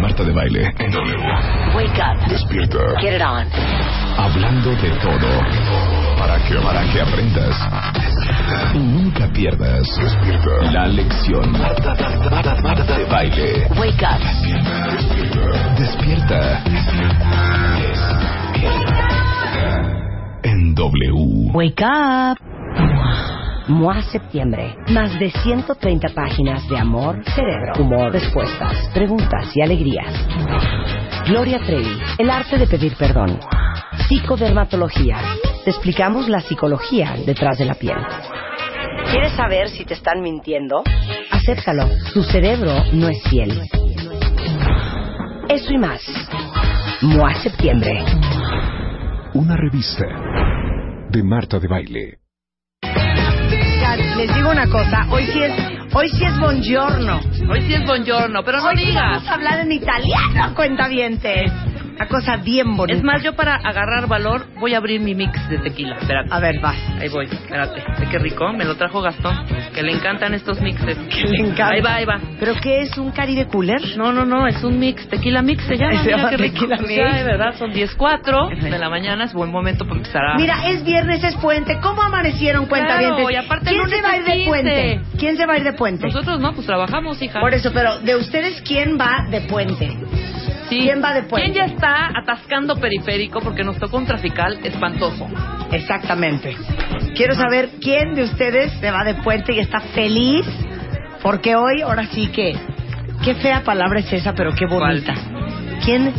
Marta de Baile en W. Wake up. Despierta. Get it on. Hablando de todo. Para que, para que aprendas. Y nunca pierdas. Despierta. La lección. Marta, Marta, Marta, Marta de Baile. Wake up. Despierta. Despierta. En W. Wake up. MOA Septiembre. Más de 130 páginas de amor, cerebro, humor, respuestas, preguntas y alegrías. Gloria Trevi. El arte de pedir perdón. Psicodermatología. Te explicamos la psicología detrás de la piel. ¿Quieres saber si te están mintiendo? Acéptalo. Tu cerebro no es fiel. Eso y más. MOA Septiembre. Una revista de Marta de Baile. Oigan, les digo una cosa, hoy sí es, hoy sí es buongiorno. Hoy sí es buongiorno, pero no hoy sí digas. vamos a hablar en italiano, cuentavientes. Una cosa bien bonita. Es más, yo para agarrar valor voy a abrir mi mix de tequila. Espérate. A ver, vas. Ahí voy, espérate. Ay, Qué rico, me lo trajo Gastón, que le encantan estos mixes. Que le encanta. Ahí va, ahí va. ¿Pero qué es un Caribe Cooler? No, no, no, es un mix, tequila mix se llama. Se mira llama qué rico. tequila Pues mix. ya, de verdad, son 10.04 de la mañana, es buen momento para empezar a... Mira, es viernes, es puente. ¿Cómo amanecieron cuentavientes? Claro, y aparte ¿Quién se lunes va a ir es de 15. puente? ¿Quién se va a ir de puente? Nosotros no, pues trabajamos, hija. Por eso, pero de ustedes, ¿quién va de puente? Sí. ¿Quién va de puente? ¿Quién ya está atascando periférico porque nos tocó un trafical espantoso? Exactamente. Quiero saber quién de ustedes se va de puente y está feliz porque hoy, ahora sí que, qué fea palabra es esa, pero qué bonita. ¿Quién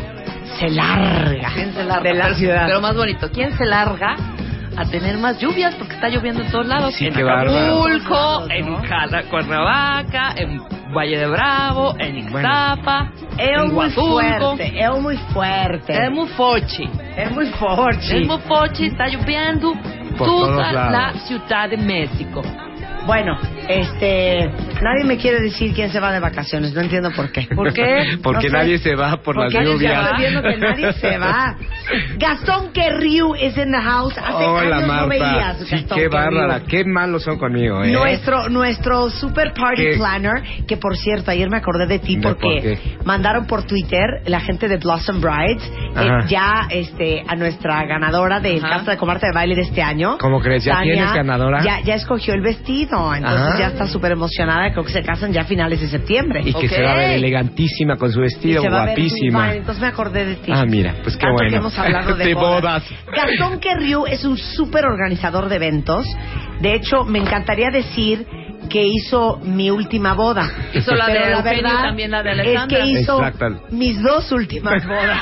se larga? ¿Quién se larga? de la Pero- ciudad? Pero más bonito, ¿quién se larga a tener más lluvias? Porque está lloviendo en todos lados. Sí, en qué Acapulco, bárbaro. en ¿No? Jala- Cuernavaca, en Valle de Bravo, en Ixtapa, es en muy Huatulco. fuerte, es muy fuerte, Es muy fochi. es muy fuerte. Es muy fochi, está lloviendo Por toda todos lados. la Ciudad de México. Bueno, este, nadie me quiere decir quién se va de vacaciones, no entiendo por qué. ¿Por qué? Porque No sé. nadie se va por las Porque nadie se lluvias. va, viendo que nadie se va. Gastón Querriu is in the house. Hace Hola, años Marta. no veías, sí, Gastón qué Querriu. bárbara. Qué malos son conmigo, ¿eh? Nuestro, nuestro super party ¿Qué? planner, que por cierto, ayer me acordé de ti ¿De porque por qué? mandaron por Twitter la gente de Blossom Brides eh, Ajá. ya este, a nuestra ganadora del Ajá. Casa de Comarta de Baile de este año. ¿Cómo crees? ¿Ya tienes ganadora? Ya, ya escogió el vestido, entonces Ajá. ya está súper emocionada, creo que se casan ya a finales de septiembre. Y que se va a ver elegantísima con su Y vestido, se va a ver muy guapísima. mal, entonces me acordé de ti. Ah, mira, pues qué Tanto bueno. que hemos hablado de, De bodas. bodas. Gastón Querriu es un súper organizador de eventos. De hecho, me encantaría decir que hizo mi última boda. Hizo la de Pero Eugenio y verdad también la de es Alejandra. que hizo Exacto. mis dos últimas bodas.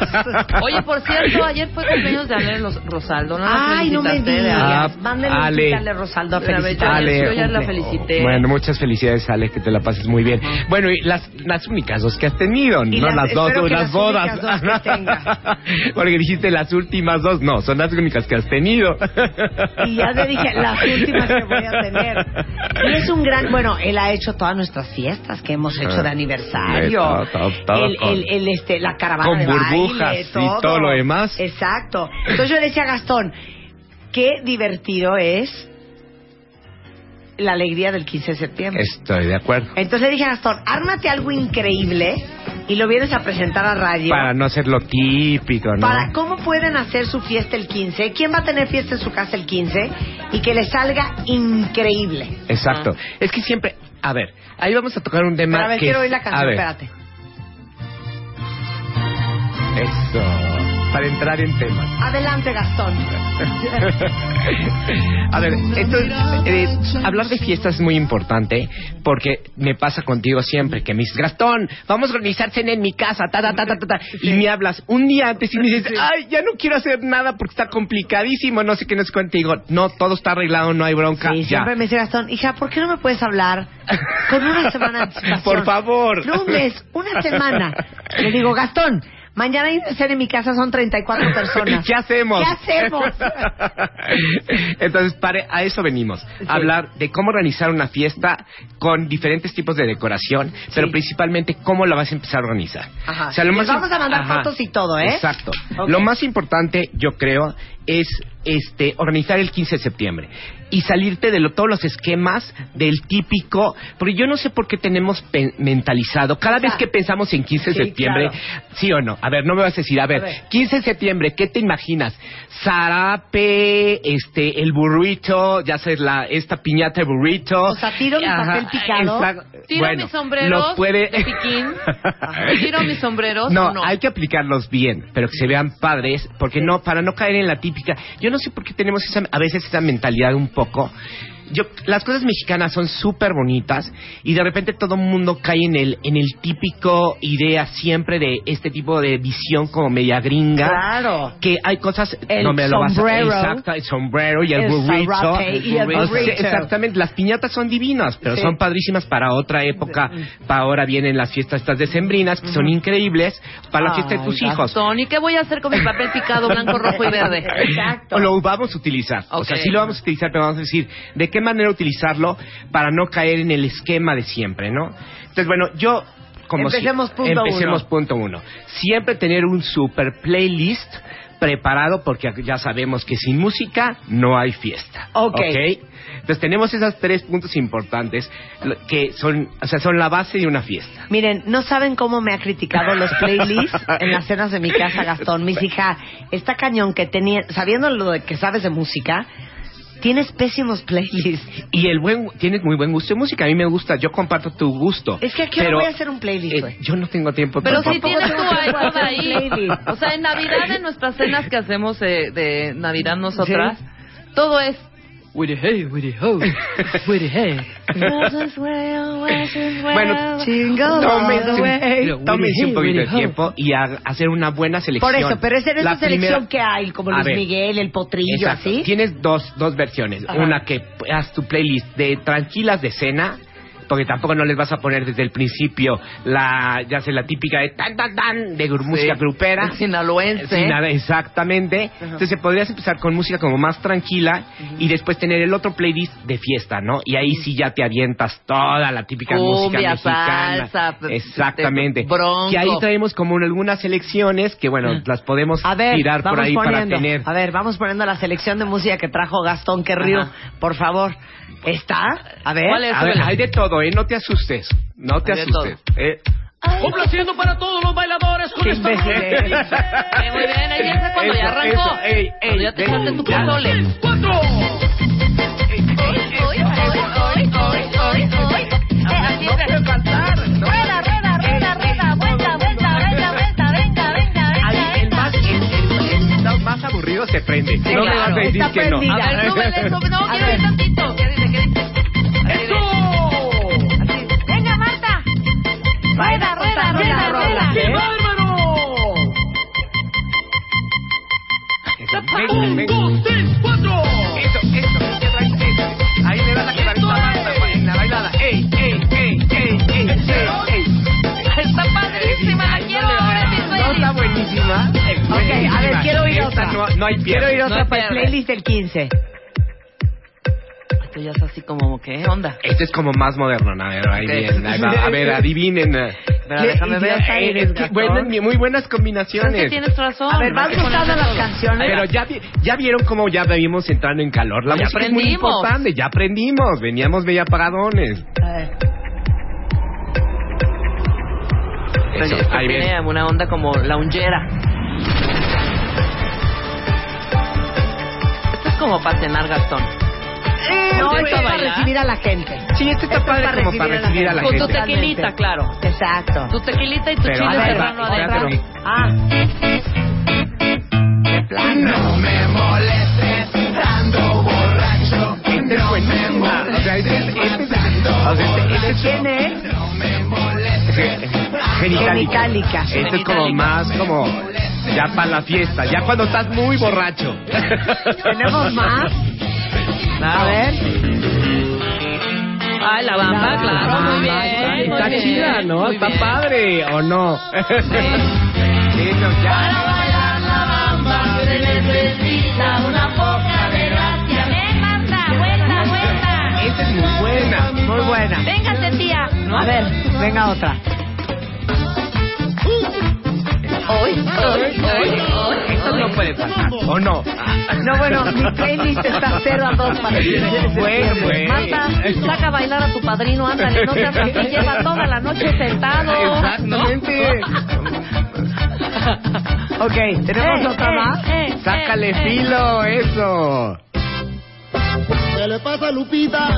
Oye, por cierto, ayer fue cumpleaños de Ale Los- Rosaldo. ¿no la Ay, no me felicitaste? Ah, digas. Mándenle un Ale. tweet a Ale Rosaldo a La felicitar. bella- Ale, yo ya la cumple. felicité. Bueno, muchas felicidades, Ale, que te la pases muy bien. Bueno, y las, las únicas dos que has tenido, Y no las- las dos, espero que las, las bodas. únicas dos que tenga. Porque dijiste las últimas dos, no, son las únicas que has tenido. Y ya te dije, las últimas que voy a tener. Y es un gran, bueno, él ha hecho todas nuestras fiestas que hemos hecho de Ah, aniversario. sí, todo, todo, todo el, con- el- el, este, la caravana con de burbujas baile, y todo lo demás. Exacto. Entonces yo le decía a Gastón, qué divertido es la alegría del 15 de septiembre. Estoy de acuerdo. Entonces le dije a Gastón, ármate algo increíble y lo vienes a presentar a radio. Para no ser lo típico, ¿no? Para cómo pueden hacer su fiesta el 15, quién va a tener fiesta en su casa el 15 y que les salga increíble. Exacto. Ajá. Es que siempre, a ver, ahí vamos a tocar un tema Pero a Ah. ver, que quiero es- oír la a canción, ver, espérate. Eso. Para entrar en temas. Adelante, Gastón. A ver, entonces, eh, hablar de fiestas es muy importante porque me pasa contigo siempre que me dices, Gastón, vamos a organizar cena en mi casa, ta, ta, ta, ta, ta, ta", y me hablas un día antes y me dices, ay, ya no quiero hacer nada porque está complicadísimo, no sé qué, no sé cuánto, y digo, no, todo está arreglado, no hay bronca, Sí, ya. siempre me dice Gastón, hija, ¿por qué no me puedes hablar con una semana de anticipación? Por favor. No un mes, una semana. Le digo, Gastón, mañana hay una cena en mi casa, son 34 personas. ¿Qué hacemos? ¿Qué hacemos? Entonces, para, a eso venimos. a Hablar de cómo organizar una fiesta con diferentes tipos de decoración, pero principalmente cómo la vas a empezar a organizar. Ajá. Les vamos a mandar fotos y todo, ¿eh? Exacto. Ok. Lo más importante, yo creo, es este, organizar el 15 de septiembre y salirte de lo- todos los esquemas del típico, porque yo no sé por qué tenemos pe- mentalizado, cada vez que pensamos en 15 de Sí, septiembre, sí o no, a ver, no me vas a decir, a ver, A ver. 15 de septiembre, ¿qué te imaginas? Zarape, este, el burrito, ya sabes, la, esta piñata de burrito. O sea, tiro mi papel picado. exacto. Tiro Bueno, mis sombreros lo puede- de piquín. Tiro mis sombreros. no, no. hay que aplicarlos bien, pero que se vean padres, porque no, para no caer en la típica. Yo no sé por qué tenemos esa, a veces esa mentalidad un poco. Yo, las cosas mexicanas son súper bonitas y de repente todo el mundo cae en el, en el típico idea siempre de este tipo de visión como media gringa. Claro. Que hay cosas. El no me sombrero. lo vas a. Exacto, el sombrero y el, El burrito. zarape y el O sea, burrito. exactamente, las piñatas son divinas, pero Sí. son padrísimas para otra época. Para ahora vienen las fiestas estas decembrinas, que son increíbles, para la fiesta de tus Ay, hijos. Tony, ¿qué voy a hacer con mi papel picado blanco, rojo y verde? Exacto. O Lo vamos a utilizar. O sea, Ok. sí lo vamos a utilizar, pero vamos a decir de qué manera utilizarlo para no caer en el esquema de siempre, ¿no? Entonces, bueno, yo. Como si- Empecemos punto uno. empecemos punto uno. Siempre tener un super playlist preparado porque ya sabemos que sin música no hay fiesta. Ok. Entonces tenemos esos tres puntos importantes lo- que son, o sea, son la base de una fiesta. Miren, no saben cómo me ha criticado los playlists en las cenas de mi casa, Gastón. Mis hija, está cañón que tenía, sabiendo lo de que sabes de música, tienes pésimos playlists. Y el buen, tienes muy buen gusto en música. A mí me gusta, yo comparto tu gusto. Es que aquí Pero, voy a hacer un playlist, eh, güey. yo no tengo tiempo Pero tampoco. si tienes tu tengo tiempo de iPod hacer ahí. playlist. O sea, en Navidad, en nuestras cenas que hacemos eh, de Navidad nosotras, todo es... Bueno, Chingo, Tómense, güey. un- tómense un poquito de tiempo y ha- hacer una buena selección. Por eso, pero esa es La la selección primera- que hay, como A Luis ver. Miguel, el potrillo, Exacto. así. Tienes dos, dos versiones. Ajá. Una que haz tu playlist de tranquilas de cena, porque tampoco no les vas a poner desde el principio la, ya sé, la típica de tan, tan, tan, de gru- música grupera. el Sinaloense. Sin nada, exactamente. Entonces podrías empezar con música como más tranquila y después tener el otro playlist de fiesta, ¿no? Y ahí sí ya te avientas toda la típica música Cumbia, mexicana. salsa, p- exactamente. este, bronco. Que ahí traemos como en algunas selecciones que, bueno, las podemos A ver, tirar vamos por ahí para poniendo. tener. A ver, vamos poniendo la selección de música que trajo Gastón Querrío, Ajá. por favor. ¿Está? A ver. ¿Cuál es? A ver, hay de todo, ¿eh? No te asustes. No te Hay de asustes. ¿eh? Complaciendo para todos los bailadores con Qué imbéciles. Eh, muy bien, ahí está cuando ya Eso, arrancó. eso, ey, ey, Cuando ya te ven, echaste tu ya. pozole. Ahí el más, el- el- el- el más aburrido se prende. no me vas a claro. decir Está que no. prendida. A ver, súbele, súbele. No, quiero ver tantito. ¿Qué dice? ¿Qué dice? Así de- Venga, Marta. Rueda, rueda, rueda, rueda. Eso, ven, ven. Eso, eso, eso. Ahí le da la clarita Marta, en pues, la bailada. Ey, ey, ey, ey, ey, ey, ey. Está padrísima, la quiero ahora mi No está playlist. buenísima. Es Ok, a ver, buenísima. quiero oír Esta otra. No, no hay Quiero ir pierde. a otra No para el pierde. playlist del 15. Esto ya es así como, ¿qué onda? Este es como más moderno, a ver, ahí Ok. bien, ahí va. a ver, adivinen. eh. Pero déjame ver. Eh, es que buenas- muy buenas Creo que combinaciones. tienes razón. A ver, van Hay que ponerle buscando las todo. canciones. Pero ya, vi- ya vieron cómo ya venimos entrando en calor. La Ya música es muy aprendimos. importante, ya aprendimos. Veníamos medio apagadones. A ver. Eso, Pero esto ahí tiene viene. una onda como loungera. Esto es como para cenar, Gastón. No, esto ¿ya está es para bailar? recibir a la gente. Sí, este Esto está es padre para como para recibir a la Con tu gente. Totalmente. tequilita, claro. Exacto. Tu tequilita y tu Pero chile ahí va, serrano ahí va, adentro. pero- Ah. De plano. Este es buenísimo. O sea, este, este, este- o sea, este- este es- ¿Quién es? Genitalica. Genitalica. Esto es como más como ya para la fiesta, ya cuando estás muy borracho. ¿Tenemos más? Claro. A ver. Ay, la bamba, La Ah, claro. bamba, muy claro. bien. muy Está bien, chida, ¿no? muy Está bien. padre, ¿o no? Eso, Para ya. bailar la bamba se necesita una poca de gracia. Ven, Marta, vuelta, vuelta. Esta es muy buena. Muy buena. Véngase, tía. A ver, venga otra. Ay, ay, ay. Esta es no puede pasar, ¿o no? No, bueno, mi playlist está cero a dos para ti. Bueno, pues. Marta, saca a bailar a tu padrino, ándale, no seas así, lleva toda la noche sentado. Exactamente. Ok, ¿tenemos Eh, otra eh, más? eh, eh, Sácale eh. filo, eso. ¿Qué le pasa, Lupita?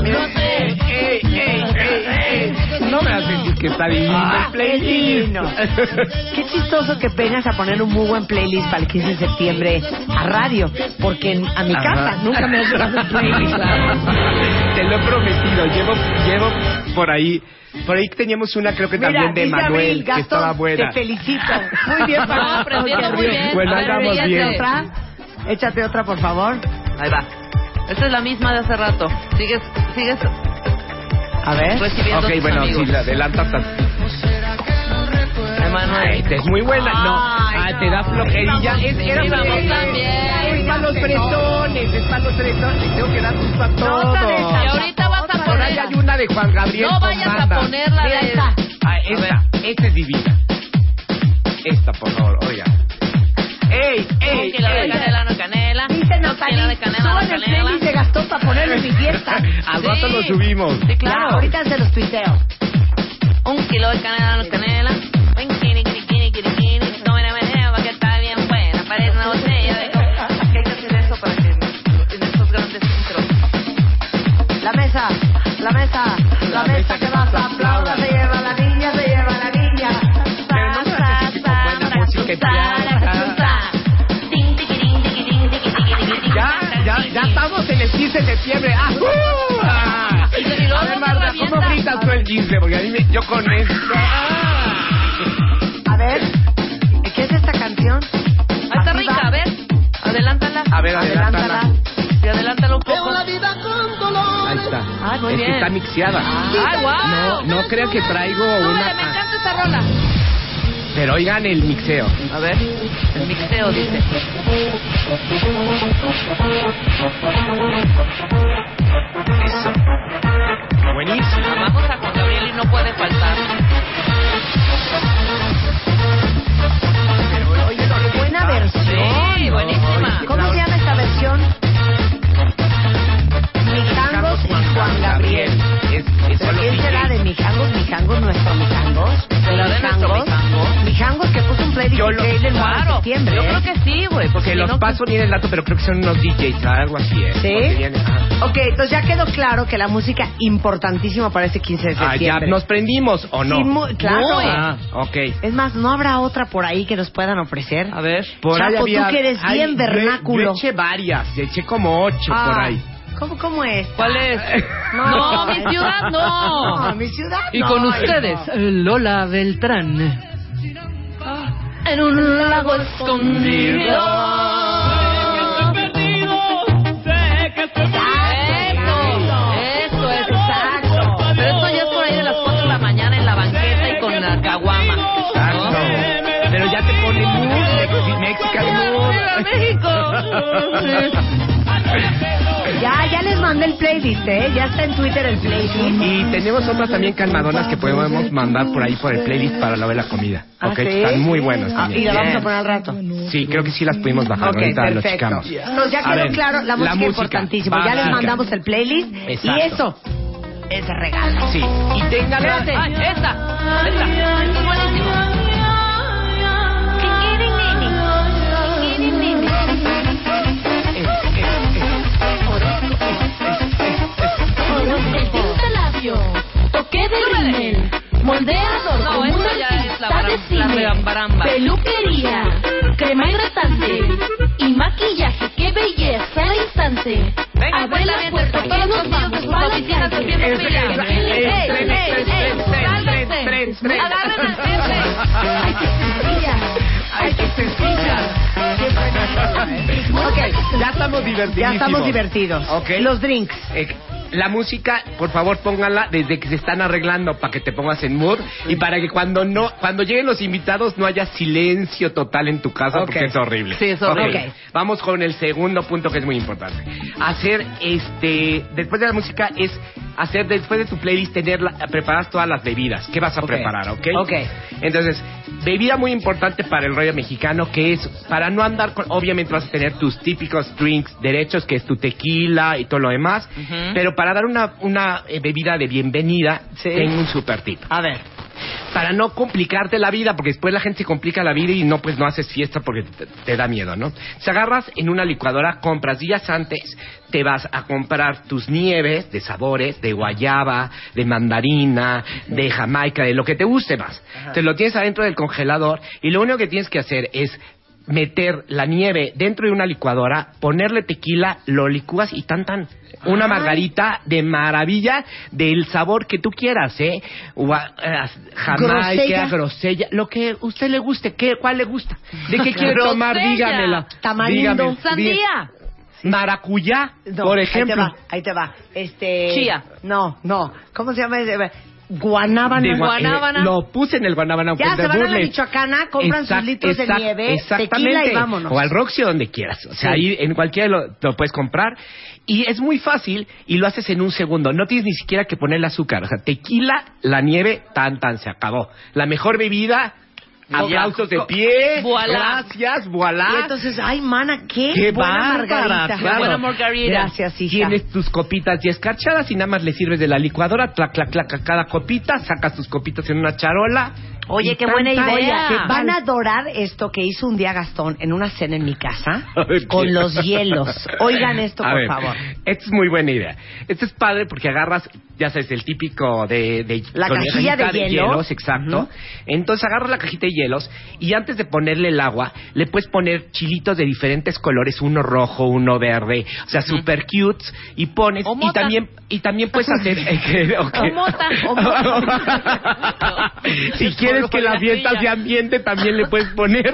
No me haces decir que está divino Ah, el playlist. divino. Qué chistoso que vengas a poner un muy buen playlist para el 15 de septiembre a radio, porque en- a mi Ajá. casa nunca me has llevado un playlist. Te lo he prometido, llevo, llevo por ahí. Por ahí teníamos una, creo que también de dice Manuel, Abril, que Gastón, estaba buena. Te felicito. Muy bien, No, Pablo. pero viene muy bien. Bueno, Pues, A ver, pues, andamos fíjate. bien. otra. Échate otra, por favor. Ahí va. Esta es la misma de hace rato. Sigues, sigues A ver. recibiendo ok, tus bueno, amigos. sí, la adelanta. tan- Emanuel. Esta es muy buena. No, Ay, ah, te da no. flojerilla. Íbamos- Es, era íbamos flojera. también. Es para los bretones, es para los bretones. Tengo que dar gusto a todos. Y ahorita vas a Por ahí poner. hay una de Juan Gabriel. No vayas a Combanda. ponerla de Mira esta. Ah, esta. Esta es divina. Esta, por favor, oiga. ¡Ey, Un ey, kilo de ey! canela, no canela. Dice Un kilo de Natalie, canela, no suban el canela. playlist de Gastón para ponerlo en mi fiesta. Al rato Sí. lo subimos. Claro, Sí, claro. ahorita se los tuiteo. Un kilo de canela, no canela. Ven, kiri, kiri, kiri, kiri, kiri. Tómala, maneva, que está bien buena. Parece una botella de coca. Hay que hacer eso para que en estos grandes intros. La mesa, la mesa, la mesa que más aplauda, se lleva la niña, se lleva la niña. Pero no me hagas así como buena música y piada. Ya, ya, ya estamos en el 15 de septiembre. ¡Ah! ¡Uh! ¡Ah! Y luego A ver, no te Marta, ¿cómo revientas? gritas tú el 15? Porque a mí me, yo con esto. A ver, ¿qué es esta canción? Ah, está rica, a ver. Adelántala. A ver, adelántala. Y adelántala un poco. Ahí está. Ay, Ah, muy es bien. Ah. que está mixeada. Ay, guau. No, no creo que traigo Súbele, me una. encanta esa rola. Pero oigan el mixeo. A ver, el mixeo dice. Buenísimo. Amamos a Juan Gabriel y no puede faltar. Buena Sí, buenísima. ¿Cómo se llama esta versión? Mijangos y Juan Gabriel. Es, es ¿Pero solo quién DJ. será de Mijangos? Mijangos, nuestro Mijangos. ¿Será de nuestro Mijangos? Mijangos que puso un playlist Yo lo- increíble el 9 de Claro, septiembre. yo ¿eh? creo que sí, güey. Porque Se si los no, pues, paso bien el dato, pero creo que son unos DJs, algo así, ¿eh? ¿Sí? Porque vienen- ah. Ok, entonces ya quedó claro que la música importantísima para este 15 de Ah, ya septiembre. nos prendimos, ¿o no? Sí, mu- claro. Muy. Ah, ok. Es más, ¿no habrá otra por ahí que nos puedan ofrecer? A ver. Por ahí Chapo, tú había... que eres Ay, bien yo- vernáculo. Yo, eché varias, eché como ocho Ah, por ahí. ¿Cómo, cómo es? ¿Cuál es? No, mi ciudad No, no. mi ciudad Y con no, ustedes, hijo. Lola Beltrán. En un lago escondido. Eso, eso, exacto. Pero esto ya es por ahí de las 4 de la mañana en la banqueta y con la caguama. Exacto. Pero ya te pone muy mexi- mexican mood. ¡Viva México! Ya, ya les mandé el playlist, ¿eh? Ya está en Twitter el playlist. Y tenemos otras también calmadonas que podemos mandar por ahí por el playlist para la de la comida. Ah, ok, ¿sí? están muy buenas Ah, también. y la vamos a poner al rato. Sí, creo que sí las pudimos bajar. Ok, Ahorita lo perfecto. checamos. Entonces ya A quedó ver, claro, la música es importantísima. Ya les básica. mandamos el playlist. Y Exacto. eso es regalo. Sí, y tengan Espérate. Ah, esta, esta. Esto es buenísimo. Toque de rimel, moldea No, con esto una ya es pizca la de baram- la cine, rebambaramba. peluquería, crema hidratante y maquillaje. ¡Qué belleza al instante! Venga, Abre la cuentavientes, puerta, por todos todos nos los vamos medios, para sus la oficinas calle. haciendo ¡Ey, fila. ey, ey, Tren, ey, tren, ey, tren, tren, sálganse! tren, tren. ¡Agarren al tren. ¡Ay, qué sencilla! ¡Ay, qué sencilla! Ok, Ya estamos divertidos. ya estamos divertidos. Ok. Los drinks. Eh, la música, por favor, pónganla desde que se están arreglando para que te pongas en mood y para que cuando no, cuando lleguen los invitados no haya silencio total en tu casa Ok. porque es horrible. Sí, es horrible. Ok. Ok. Vamos con el segundo punto que es muy importante. Hacer este, después de la música es hacer después de tu playlist tener la- preparar todas las bebidas. ¿Qué vas a Ok. preparar, ok? Ok. Entonces, bebida muy importante para el rollo mexicano que es para no andar con obviamente vas a tener tus típicos drinks derechos que es tu tequila y todo lo demás, Ujú. pero para dar una una eh, bebida de bienvenida Sí. tengo un super tip A ver. para no complicarte la vida, porque después la gente se complica la vida y no pues no haces fiesta porque te, te da miedo, ¿no? Se agarras en una licuadora, compras días antes, te vas a comprar tus nieves de sabores, de guayaba, de mandarina, de jamaica, de lo que te guste más. Te lo tienes adentro del congelador y lo único que tienes que hacer es meter la nieve dentro de una licuadora, ponerle tequila, lo licúas y tan tan. Una margarita de maravilla del sabor que tú quieras, ¿eh? Ua- eh, Jamaica, Grosella. grosella. lo que usted le guste, ¿qué, ¿cuál le gusta? ¿De qué quiere tomar? Grosella. Dígamela. Tamarindo. Dígame, dí- Sandía. Maracuyá, No, por ejemplo. Ahí te va, ahí te va. Este... Chía. No, no. ¿Cómo se llama? ese? Guanábana. De gua- guanábana. eh, lo puse en el guanábana. aunque Ya te se van a la burles. Michoacana, compran Exact- sus litros de exact- nieve, exactamente. tequila y vámonos. O al Roxy o donde quieras. O sea, ahí en cualquiera lo, lo puedes comprar. Y es muy fácil y lo haces en un segundo. No tienes ni siquiera que ponerle azúcar. O sea, tequila, la nieve, tan, tan, se acabó. La mejor bebida, Boca- aplausos de co- pie. Voilà. Gracias, voilà. Y entonces, ay, mana, qué, ¡Qué buena bárbara! margarita. Claro. Buena margarita. Gracias, hija. Tienes tus copitas y escarchadas y nada más le sirves de la licuadora, clac, clac, clac, a cada copita, sacas tus copitas en una charola. Oye, y qué tan, buena tan. idea. Oye, Ah. van a adorar esto que hizo un día Gastón en una cena en mi casa A ver, con ¿qué? los hielos. Oigan esto, A por ver, favor. Esta es muy buena idea. Este es padre porque agarras, ya sabes, el típico de... de La con cajilla de cajita hielo. hielos, exacto. Ujú. Entonces agarras la cajita de hielos y antes de ponerle el agua, le puedes poner chilitos de diferentes colores, uno rojo, uno verde, o sea, super cute. Y pones... O Y mota. también, y también puedes hacer... eh, ok, ok. O mota, o mota. si quieres que la fiesta se ambiente, también le puedes poner...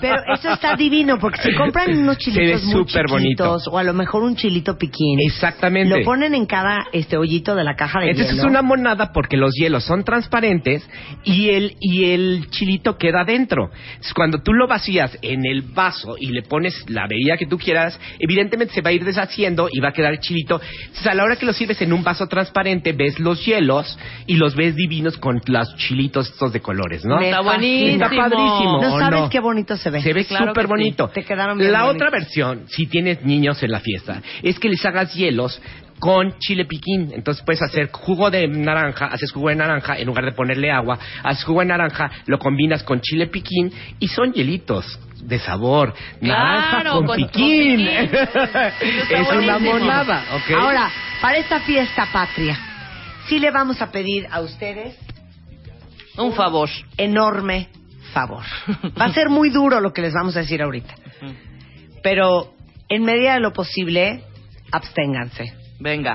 Pero eso está divino porque si compran unos Se chilitos ve muy súper bonito. chiquitos o a lo mejor un chilito piquín, Exactamente. lo ponen en cada este hoyito de la caja de Entonces hielo. Este es una monada porque los hielos son transparentes y el, y el chilito queda adentro. Entonces, Cuando tú lo vacías en el vaso y le pones la bebida que tú quieras, evidentemente se va a ir deshaciendo y va a quedar el chilito. Entonces a la hora que lo sirves en un vaso transparente, ves los hielos y los ves divinos con los chilitos estos de colores, ¿no? Me Está fascina. buenísimo. Está padrísimo. No ¿o sabes no? qué bonito se ve. Se ve Claro súper que sí. bonito. Te quedaron bien La bonitos. otra versión, si tienes niños en la fiesta, es que les hagas hielos con chile piquín. Entonces puedes hacer jugo de naranja, haces jugo de naranja, en lugar de ponerle agua, haces jugo de naranja, lo combinas con chile piquín y son hielitos de sabor. naranja Claro, con, con- con piquín. piquín. Está es una buenísimo. monada, ¿ok? Ahora, para esta fiesta patria, sí le vamos a pedir a ustedes Un favor. enorme favor. Va a ser muy duro lo que les vamos a decir ahorita. Pero en medida de lo posible, absténganse. Venga.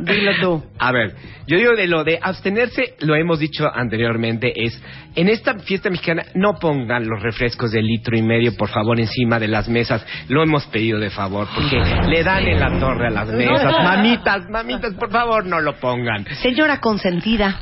Dilo tú. A ver, yo digo de lo de abstenerse, lo hemos dicho anteriormente, es en esta fiesta mexicana no pongan los refrescos de litro y medio, por favor, encima de las mesas. Lo hemos pedido de favor, porque le dan en la torre a las mesas. Mamitas, mamitas, por favor, no lo pongan. Señora consentida,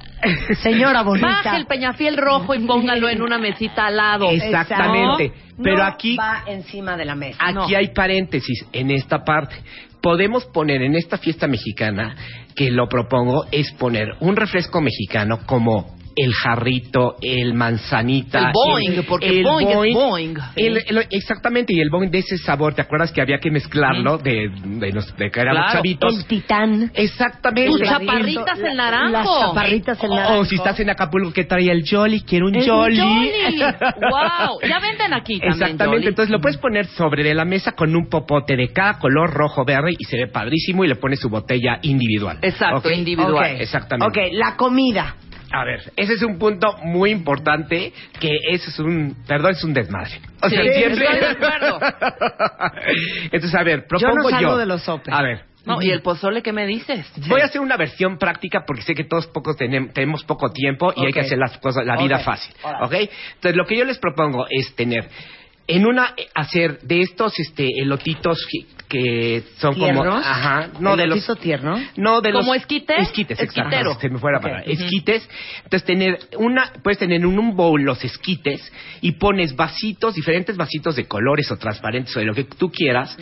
señora Baje bonita. el peñafiel rojo y póngalo en una mesita al lado. Exactamente. Pero No aquí va encima de la mesa. Aquí hay paréntesis en esta parte. Podemos poner en esta fiesta mexicana, que lo propongo, es poner un refresco mexicano como el jarrito, el manzanita. El Boeing, porque Boeing es Boeing. el- el- exactamente, y el Boeing de ese sabor, ¿te acuerdas que había que mezclarlo de, de, los- de que éramos Mm. Claro, chavitos? El titán. Exactamente. Tus chaparritas en naranjo. Oh, Las chaparritas en la O si estás en Acapulco, que traía el Jolly? Quiero un Es un Jolly. Jolly. Wow. Ya venden aquí también. Exactamente, Jolly. entonces lo puedes poner sobre de la mesa con un popote de cada color rojo, verde y se ve padrísimo y le pones su botella individual. Exacto, ¿Ok? individual. Ok, Exactamente. Ok, la comida. A ver, ese es un punto muy importante que eso es un, perdón, es un desmadre. O Sí, estoy de acuerdo. entonces, a ver, propongo yo. salgo de los sopes. A ver, No, y el pozole, ¿qué me dices? Voy a hacer una versión práctica porque sé que todos pocos tenem- tenemos poco tiempo y hay que Ok. hacer las cosas, la vida Ok. fácil, Ahora. ¿ok? Entonces lo que yo les propongo es tener en una eh, hacer de estos este elotitos que, que son como ¿Tiernos? ajá, no de los ¿Elotito tierno? no de los ¿Como esquite? esquites, exacto, Esquitero. se me fue la palabra, Ok. esquites. Entonces tener una puedes tener en un bowl los esquites y pones vasitos, diferentes vasitos de colores o transparentes o de lo que tú quieras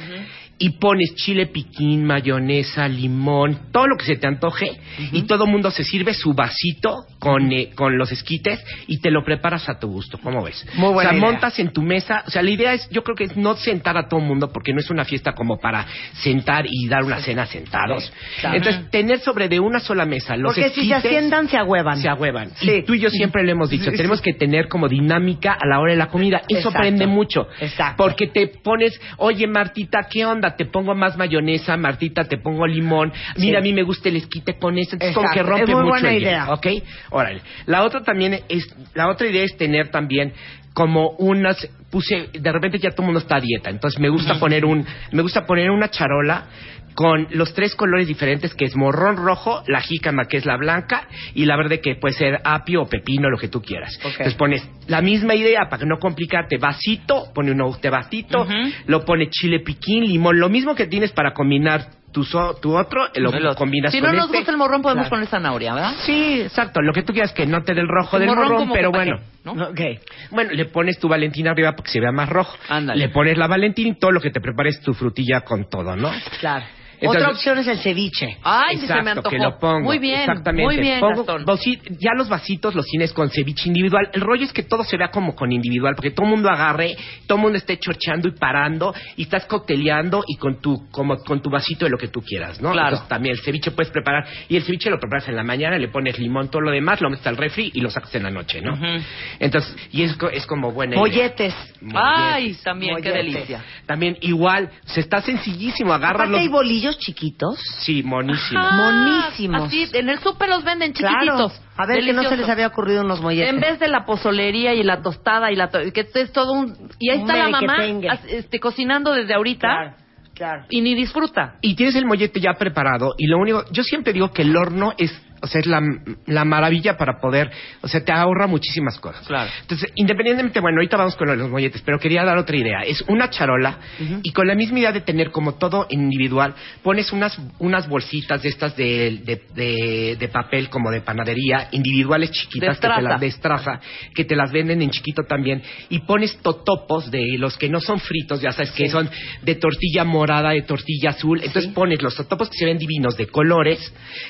y pones chile piquín, mayonesa, limón, todo lo que se te antoje y todo mundo se sirve su vasito con, eh, con los esquites y te lo preparas a tu gusto, ¿cómo ves? Muy buena o sea, idea. montas en tu mesa, o sea, la idea es, yo creo que es no sentar a todo mundo porque no es una fiesta como para sentar y dar una cena sentados. Entonces, tener sobre de una sola mesa los Porque si se esquites- asientan, se ahuevan. se agüevan. Sí. Y tú y yo siempre lo hemos dicho, tenemos que tener como dinámica a la hora de la comida. Eso Exacto. prende mucho. Exacto. Porque te pones, oye Martita, ¿qué onda? Te pongo más mayonesa, Martita, te pongo limón. Mira, a mí me gusta el esquite con eso. Entonces, como Exacto. que rompe Es muy mucho buena el hielo, idea. ¿Ok? Órale. La otra también es, la otra idea es tener también como unas puse de repente ya todo el mundo está a dieta entonces me gusta poner un me gusta poner una charola con los tres colores diferentes que es morrón rojo la jícama que es la blanca y la verde que puede ser apio o pepino lo que tú quieras entonces pones la misma idea para que no complicarte vasito pone un de vasito lo pone chile piquín limón lo mismo que tienes para combinar tu, so- tu otro lo El otro. combinas Si no con nos este. gusta el morrón, podemos Claro. poner zanahoria, ¿verdad? Sí, exacto. Lo que tú quieras que no te dé el rojo El del morrón morrón, como pero que pa' bueno. qué, ¿no? Ok. Bueno, le pones tu Valentina arriba para que se vea más rojo. Ándale. Le pones la Valentina y todo lo que te prepares tu frutilla con todo, ¿no? Claro. Entonces- Otra opción es el ceviche. Ay, se me Exacto, antojó. que lo pongo. Muy bien, Exactamente. muy bien, Pongo Gastón. vasi- ya los vasitos los tienes con ceviche individual. El rollo es que todo se vea como con individual, porque todo el mundo agarre, todo el mundo esté chorcheando y parando, y estás cocteleando y con tu, como, con tu vasito de lo que tú quieras, ¿no? Claro. Entonces, también el ceviche puedes preparar, y el ceviche lo preparas en la mañana, le pones limón, todo lo demás, lo metes al refri y lo sacas en la noche, ¿no? Ujú. Entonces, y es, co- es como buena idea. Molletes. Ay, también, qué Molletes. delicia. También igual, se está sencillísimo, agarras Aparte hay los... bolillos chiquitos. Sí, monísimo. Ah, Monísimos. Así, en el súper los venden Claro. chiquititos. A ver, que no se Delicioso. les había ocurrido unos molletes. En vez de la pozolería y la tostada y la to- que es todo un y ahí Un está la mamá merequetengue. as- este, cocinando desde ahorita Claro, claro. y ni disfruta. y tienes el mollete ya preparado y lo único, yo siempre digo que el horno es, o sea, es la, la maravilla para poder, o sea, te ahorra muchísimas cosas. Claro. Entonces, independientemente, bueno, ahorita vamos con lo de los molletes, pero quería dar otra idea. Es una charola y con la misma idea de tener como todo individual, pones unas, unas bolsitas de estas de, de, de- de papel como de panadería, individuales chiquitas, De que te estraza. las, de estraza, que te las venden en chiquito también, y pones totopos de los que no son fritos, ya sabes que son de tortilla morada, de tortilla azul, entonces pones los totopos que se ven divinos de colores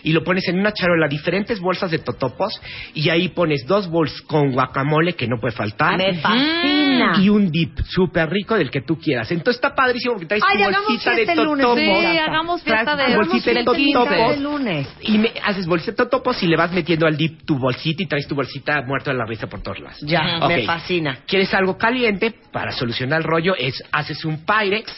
y lo pones en una charola, diferentes bolsas de totopos, y ahí pones dos bols con guacamole que no puede faltar. Me fascina. Y un dip súper rico del que tú quieras. Entonces está padrísimo porque traes Ay, tu hagamos bolsita de fiesta el lunes, totopos. Sí, Gasta. hagamos fiesta Traes de bolsita hagamos de fiesta el totopos. quince. el lunes. Y me, haces bolsita totopos y le vas metiendo al dip tu bolsita y traes tu bolsita muerto de la risa por todas lados. Ya, Ok. me fascina. ¿Quieres algo caliente? Para solucionar el rollo es haces un Pyrex.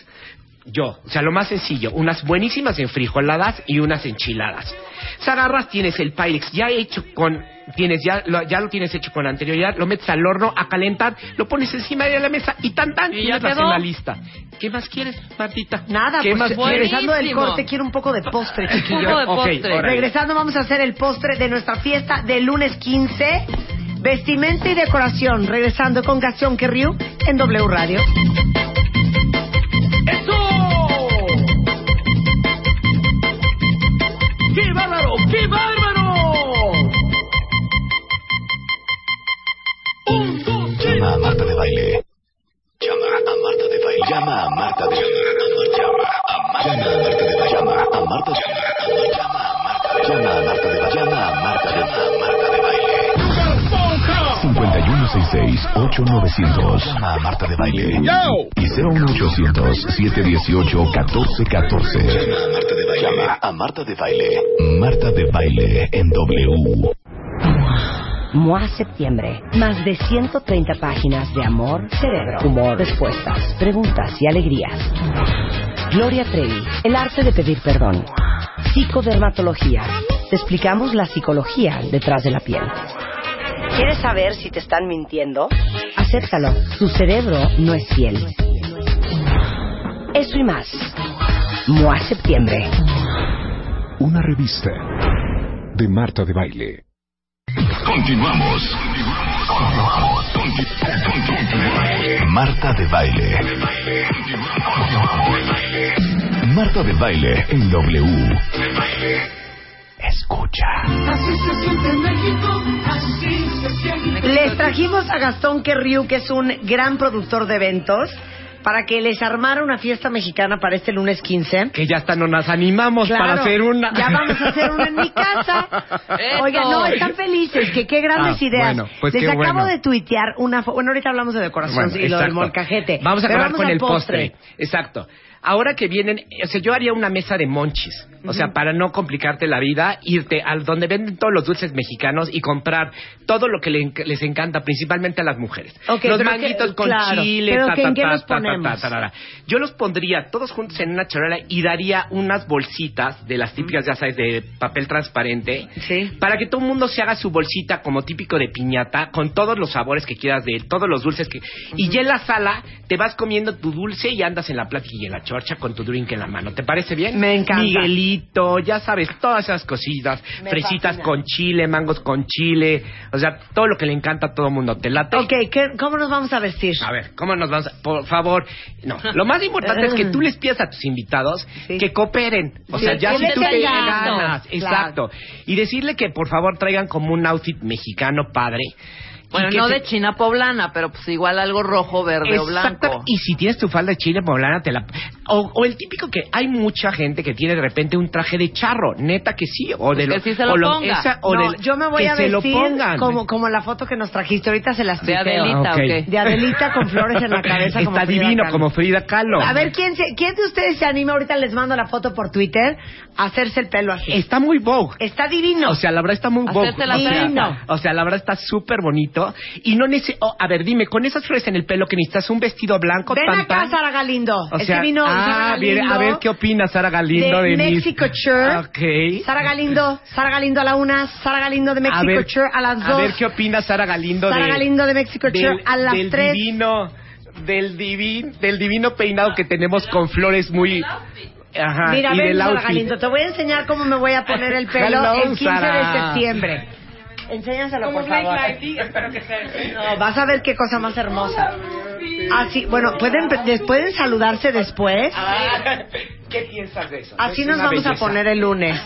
Yo, o sea, lo más sencillo, unas buenísimas enfrijoladas y unas enchiladas. Se agarras, tienes el Pyrex ya hecho con, tienes ya lo, ya lo tienes hecho con anterioridad, lo metes al horno a calentar, lo pones encima de la mesa y tan tan, Y y ya ya la quedó. cena lista. ¿Qué más quieres, Martita? Nada, ¿Qué pues más bueno. quieres? regresando del Buenísimo. corte quiero un poco de postre, chiquillo. Poco de Ok, postre. órale. Regresando vamos a hacer el postre de nuestra fiesta del lunes 15. Vestimenta y decoración. Regresando con Gastón Querriu en W Radio. ¡Qué bárbaro! ¡Qué bárbaro! Llama a Marta de Baile. Llama a Marta de Baile. Llama a Marta de Baile. Llama a Marta de Baile. Llama a Marta de Baile. Llama a Marta de Baile. Llama a Marta de Baile. Llama a Marta de Baile. Llama a Marta de Baile. 5166-8900. Llama a Marta de Baile. Y 01800-718-1414. Llama a Marta de Baile. Llama a Marta de Baile. Marta de Baile en W. MOA Septiembre. Más de 130 páginas de amor, cerebro, humor, respuestas, preguntas y alegrías. Gloria Trevi. El arte de pedir perdón. Psicodermatología. Te explicamos la psicología detrás de la piel. ¿Quieres saber si te están mintiendo? Acéptalo. Tu cerebro no es fiel. Eso y más. MOA Septiembre. Una revista de Marta de Baile. Continuamos. Marta de Baile. Marta de Baile en W. Escucha. Les trajimos a Gastón Querriu, que es un gran productor de eventos, para que les armara una fiesta mexicana para este lunes 15. Que ya hasta no nos animamos Claro, para hacer una. Ya vamos a hacer una en mi casa. Oigan, no, están felices, que qué grandes Ah, ideas. bueno, pues Les qué acabo bueno. de tuitear una fo- Bueno, ahorita hablamos de decoración Bueno, y lo del exacto. molcajete. Vamos a Pero acabar con al el postre. Exacto. Ahora que vienen, o sea, yo haría una mesa de monchis. O sea, para no complicarte la vida, irte al donde venden todos los dulces mexicanos y comprar todo lo que le enc- les encanta, principalmente a las mujeres. Ok, los pero manguitos que- con claro, chile, pero ta, que ta, ¿en qué ta, los ta, ta, ta, ponemos? tarara. Yo los pondría todos juntos en una charola y daría unas bolsitas de las típicas, ya sabes, de papel transparente. Sí. Para que todo el mundo se haga su bolsita como típico de piñata, con todos los sabores que quieras de él, todos los dulces que... Y ya en la sala te vas comiendo tu dulce y andas en la plática y en la chorcha con tu drink en la mano. ¿Te parece bien? Me encanta. Miguelito, ya sabes, todas esas cositas. Me fresitas fascina. con chile, mangos con chile. O sea, todo lo que le encanta a todo el mundo. ¿Te late? Ok, ¿qué- ¿cómo nos vamos a vestir? A ver, ¿cómo nos vamos? a- Por favor, no. Lo más importante es que tú les pidas a tus invitados Sí. que cooperen. O Sí, sea, ya que si tú les te den gasto. ganas, exacto. Y decirle que por favor traigan como un outfit mexicano padre. Y Bueno, que no se- de China poblana, pero pues igual algo rojo, verde o Exacto. blanco. Y si tienes tu falda de chile poblana, te la. O, o el típico que hay mucha gente que tiene de repente un traje de charro, neta que sí. O de que lo- sí se lo o ponga. o No, del- yo me voy que a se lo vestir pongan. como, como la foto que nos trajiste. Ahorita se las De tuiteo. Adelita, Ah, ¿o ok. qué? De Adelita con flores en la cabeza. Está como Frida divino Kahlo. como Frida Kahlo. A ver, ¿quién, se- ¿quién de ustedes se anima? Ahorita les mando la foto por Twitter. A hacerse el pelo así. Está muy Vogue. Está divino. O sea, la verdad está muy Hacerte bonito. la o, trenza. sea, o sea, la verdad está súper bonito. Y no necesito... a ver, dime, con esas flores en el pelo que necesitas un vestido blanco, Ven tan, acá, tan? Sara Galindo. O Es sea, que vino Sara ah, bien, Galindo a ver qué opina Sara Galindo de de, mis- Mexico Church. Ok. Sara Galindo, Sara Galindo a la una, Sara Galindo de A Mexico ver- Church a las dos. A ver qué opina Sara Galindo Sara de... Galindo de Mexico del- Church a las del tres. Divino, del, divin, del divino peinado que tenemos con flores muy... Ajá, Mira, y ven, del Sara outfit. Galindo, te voy a enseñar cómo me voy a poner el pelo Hello, el 15 de Sara. septiembre. Enséñaselo, por favor. No, vas a ver qué cosa más hermosa. Así, bueno, pueden, les pueden saludarse después. Ah, ¿Qué piensas de eso? Así Es nos una vamos a belleza. poner el lunes.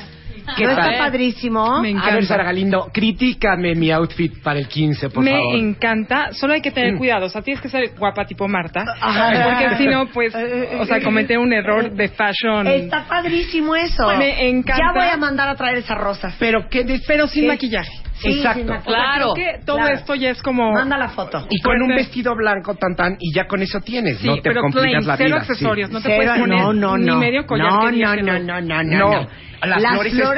¿Qué ¿No está tal? padrísimo? Me A ver, Sara encanta. Galindo, critícame mi outfit para el 15, por Me favor. encanta, solo hay que tener Mm. cuidado, o sea, tienes que ser guapa tipo Marta, Ajá. porque si no, pues, o sea, cometer un error de fashion. Está padrísimo eso. Me encanta. Ya voy a mandar a traer esas rosas. Pero qué, de- pero sin ¿Qué? maquillaje. Sí, Exacto. sin maquillaje. Claro. Creo que todo Claro. esto ya es como Manda la foto. Y con Puede un ser. vestido blanco tan tan y ya con eso tienes, Sí, no te pero complicas plain, la vida. cero sí. accesorios, no te Cero- puedes poner no, no, ni no. medio collar No, que diga no, que no, no, no, no, No, no. las, flores, es todo,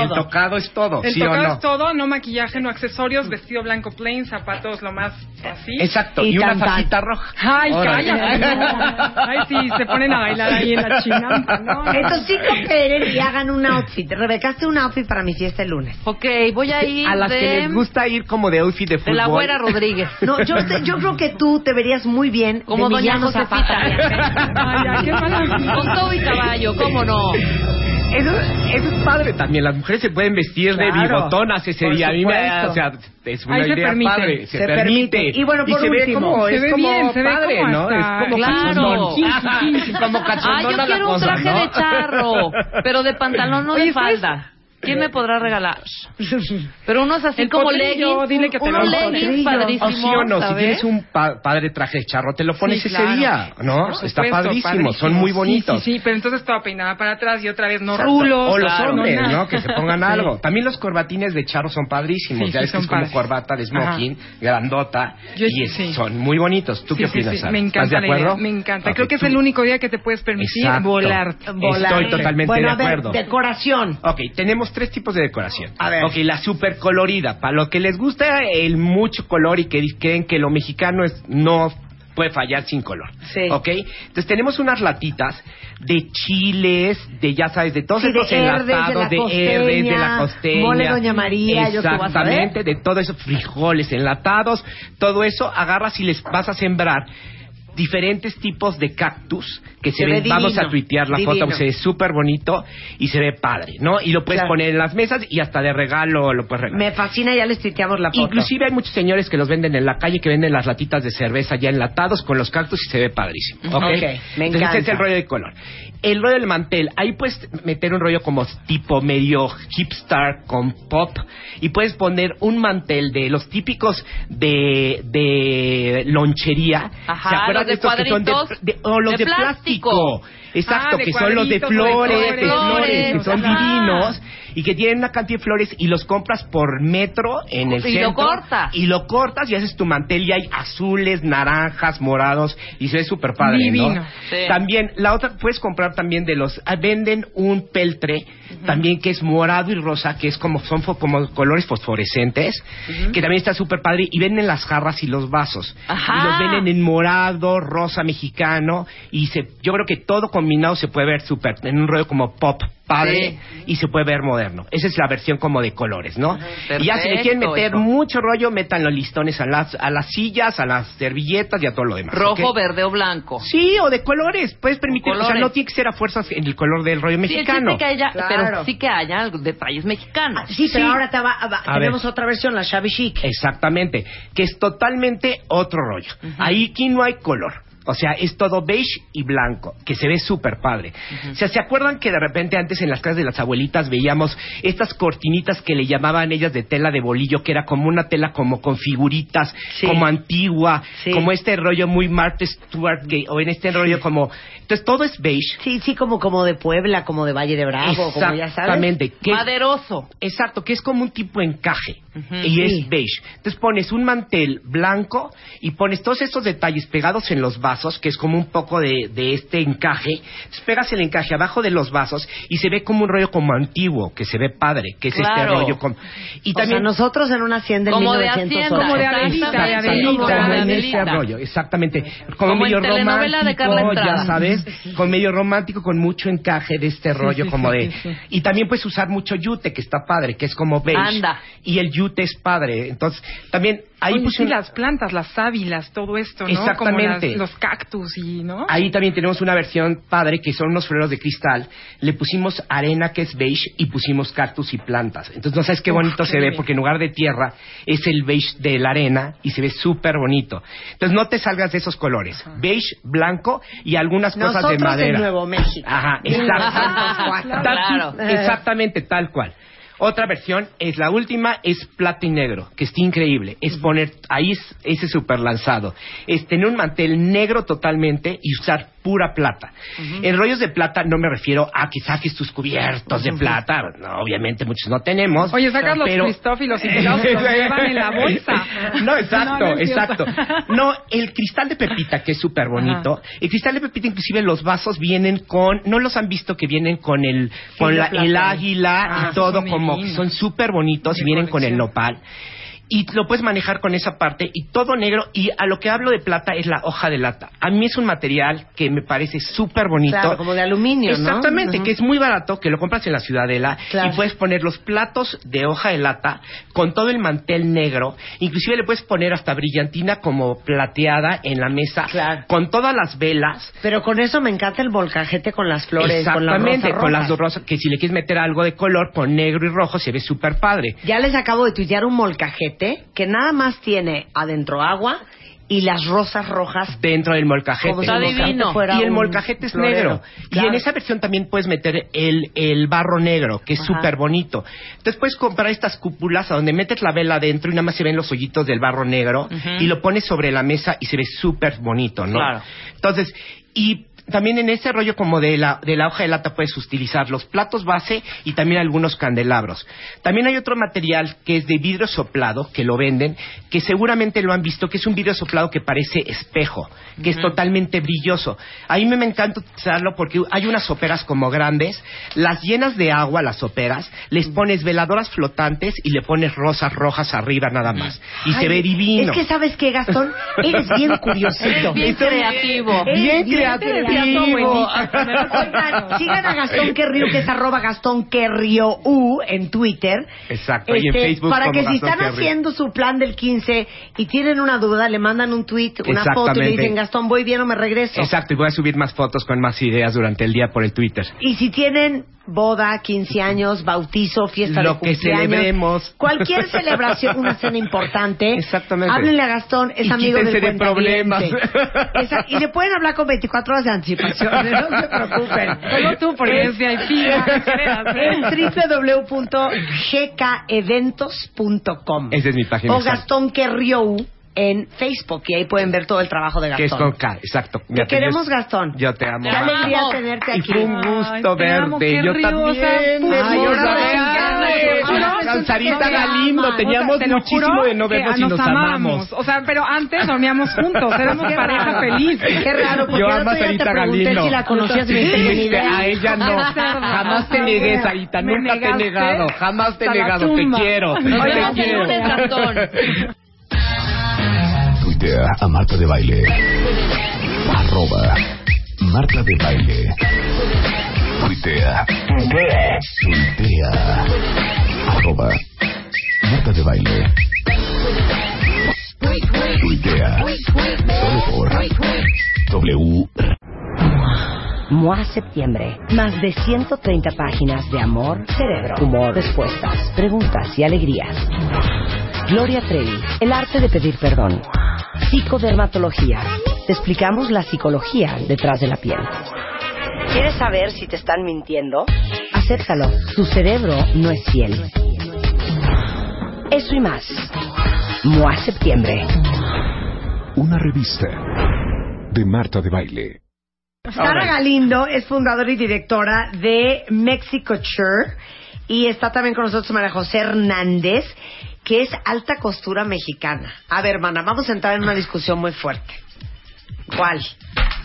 el tocado es todo, El ¿sí o tocado no? es todo, no maquillaje, no accesorios, vestido blanco plain, zapatos lo más así. Exacto, Y y, una tan, tan. facita roja. Ay, Órale. cállate. no. Ay, sí, se ponen a bailar ahí en la chinampa, no. Entonces sí cooperen y hagan un outfit. Rebeca, hazte un outfit para mi fiesta el lunes. Ok, voy a ir A las de, que les gusta ir como de outfit de de fútbol. la güera Rodríguez. No, yo, te- yo creo que tú te verías muy bien Como de doña Emiliano Zapata. Josefita. Ay, ya, qué mala- Con todo y caballo, ¿cómo no? Eso, eso es padre también. Las mujeres se pueden vestir de Claro, bigotonas ese por día. A mí me, supuesto. o sea, es una Ahí se idea permite. padre. Se, Se permite. permite. Y bueno, por se ve último, como, se es ve como bien, se ve padre, como ¿no? hasta- Es como Claro. Ah, Ah, cachondón. como Ay, cachondona yo la quiero un cosa, traje ¿no? de charro, pero de pantalón, no Oye, de ¿sabes? falda. ¿Quién me podrá regalar? Pero unos así El como potrillo, leggings, dile que te unos lo leggings O potrillo. padrísimos, Ah, sí o no, si ¿sabes? tienes un pa- padre traje de charro, te lo pones Sí, ese claro. día, ¿no? Por Está supuesto, padrísimo, son padrísimo. muy Sí, bonitos. Sí, sí, pero entonces toda peinada para atrás y otra vez no Exacto. rulos. O los claro, hombres, nada. ¿no? Que se pongan algo. También los corbatines de charro son padrísimos. Sí, ya sí, ves que son es como padres. corbata de smoking, grandota. Yo- y es- sí. son muy bonitos. ¿Tú Sí, qué sí, opinas, sí, Sara? Me encanta ¿Estás de la idea, acuerdo? me encanta. Ok, Creo que es tú- el único día que te puedes permitir Exacto. volar. Estoy totalmente bueno, de a ver, acuerdo. decoración. Ok, tenemos tres tipos de decoración. A ver. Ok, la super colorida. Para los que les gusta el mucho color y que di- creen que lo mexicano es no puede fallar sin color. Sí. Ok, entonces tenemos unas latitas de chiles, de ya sabes, de todos Sí, estos de herdes, de enlatados, la de herdes, de la costeña, costeña. mole Doña María, yo qué vas a ver. Exactamente, de todo eso, frijoles enlatados, todo eso agarras y les vas a sembrar diferentes tipos de cactus que se, Se ve ven, vamos divino, a tuitear la foto, divino. se es súper bonito y se ve padre, ¿no? Y lo puedes Claro. poner en las mesas y hasta de regalo lo puedes regalar. Me fascina, ya les tuiteamos la foto. Inclusive hay muchos señores que los venden en la calle, que venden las latitas de cerveza ya enlatados con los cactus y se ve padrísimo. Ok, Ok, me Entonces, encanta. ese es el rollo de color. El rollo del mantel, ahí puedes meter un rollo como tipo medio hipster con pop y puedes poner un mantel de los típicos de, de lonchería. Ajá, ¿Se acuerdan los de estos que son de- cuadritos de- o los de de plástico. Exacto, Ah, de que son los de cuadritos, de flores, de flores, flores, que son ajá. divinos y que tienen una cantidad de flores y los compras por metro en el Y lo centro. cortas. Y lo cortas y haces tu mantel y hay azules, naranjas, morados y se ve súper padre, Divino. ¿no? Sí. También, la otra, puedes comprar también de los, ah, venden un peltre también que es morado y rosa, que es como, son fo- como colores fosforescentes, que también está súper padre y venden las jarras y los vasos. Ajá. Y los venden en morado, rosa mexicano y se, yo creo que todo combinado se puede ver súper, en un rollo como pop padre y se puede ver moderno. Esa es la versión como de colores, ¿no? y ya si le Ah, quieren perfecto, meter hijo. mucho rollo, metan los listones a las, a las sillas, a las servilletas y a todo lo demás. rojo, ¿ok? verde o blanco. Sí, o de colores, puedes permitir, o sea, colores. no tiene que ser a fuerzas en el color del rollo Sí, mexicano. existe que haya, Claro. pero sí que haya algo- detalles mexicanos. Sí, pero ahora te va- va- A tenemos ver. otra versión, la Shabby Chic. Exactamente, que es totalmente otro rollo. Ahí aquí no hay color. O sea, es todo beige y blanco, que se ve súper padre. O sea, ¿se acuerdan que de repente antes en las casas de las abuelitas veíamos estas cortinitas que le llamaban ellas de tela de bolillo, que era como una tela como con figuritas, Sí. como antigua, Sí. como este rollo muy Martha Stewart, que- o en este rollo como... Entonces todo es beige. Sí, sí, como, como de Puebla, como de Valle de Bravo, como ya sabes. Exactamente. que- Maderoso. Exacto, que es como un tipo encaje Ujú. y Sí. es beige. Entonces pones un mantel blanco y pones todos estos detalles pegados en los vasos, que es como un poco de, de este encaje. Entonces, pegas el encaje abajo de los vasos y se ve como un rollo como antiguo, que se ve padre, que es este Claro. rollo como... Y Y también también nosotros en una hacienda en Como de 1900 hacienda. Como de Adelita, Exacto, de exacto, Adelita. como de como en Adelita. este rollo, exactamente. Como, Como en medio telenovela de Carla romántico, Estrada. ya sabes, con medio romántico, con mucho encaje de este rollo como de... Y también puedes usar mucho yute, que está padre, que es como beige. Anda. Y el yute es padre, entonces también ahí Oye, sí, pusieron- las plantas, las sábilas, todo esto, ¿no? Exactamente. Como las- los cactus y, ¿no? Ahí también tenemos una versión padre que son unos floreros de cristal. Le pusimos arena que es beige y pusimos cactus y plantas. Entonces no sabes qué Uf, bonito qué se ve bien. porque en lugar de tierra es el beige de la arena y se ve súper bonito. Entonces no te salgas de esos colores. Beige, blanco y algunas cosas de Nosotros en madera. Nuevo México. Ajá, exacto. Claro. Tal- Exactamente, tal cual. Otra versión es la última, es plato y negro, que está increíble. Es poner ahí es- ese super lanzado. Es tener un mantel negro totalmente y usar pura plata. En rollos de plata no me refiero a que saques tus cubiertos de plata. No, obviamente muchos no tenemos. Oye, sacas los pero- Christoph y los Nicolaus, los llevan en la bolsa. No, exacto, No, no es cierto. exacto. No, el cristal de Pepita, que es súper bonito. El cristal de Pepita, inclusive los vasos vienen con, no los han visto que vienen con el, con la- el águila Ah, y esos todo son como, divinos. son súper bonitos y De vienen con colección. el nopal. Y lo puedes manejar con esa parte y todo negro. Y a lo que hablo de plata es la hoja de lata. A mí es un material que me parece súper bonito. Claro, como de aluminio, ¿no? Exactamente, Ujú. que es muy barato, que lo compras en la Ciudadela Claro. y puedes poner los platos de hoja de lata con todo el mantel negro, inclusive le puedes poner hasta brillantina como plateada en la mesa, Claro. con todas las velas. Pero con eso me encanta el volcajete con las flores, con las Exactamente, rosas con las rojas. dos rosas, que si le quieres meter algo de color, con negro y rojo se ve súper padre. Ya les acabo de tuitear un molcajete que nada más tiene adentro agua y las rosas rojas. Dentro del molcajete. Como si Está el molcajete divino. fuera Y el un molcajete es florero. negro. Claro. Y en esa versión también puedes meter el, el barro negro, que es Ajá. súper bonito. Entonces puedes comprar estas cúpulas a donde metes la vela adentro y nada más se ven los hoyitos del barro negro y lo pones sobre la mesa y se ve súper bonito, ¿no? Claro. Entonces, y también en ese rollo como de la, de la hoja de lata puedes utilizar los platos base y también algunos candelabros. También hay otro material que es de vidrio soplado, que lo venden, que seguramente lo han visto, que es un vidrio soplado que parece espejo, que es totalmente brilloso. A mí me, me encanta utilizarlo porque hay unas soperas como grandes, las llenas de agua, las soperas, les Mm. pones veladoras flotantes y le pones rosas rojas arriba nada más. Y Ay, se ve divino. Es que sabes que Gastón, eres bien curiosito. Eres bien Entonces, creativo. Eres Bien creativo. Oigan, sigan a Gastón Querriu, que es arroba Gastón Querriu U en Twitter. Exacto, y en Este, Facebook Para como que si Gastón están Querriu. haciendo su plan del 15 y tienen una duda, le mandan un tweet, una foto y le Exactamente. dicen, Gastón, voy bien o me regreso. Exacto, y voy a subir más fotos con más ideas durante el día por el Twitter. Y si tienen boda, 15 años, bautizo, fiesta de Lo que cumpleaños, celebremos. cualquier celebración, una cena importante, Exactamente. háblenle a Gastón, es Y amigo del quítense de cuentaviente. problemas. Esa- y le pueden hablar con 24 horas de anticipación, no se preocupen. Solo tú, porque es VIP, no te creas, ¿eh? Es www.gkeventos.com. Esa es mi página, O exacto. Gastón Querriou en Facebook y ahí pueden ver todo el trabajo de Que es con Gastón. K, exacto. Te Mira, queremos, yo- Gastón. Yo te amo. Qué alegría amo. tenerte Y aquí. fue un gusto Ay, te amo, verte. qué yo riosa, también. puta. Ay, Ay, ahora ven, ay, Karen. ay, Con Sarita ay, Galindo. ay, Teníamos te lo muchísimo juro de no que vernos y nos amamos. O sea, pero antes dormíamos juntos, éramos pareja feliz. Qué raro, porque Yo el amo a otro día Sarita te pregunté Galindo. si la conocías y me dijiste, ni Este, idea. A ella no. Qué cerda. Jamás te negué, Sarita. Me Nunca te he negaste negado. Jamás te he hasta la negado. Te tumba. quiero. Nos Te vemos el quiero. lunes, Gastón. Tuitea a Marta de Baile. Arroba Marta de Baile. Tuitea. Tuitea. Arroba Marta de Baile. Tuitea. Solo por W. MOA Septiembre. Más de 130 páginas de amor, cerebro, humor, respuestas, preguntas y alegrías. Gloria Trevi. El arte de pedir perdón. Psicodermatología. Te explicamos la psicología detrás de la piel. ¿Quieres saber si te están mintiendo? Acéptalo. Tu cerebro no es fiel. Eso y más. MOA Septiembre. Una revista de Marta de Baile. Ah, Sara Pues Galindo es fundadora y directora de Mexico Sure y está también con nosotros María José Hernández, que es alta costura mexicana. A ver, hermana, vamos a entrar en una discusión muy fuerte. ¿Cuál?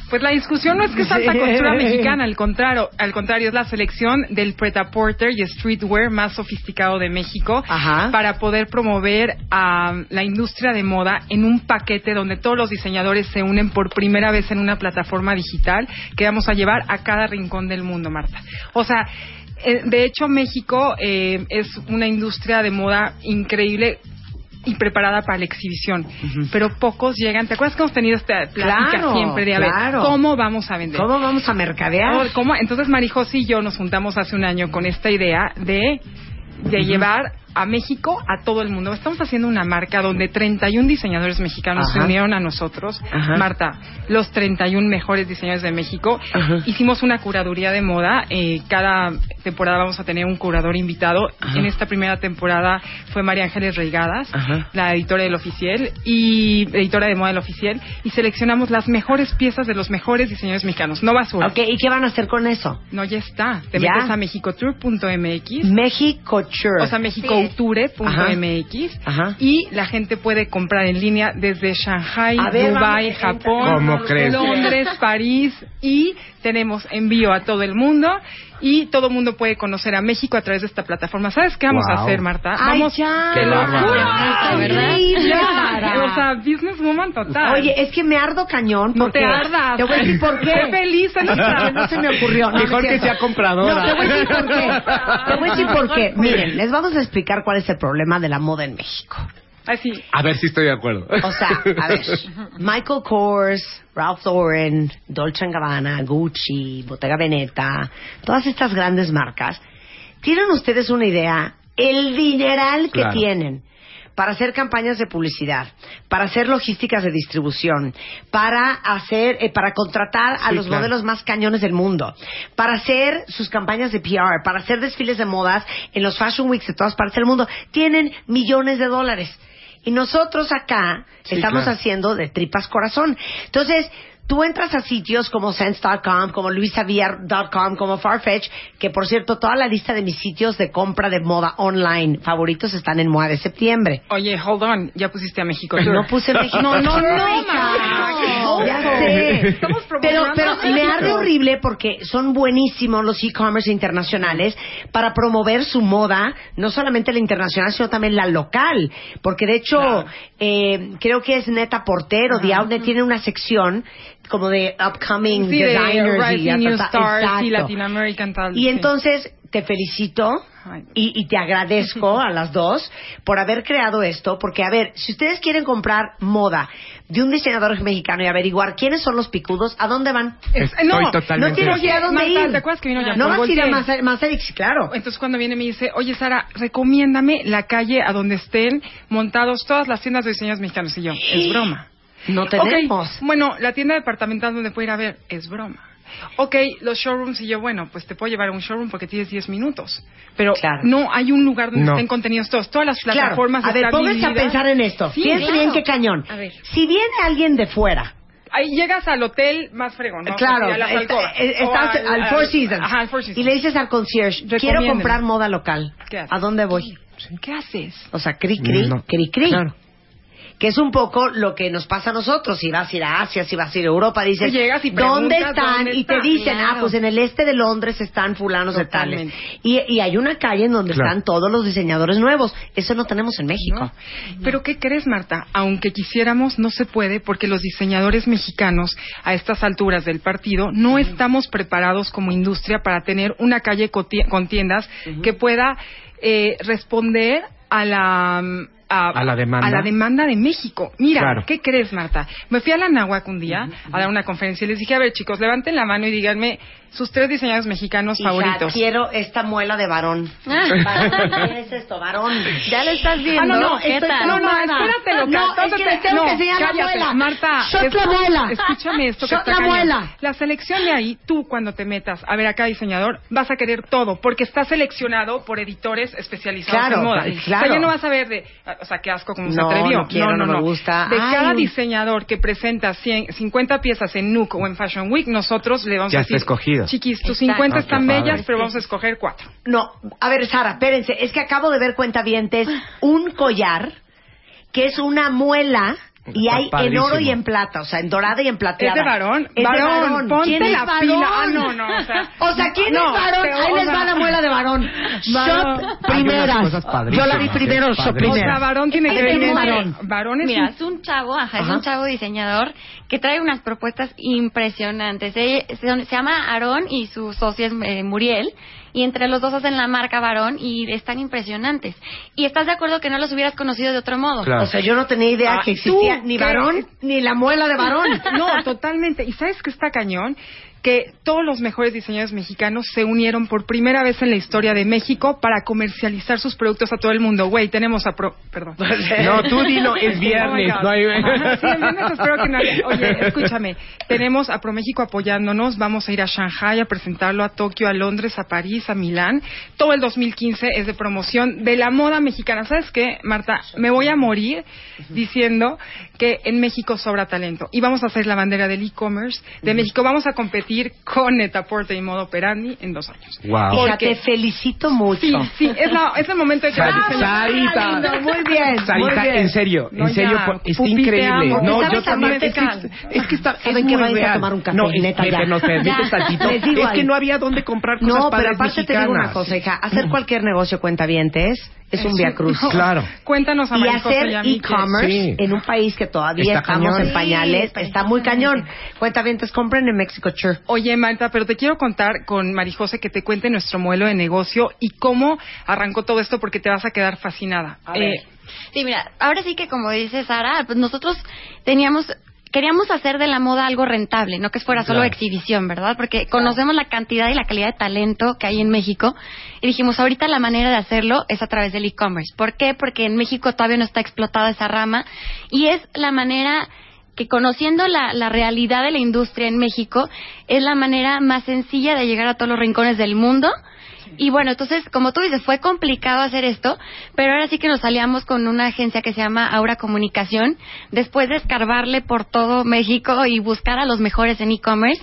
Pues la discusión no es que es alta Sí. costura mexicana, al contrario, al contrario es la selección del pret-a-porter y streetwear más sofisticado de México Ajá. para poder promover a la industria de moda en un paquete donde todos los diseñadores se unen por primera vez en una plataforma digital que vamos a llevar a cada rincón del mundo, Marta. O sea, eh, de hecho México eh, es una industria de moda increíble y preparada para la exhibición, pero pocos llegan. ¿Te acuerdas que hemos tenido esta plática Claro, siempre de a ver, claro. cómo vamos a vender. Oh, ¿Cómo vamos a mercadear? ¿Cómo? Entonces Marijosé y yo nos juntamos hace un año con esta idea de, de llevar a México a todo el mundo. Estamos haciendo una marca donde 31 diseñadores mexicanos se Ajá. unieron a nosotros. Ajá. Marta, los 31 mejores diseñadores de México. Ajá. Hicimos una curaduría de moda. eh, cada temporada vamos a tener un curador invitado. Ajá. En esta primera temporada fue María Ángeles Reigadas Ajá. la editora del oficial y editora de moda del oficial y seleccionamos las mejores piezas de los mejores diseñadores mexicanos. No basura. Ok, ¿y qué van a hacer con eso? No, ya está. Te Ya. metes a mexicotour.mx. Mexico Sure. O sea, mexicouture.mx Ajá. y la gente puede comprar en línea desde Shanghai, A ver, Dubai, vamos, Japón, ¿Cómo crees? Londres, París y tenemos envío a todo el mundo y todo el mundo puede conocer a México a través de esta plataforma. ¿Sabes qué vamos a Wow. hacer, Marta? Ay, vamos ya. te Qué lo bárbaro. juro, Ay, ¿verdad? increíble, Sara. O sea, businesswoman total. Oye, es que me ardo cañón. no Porque te ardas. Te voy a decir por qué. Qué feliz, Anita. No se me ocurrió. no, Mejor no es que cierto. sea compradora. No, te voy a decir por qué. Te voy a decir por qué. Miren, les vamos a explicar cuál es el problema de la moda en México. Así. A ver si estoy de acuerdo. O sea, a ver, Michael Kors, Ralph Lauren, Dolce Gabbana, Gucci, Bottega Veneta, todas estas grandes marcas, ¿tienen ustedes una idea el dineral que Claro. tienen? para hacer campañas de publicidad, para hacer logísticas de distribución, para hacer, eh, para contratar a Sí, los claro. modelos más cañones del mundo, para hacer sus campañas de PR, para hacer desfiles de modas en los Fashion Weeks de todas partes del mundo, tienen millones de dólares. Y nosotros acá Sí, estamos claro. haciendo de tripas corazón. Entonces, tú entras a sitios como sense.com, como luisavier.com, como Farfetch, que por cierto, toda la lista de mis sitios de compra de moda online favoritos están en MOA de septiembre. Oye, hold on, ya pusiste a México. No puse México. No, no, no, Ay, Marta. Ya sé. Estamos Pero, promocionando pero a me México. arde horrible porque son buenísimos los e-commerce internacionales para promover su moda, no solamente la internacional, sino también la local. Porque de hecho, eh, creo que es Neta Portero, The Outnet tiene una sección como de upcoming Sí, de designers y, Rising ya, New ta, ta, Stars y exacto. Latin American tal. Y sí. entonces te felicito Ay. y, y te agradezco a las dos por haber creado esto, porque a ver, si ustedes quieren comprar moda de un diseñador mexicano y averiguar quiénes son los picudos, ¿a dónde van? Es- Estoy Eh, no, totalmente no tienes de que ir a dónde Marta, ir. ¿te acuerdas que vino Jean no Paul vas a ir a Gaultier? Masa- Masterix, claro. Entonces cuando viene me dice, oye Sara, recomiéndame la calle a donde estén montados todas las tiendas de diseños mexicanos. Y yo, es broma. No Ok, tenemos. Bueno, la tienda departamental donde puedo ir a ver, es broma. ok, los showrooms, y yo, bueno, pues te puedo llevar a un showroom porque tienes 10 minutos. Pero Claro. no hay un lugar donde No. estén contenidos todos. Todas las Claro. plataformas A ver, están pónganse a divididas. pensar en esto. Sí, Piensen claro. bien qué cañón. A ver. Si viene alguien de fuera, Ahí llegas al hotel más fregón, ¿no? claro, Así, a las est- alcobas. eh, O estás al, Four Seasons, Ajá, al Four Seasons. y le dices al concierge, quiero Recomiéndeme. comprar moda local. ¿Qué haces? ¿A dónde voy? ¿Qué haces? O sea, cri cri, No. cri cri. Claro. Que es un poco lo que nos pasa a nosotros. Si vas a ir a Asia, si vas a ir a Europa, dices, Tú llegas y preguntas, ¿dónde están? ¿dónde y te está? dicen, ah, Claro. pues en el este de Londres están fulanos de Totalmente. tales. Y, y hay una calle en donde Claro. están todos los diseñadores nuevos. Eso no tenemos en México. ¿no? Pero ¿qué crees, Marta? Aunque quisiéramos, no se puede porque los diseñadores mexicanos a estas alturas del partido no estamos preparados como industria para tener una calle con tie- con tiendas que pueda eh, responder a la... mm, A, A la demanda. a la demanda de México. Mira, Claro. ¿qué crees, Marta? Me fui a la Nahuac un día a dar una conferencia y les dije, a ver, chicos, levanten la mano y díganme sus tres diseñadores mexicanos Hija, favoritos. quiero esta muela de varón. Ah. varón, ¿qué es esto? Varón. Ya lo estás viendo. Ah, no, no, ¿Qué estoy tal? No, no, Marta. espérate, loca. No, Entonces, es que les tengo que enseñar la cállate. muela. Marta, Shot la escu- muela. Escúchame esto que Shot está la cañón. muela. La selección de ahí, tú cuando te metas a ver acá diseñador, vas a querer todo, porque está seleccionado por editores especializados Claro, en moda. claro. O sea, ya no vas a ver de, ah, o sea, qué asco como se No, atrevió. no quiero, no me gusta. De Ay, cada un- diseñador que presenta 100, 50 piezas en Nook o en Fashion Week, nosotros le vamos Ya a está decir, escogido. chiquis, tus Exacto. 50 Ah, qué están padre. bellas, pero vamos a escoger cuatro. No, a ver, Sara, espérense. Es que acabo de ver cuentavientes Ah. un collar que es una muela y Está hay en padrísimo. oro y en plata, o sea, en dorada y en plateada. ¿Es de varón? Es de varón, varón. ponte ¿Quién es la varón? pila. Ah, no, no, o sea... O sea, ¿quién No, es varón? pero, Ahí o les sea- va la muela de varón. Varón. Shop Hay unas primeras. cosas Yo padrísimas, la vi primero, es shop padrísimo. O sea, primeras. varón tiene que Este ver es en varón. Varón es Mira, un- es un chavo, ajá, Ajá. es un chavo diseñador que trae unas propuestas impresionantes. Ella- se, se llama Aarón y su socio es eh, Muriel. Y entre los dos hacen la marca varón y están impresionantes. Y estás de acuerdo que no los hubieras conocido de otro modo. Claro. O sea, yo no tenía idea Ah, que existía tú, ni claro. varón ni la muela de varón. No, totalmente. ¿Y sabes qué está cañón? Que todos los mejores diseñadores mexicanos se unieron por primera vez en la historia de México para comercializar sus productos a todo el mundo. Güey, tenemos a... Pro... Perdón. No, tú dilo, es viernes. Oh my God. no hay... Ajá, sí, el viernes espero que no haya- Oye, escúchame, tenemos a ProMéxico apoyándonos, vamos a ir a Shanghai a presentarlo, a Tokio, a Londres, a París, a Milán. Todo el 2015 es de promoción de la moda mexicana. ¿Sabes qué, Marta? Me voy a morir diciendo que en México sobra talento y vamos a hacer la bandera del e-commerce de México. Vamos a competir con Netaporte y Modo Operandi en dos años. Wow. Hija, Porque- te felicito mucho. Sí, sí, es, la- es el momento de que... Sari- ¡Ah, Sarita. lindo! Muy bien, muy Sarita, bien. en serio, No, en serio, ya, po- está Pupi, te increíble. amo. No, ¿Sabes yo a también. Marte Es que, Cal? es que está, ¿Saben es que muy vais a real. tomar un café, no, es- neta, me, ya. me- nos permites Ya. tantito. Les digo Es que ahí. no había dónde comprar cosas No, pero padres aparte te digo una mexicanas. cosa, hija. Hacer cualquier negocio cuentavientes es un viacruz. Claro. Cuéntanos a Y Maricosa hacer y a mí que- e-commerce Sí. en un país que todavía Está estamos cañón. en pañales Sí, está muy cañón. Cuentavientes, compren en Mexico Sure. Oye, Marta, pero te quiero contar con Marijose que te cuente nuestro modelo de negocio y cómo arrancó todo esto porque te vas a quedar fascinada. Eh, A ver. Eh, Sí, mira, ahora sí que como dice Sara, pues nosotros teníamos queríamos hacer de la moda algo rentable, no que fuera solo Claro. exhibición, ¿verdad? Porque conocemos la cantidad y la calidad de talento que hay en México y dijimos, ahorita la manera de hacerlo es a través del e-commerce. ¿Por qué? Porque en México todavía no está explotada esa rama y es la manera que conociendo la, la realidad de la industria en México es la manera más sencilla de llegar a todos los rincones del mundo. Y bueno, entonces, como tú dices, fue complicado hacer esto, pero ahora sí que nos aliamos con una agencia que se llama Aura Comunicación. Después de escarbarle por todo México y buscar a los mejores en e-commerce,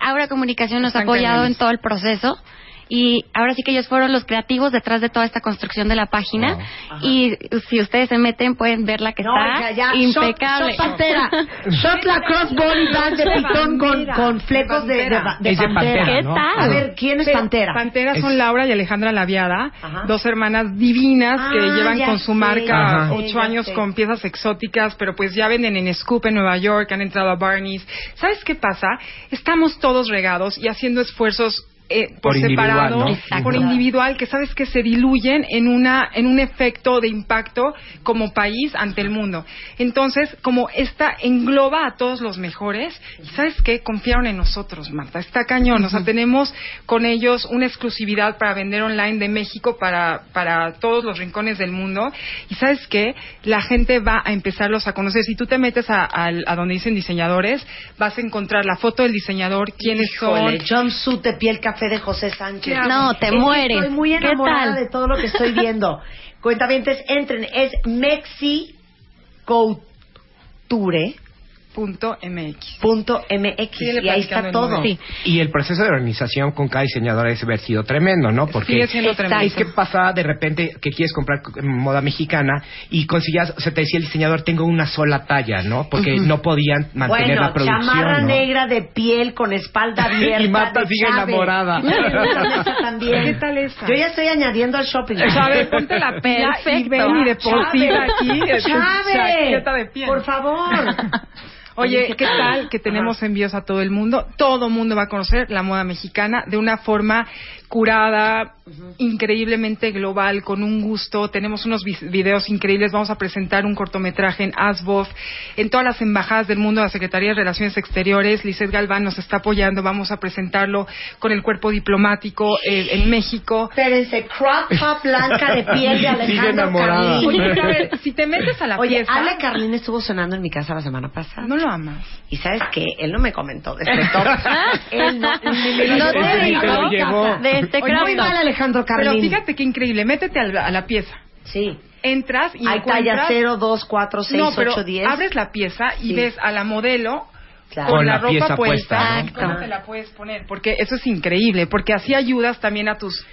Aura Comunicación nos ha Están apoyado en cañones. todo el proceso. Y ahora sí que ellos fueron los creativos detrás de toda esta construcción de la página. Y si ustedes se meten, pueden ver la que está hija, ya. impecable. Shot, shot pantera. Shot la crossbody bag de pitón con, con flecos de, de, de Es de pantera, pantera. ¿Qué ¿no? tal? A ver, ¿quién es Pero pantera? Panteras son Es- Laura y Alejandra Laviada, Ajá. dos hermanas divinas que Ah, llevan ya con sé, su marca ya sé, ocho ya años sé. con piezas exóticas, pero pues ya venden en Scoop en Nueva York, han entrado a Barney's. ¿Sabes qué pasa? Estamos todos regados y haciendo esfuerzos eh, por, Por individual, separado, ¿no? por Exacto. individual, que sabes que se diluyen en una en un efecto de impacto como país ante el mundo. Entonces, como esta engloba a todos los mejores, y sabes qué, confiaron en nosotros, Marta, está cañón. O sea, tenemos con ellos una exclusividad para vender online de México para, para todos los rincones del mundo. Y sabes qué, la gente va a empezarlos a conocer. Si tú te metes a, al- a donde dicen diseñadores, vas a encontrar la foto del diseñador, quiénes son, Híjole, jumpsuit de piel café de José Sánchez. No, te Es que mueres. Estoy muy ¿Qué enamorada tal? de todo lo que estoy viendo. Cuentavientes, entren. Es Mexi punto MX. .mx Síguele y ahí está platicando el todo. número. Y el proceso de organización con cada diseñador es haber sido tremendo, ¿no? Porque Sigue siendo tremendo. es que pasa de repente que quieres comprar c- moda mexicana y conseguías, o sea, te decía el diseñador, tengo una sola talla, ¿no? Porque no podían mantener bueno, la producción. chamarra ¿no? negra de piel con espalda abierta. Y Marta de sigue Chávez. enamorada. Y esa camisa también. ¿Qué tal esa? Yo ya estoy añadiendo al shopping. Chávez, ponte la pila y Perfecto. ven y deposita aquí en tu chaqueta de Chávez, piel. por favor. Oye, ¿qué tal que tenemos envíos a todo el mundo? Todo mundo va a conocer la moda mexicana de una forma curada, increíblemente global, con un gusto. Tenemos unos vis- videos increíbles. Vamos a presentar un cortometraje en ASBOF, en todas las embajadas del mundo, la Secretaría de Relaciones Exteriores. Lizeth Galván nos está apoyando. Vamos a presentarlo con el cuerpo diplomático eh, en México. Espérense, crop top blanca de piel de Sigue Alejandro enamorada. Carlín. Oye, a ver, si te metes a la Oye, pieza, Ale Carlín estuvo sonando en mi casa la semana pasada. no lo amas. Y sabes que él no me comentó de este top. él no, ni me lo No dijo. te Ese sí te lo llevó. digo de este Oye, crop muy top. mal Alejandro Carlín. Pero fíjate qué increíble. Métete a la- a la pieza. Sí. entras y Hay encuentras... talla 0, 2, 4, 6, no, pero 8, 10. abres la pieza y Sí. ves a la modelo Claro. con Con la, la ropa pieza puesta. puesta, ¿no? ¿Cómo te la puedes poner? Porque eso es increíble, porque así ayudas también a tus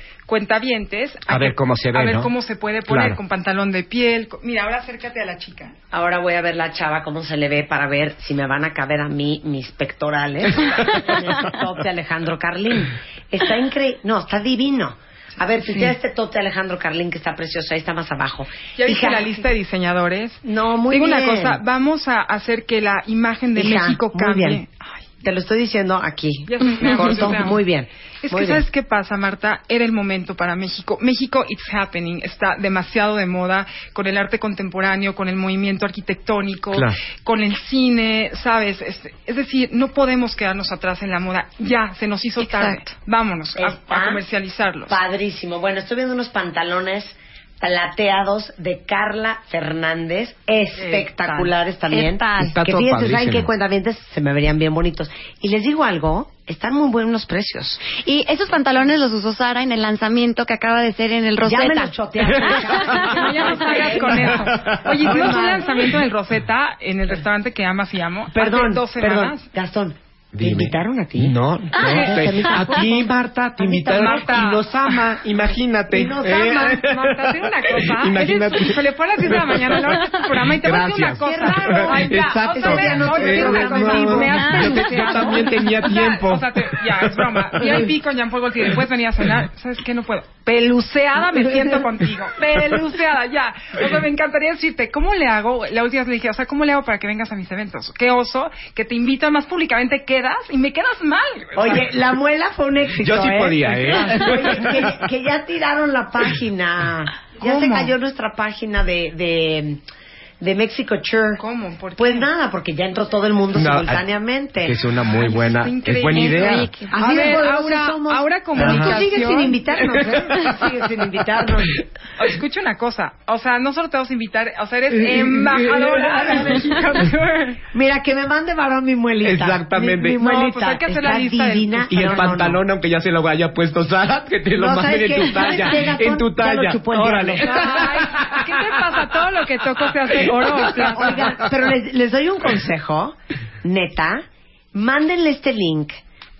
cuentavientes A que- ver cómo se ve, a ver ¿no? cómo se puede poner Claro. con pantalón de piel. con- Mira, ahora acércate a la chica. Ahora voy a ver la chava cómo se le ve para ver si me van a caber a mí mis pectorales en este top de Alejandro Carlín. Está increíble. No, está divino. A ver, si este top de Alejandro Carlín que está precioso. Ahí está más abajo. Ya viste Hija, la lista de diseñadores. No, muy Digo bien. una cosa, vamos a hacer que la imagen de Hija, México muy cambie. bien. Ay, Te lo estoy diciendo aquí. Ya sé, mi amor, Corto, yo te amo. muy bien. Es muy que bien. sabes qué pasa, Marta, era el momento para México. México, it's happening, está demasiado de moda con el arte contemporáneo, con el movimiento arquitectónico, Claro. con el cine, sabes. Es, es decir, no podemos quedarnos atrás en la moda. Ya, se nos hizo tarde. Exacto. Vámonos a- a, Está comercializarlos. Padrísimo. Bueno, estoy viendo unos pantalones plateados de Carla Fernández, espectaculares también. ¿Qué tal? Está que todo fíjense, ¿saben padrísimo. qué cuentavientes? Se me verían bien bonitos. Y les digo algo, están muy buenos precios. Y esos pantalones los usó Sara en el lanzamiento que acaba de ser en el Ya me Rosetta. los chotearon. ¿eh? No, ya no salgas con eso. Oye, hicimos un lanzamiento del Rosetta en el restaurante que amas y amo. hace Perdón, dos perdón, semanas. Gastón. ¿Te Dime. invitaron a ti? No, no, Ah, te- a ti, Marta, te invitaron Marta. y nos ama, imagínate. Y nos ¿Eh? Marta, Marta, te digo una cosa. Imagínate. Eres- híjole, fue a las 10 de la mañana, la hora de este programa, y te voy a decir una Gracias. cosa. Qué raro. Ay, ya, Exacto. otra vez, no te Eh, digo una cosa, no, me has yo te- peluceado. yo también tenía O sea, tiempo. O sea, te- ya, es broma. VIP con Jean-Paul Gaultier, después venía a cenar. ¿Sabes qué? No puedo. Peluceada me siento contigo. Peluceada, ya. O sea, me encantaría decirte, ¿cómo le hago? La última vez le dije, o sea, ¿cómo le hago para que vengas a mis eventos? Qué oso, que te invito, más públicamente quedas y me quedas mal. O sea, Oye, la muela fue un éxito. Yo sí ¿eh? podía, ¿eh? Oye, que, que ya tiraron la página. Ya se ¿Cómo? cayó nuestra página de, de, de Mexico Church. ¿Cómo? ¿Por qué? Pues nada, porque ya entró todo el mundo No, simultáneamente. Es una muy buena, increíble. es buena idea. Ricky. A Así de ver, poderosos ahora, somos. ahora Pero tú comunicación. sigues sin invitarnos, ¿eh? Tú sigues sin invitarnos. Escucha una cosa, o sea, no solo te vamos a invitar, o sea, eres Eh, embajadora de Mexico. Mira, que me mande varón mi muelita. Exactamente. Mi, mi No, muelita. pues hay que hacer la Está lista del- divina. Y el No, no, no. pantalón, aunque ya se lo haya puesto Sara, que te lo No, manden ¿sabes en qué? tu ¿Sabes talla. qué, Gastón? En tu Ya lo talla. chupó el Órale. diablo. Ay, ¿qué te pasa? Todo lo que toco se hace oro o plata. Oigan, pero les, les doy un consejo, neta, mándenle este link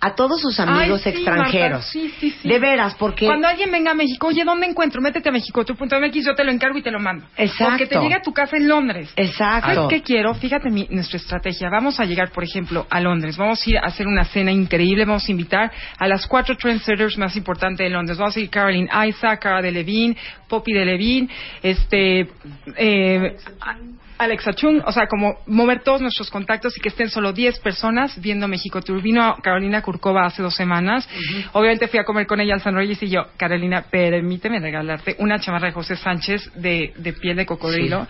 a todos sus amigos Ay, sí, extranjeros. Marta, sí, sí, sí. De veras, porque Cuando alguien venga a México, oye, ¿dónde encuentro? Métete a México, tu punto MX, yo te lo encargo y te lo mando. Exacto. Porque te llegue a tu casa en Londres. ¿Sabes exacto. qué quiero? Fíjate mi- nuestra estrategia. Vamos a llegar, por ejemplo, a Londres. Vamos a ir a hacer una cena increíble. Vamos a invitar a las cuatro trendsetters más importantes de Londres. Vamos a ir Caroline Isa, Cara Delevingne, Poppy Delevingne, este, eh, a- Alexa Chung. O sea, como mover todos nuestros contactos y que estén solo 10 personas viendo México Tour. Vino Carolina Kurkova hace dos semanas. Obviamente fui a comer con ella al San Reyes y yo, Carolina, permíteme regalarte una chamarra de José Sánchez de, de piel de cocodrilo.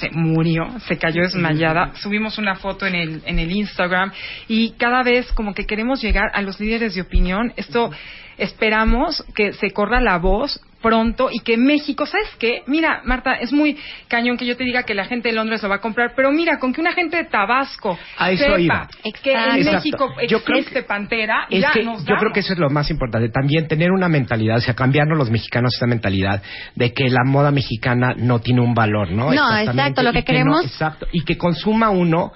Se murió, se cayó desmayada. Subimos una foto en el, en el Instagram y cada vez como que queremos llegar a los líderes de opinión. Esto esperamos que se corra la voz pronto y que México, ¿sabes qué? Mira, Marta, es muy cañón que yo te diga que la gente de Londres lo va a comprar, pero mira, con que una gente de Tabasco A eso sepa iba. que en Exacto. México Yo creo existe que- Pantera, Es ya que nos yo creo damos. que eso es lo más importante. También tener una mentalidad, o sea, cambiarnos los mexicanos esta mentalidad de que la moda mexicana no tiene un valor, ¿no? No, Exactamente. exacto, lo Y que no- queremos- exacto. Y que consuma uno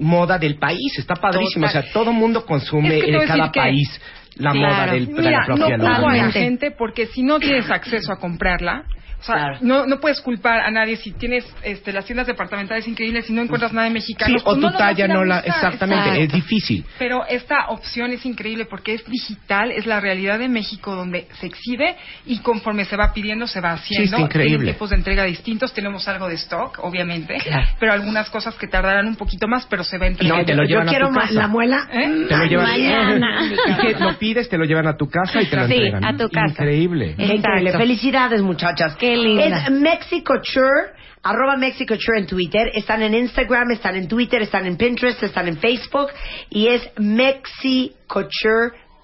moda del país. Está padrísimo. Total. O sea, todo mundo consume Es que te en voy a cada decir que- país la Claro. moda del, de la Mira, no propia culpo a la totalmente. gente porque si no tienes acceso a comprarla, o sea, Claro. no, no puedes culpar a nadie si tienes este, las tiendas departamentales increíbles y no encuentras nada mexicano. Sí, o pues tu lo vas a talla ir a no la... buscar, Exactamente, exacto. es difícil. Pero esta opción es increíble porque es digital, es la realidad de México donde se exhibe y conforme se va pidiendo se va haciendo. está increíble. Tienen tipos de entrega distintos, tenemos algo de stock, obviamente, Claro. pero algunas cosas que tardarán un poquito más, pero se va No, entregando. te lo yo llevan a quiero tu ma- casa. la muela. ¿Eh? Te lo llevan Mañana. Y que lo pides, te lo llevan a tu casa y te lo Sí, entregan. a tu casa. Increíble. Qué Exacto. increíble. Felicidades, muchachas. Qué linda. Es MexicoChure, arroba MexicoChure en Twitter. Están en Instagram, están en Twitter, están en Pinterest, están en Facebook. Y es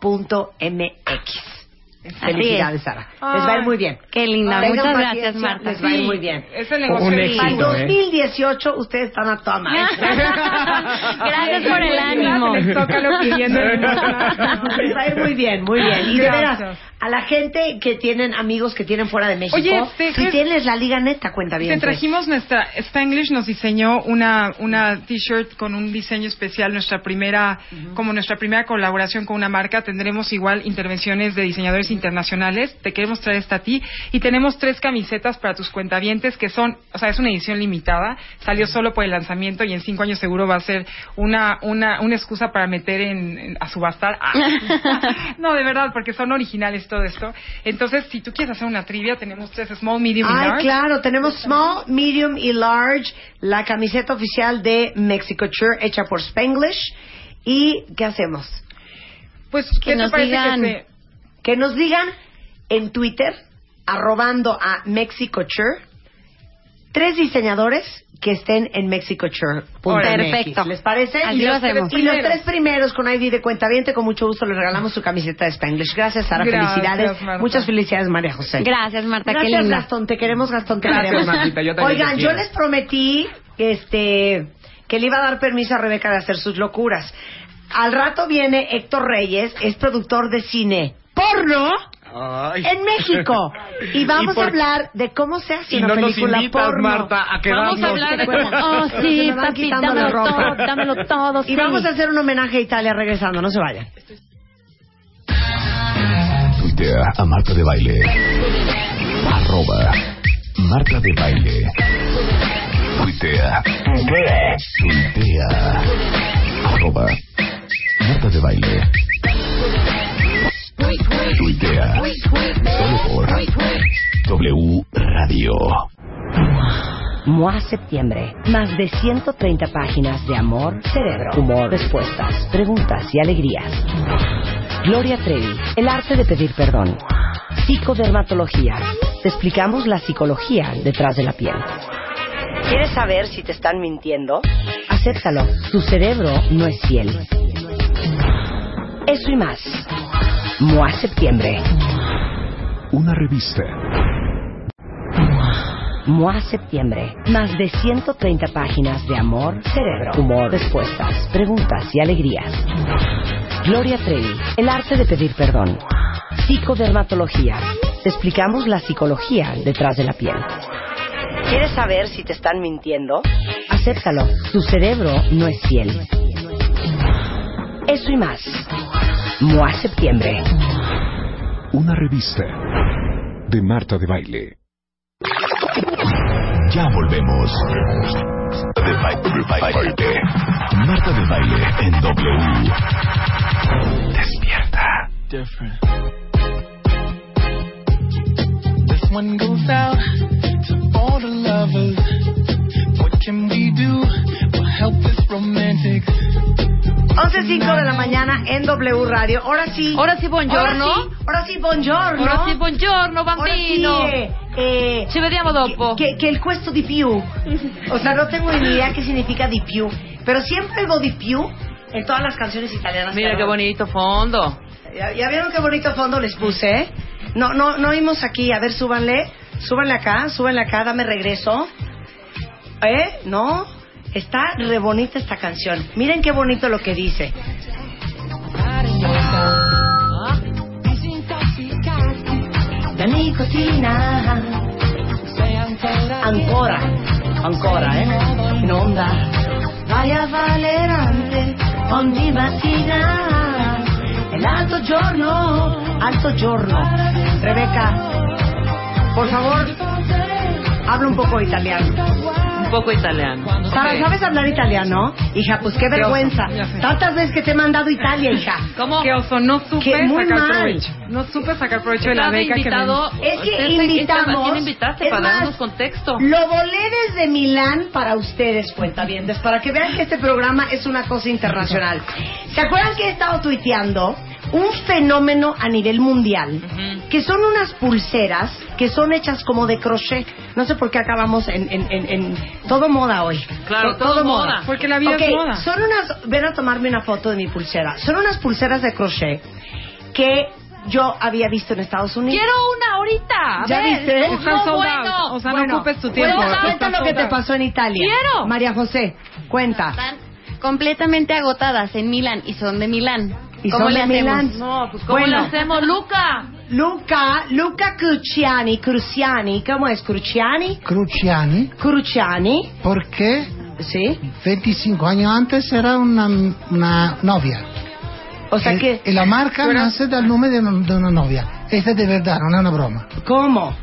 MexicoChure.mx. Felicidades, Sara. Les va a ir muy bien. Qué linda. Tengan Muchas paciencia, gracias, Marta. Les va a ir Sí, muy bien. Es el negocio Un del éxito. Para el siglo. Lindo, ¿eh? 2018 ustedes están a toda madre. Gracias por el ánimo. Les toca lo pidiendo el Les va a ir muy bien, muy bien. Y de Gracias. veras, a la gente que tienen amigos que tienen fuera de México, Oye, te- si tienes la liga neta, cuenta bien. pues. Te trajimos nuestra Spanglish nos diseñó una una t-shirt con un diseño especial, nuestra primera como nuestra primera colaboración con una marca, tendremos igual intervenciones de diseñadores internacionales. Te queremos traer esta a ti y tenemos tres camisetas para tus cuentavientes que son, o sea, es una edición limitada, salió solo por el lanzamiento y en cinco años seguro va a ser una una una excusa para meter en, en- a subastar. Ah. no, de verdad, porque son originales todo esto. Entonces, si tú quieres hacer una trivia, tenemos tres small, medium y Ay, large. claro, tenemos small, medium y large, la camiseta oficial de Mexico Chur hecha por Spanglish. ¿Y qué hacemos? Pues, Que ¿qué te nos parece digan. que se- Que nos digan en Twitter, arrobando a Mexico Chur, tres diseñadores que estén en mexicochur.mx. Perfecto. ¿Les parece? Así y, lo los tres, hacemos. y los tres primeros con ID de cuenta con mucho gusto les regalamos su camiseta de Spanglish. Gracias, Sara. Gracias, felicidades. Marta. Muchas felicidades, María José. Gracias, Marta. Qué Gracias, linda. Gastón. Te queremos, Gastón. Te Gracias, queremos. Martita, yo también Oigan, te yo quiero. les prometí este, que le iba a dar permiso a Rebeca de hacer sus locuras. Al rato viene Héctor Reyes, es productor de cine porno Ay. en México. Y vamos ¿Y por- a hablar de cómo se hace Y una no nos película invitas, porno. Marta, a quedarnos. Vamos a hablar de Bueno, cómo. Oh, se sí, me van papi, quitando la dámelo ropa. todo, dámelo todo. Y sí. vamos a hacer un homenaje a Italia regresando, no se vayan. Tuitea a Marta de Baile. Arroba Marta de Baile. Tuitea. Tuitea. Arroba Marta de Baile. Tuitea. Solo por W Radio. MOA Septiembre. Más de 130 páginas de amor, cerebro, humor, respuestas, preguntas y alegrías. Gloria Trevi. El arte de pedir perdón. Psicodermatología. Te explicamos la psicología detrás de la piel. ¿Quieres saber si te están mintiendo? Acéptalo. Tu cerebro no es fiel. Eso y más. MOA Septiembre. Una revista. MOA Septiembre. Más de 130 páginas de amor, cerebro, humor, respuestas, preguntas y alegrías. Gloria Trevi. El arte de pedir perdón. Psicodermatología. Te explicamos la psicología detrás de la piel. ¿Quieres saber si te están mintiendo? Acéptalo. Tu cerebro no es fiel. Eso y más. MOA Septiembre. Una revista. De Marta de Baile. Ya volvemos. De ba- de ba- baile. Marta de Baile en W. Despierta. This one goes out to all the lovers. What can we do? We'll help this romantic. 11.05 de la mañana en W Radio. Ahora sí. Ahora sí, buongiorno. Ahora sí, ahora sí, buongiorno. Ahora sí, buongiorno, bambino. Ahora sí, eh, eh, Ci vediamo dopo. Que, que el cuesto di più. O sea, no tengo ni idea qué significa di più. Pero siempre oigo di più en todas las canciones italianas. Mira qué bonito fondo. ¿Ya, ya vieron qué bonito fondo les puse, ¿eh? No, no, no vimos aquí. A ver, súbanle. Súbanle acá, súbanle acá, dame regreso. ¿Eh? ¿No? Está re bonita esta canción. Miren qué bonito lo que dice. La nicotina. Ancora, ancora, eh? In onda. Vai a valerante ogni mattina. El alto giorno, alto giorno. Rebeca, por favor, habla un poco italiano. Un poco italiano. Sara, Ok. ¿sabes hablar italiano? Hija, pues qué vergüenza. oso, ya sé. Tantas veces que te he mandado a Italia, hija. ¿Cómo? Qué oso, no supe Qué- muy sacar mal. provecho. No supe sacar provecho de la Estaba beca invitado. Es que Usted- ¿A invitamos. quién invitaste Es para más, darnos contexto? Lo volé desde Milán para ustedes, cuentavientes, para que vean que este programa es una cosa internacional. ¿Se acuerdan que he estado tuiteando un fenómeno a nivel mundial? Ujú. Que son unas pulseras que son hechas como de crochet. No sé por qué acabamos en, en- en- en todo moda hoy. Claro, To- todo moda. que me- Porque la vida Ok, es moda. Son unas, ven a tomarme una foto de mi pulsera. Son unas pulseras de crochet que yo había visto en Estados Unidos. Quiero una ahorita. A ¿Ya ver, viste? eh. no, Están sold bueno. out. O sea, Bueno, no ocupes tu tiempo. Cuenta, Bueno, Están cuenta lo que sold te out. pasó en Italia. Quiero. María José, cuenta. Están completamente agotadas en Milán y son de Milán. Y ¿Cómo son le de hacemos? Milán. No, pues ¿cómo Bueno. lo hacemos, Luca? Luca, Luca Cruciani, Cruciani, ¿cómo es? Cruciani, Cruciani, Cruciani, porque ¿sí? 25 años antes era una, una novia. O sea Y- que, y la marca Pero- nace del nombre de, un- de una novia. Esta es de verdad, no es una broma. ¿cómo?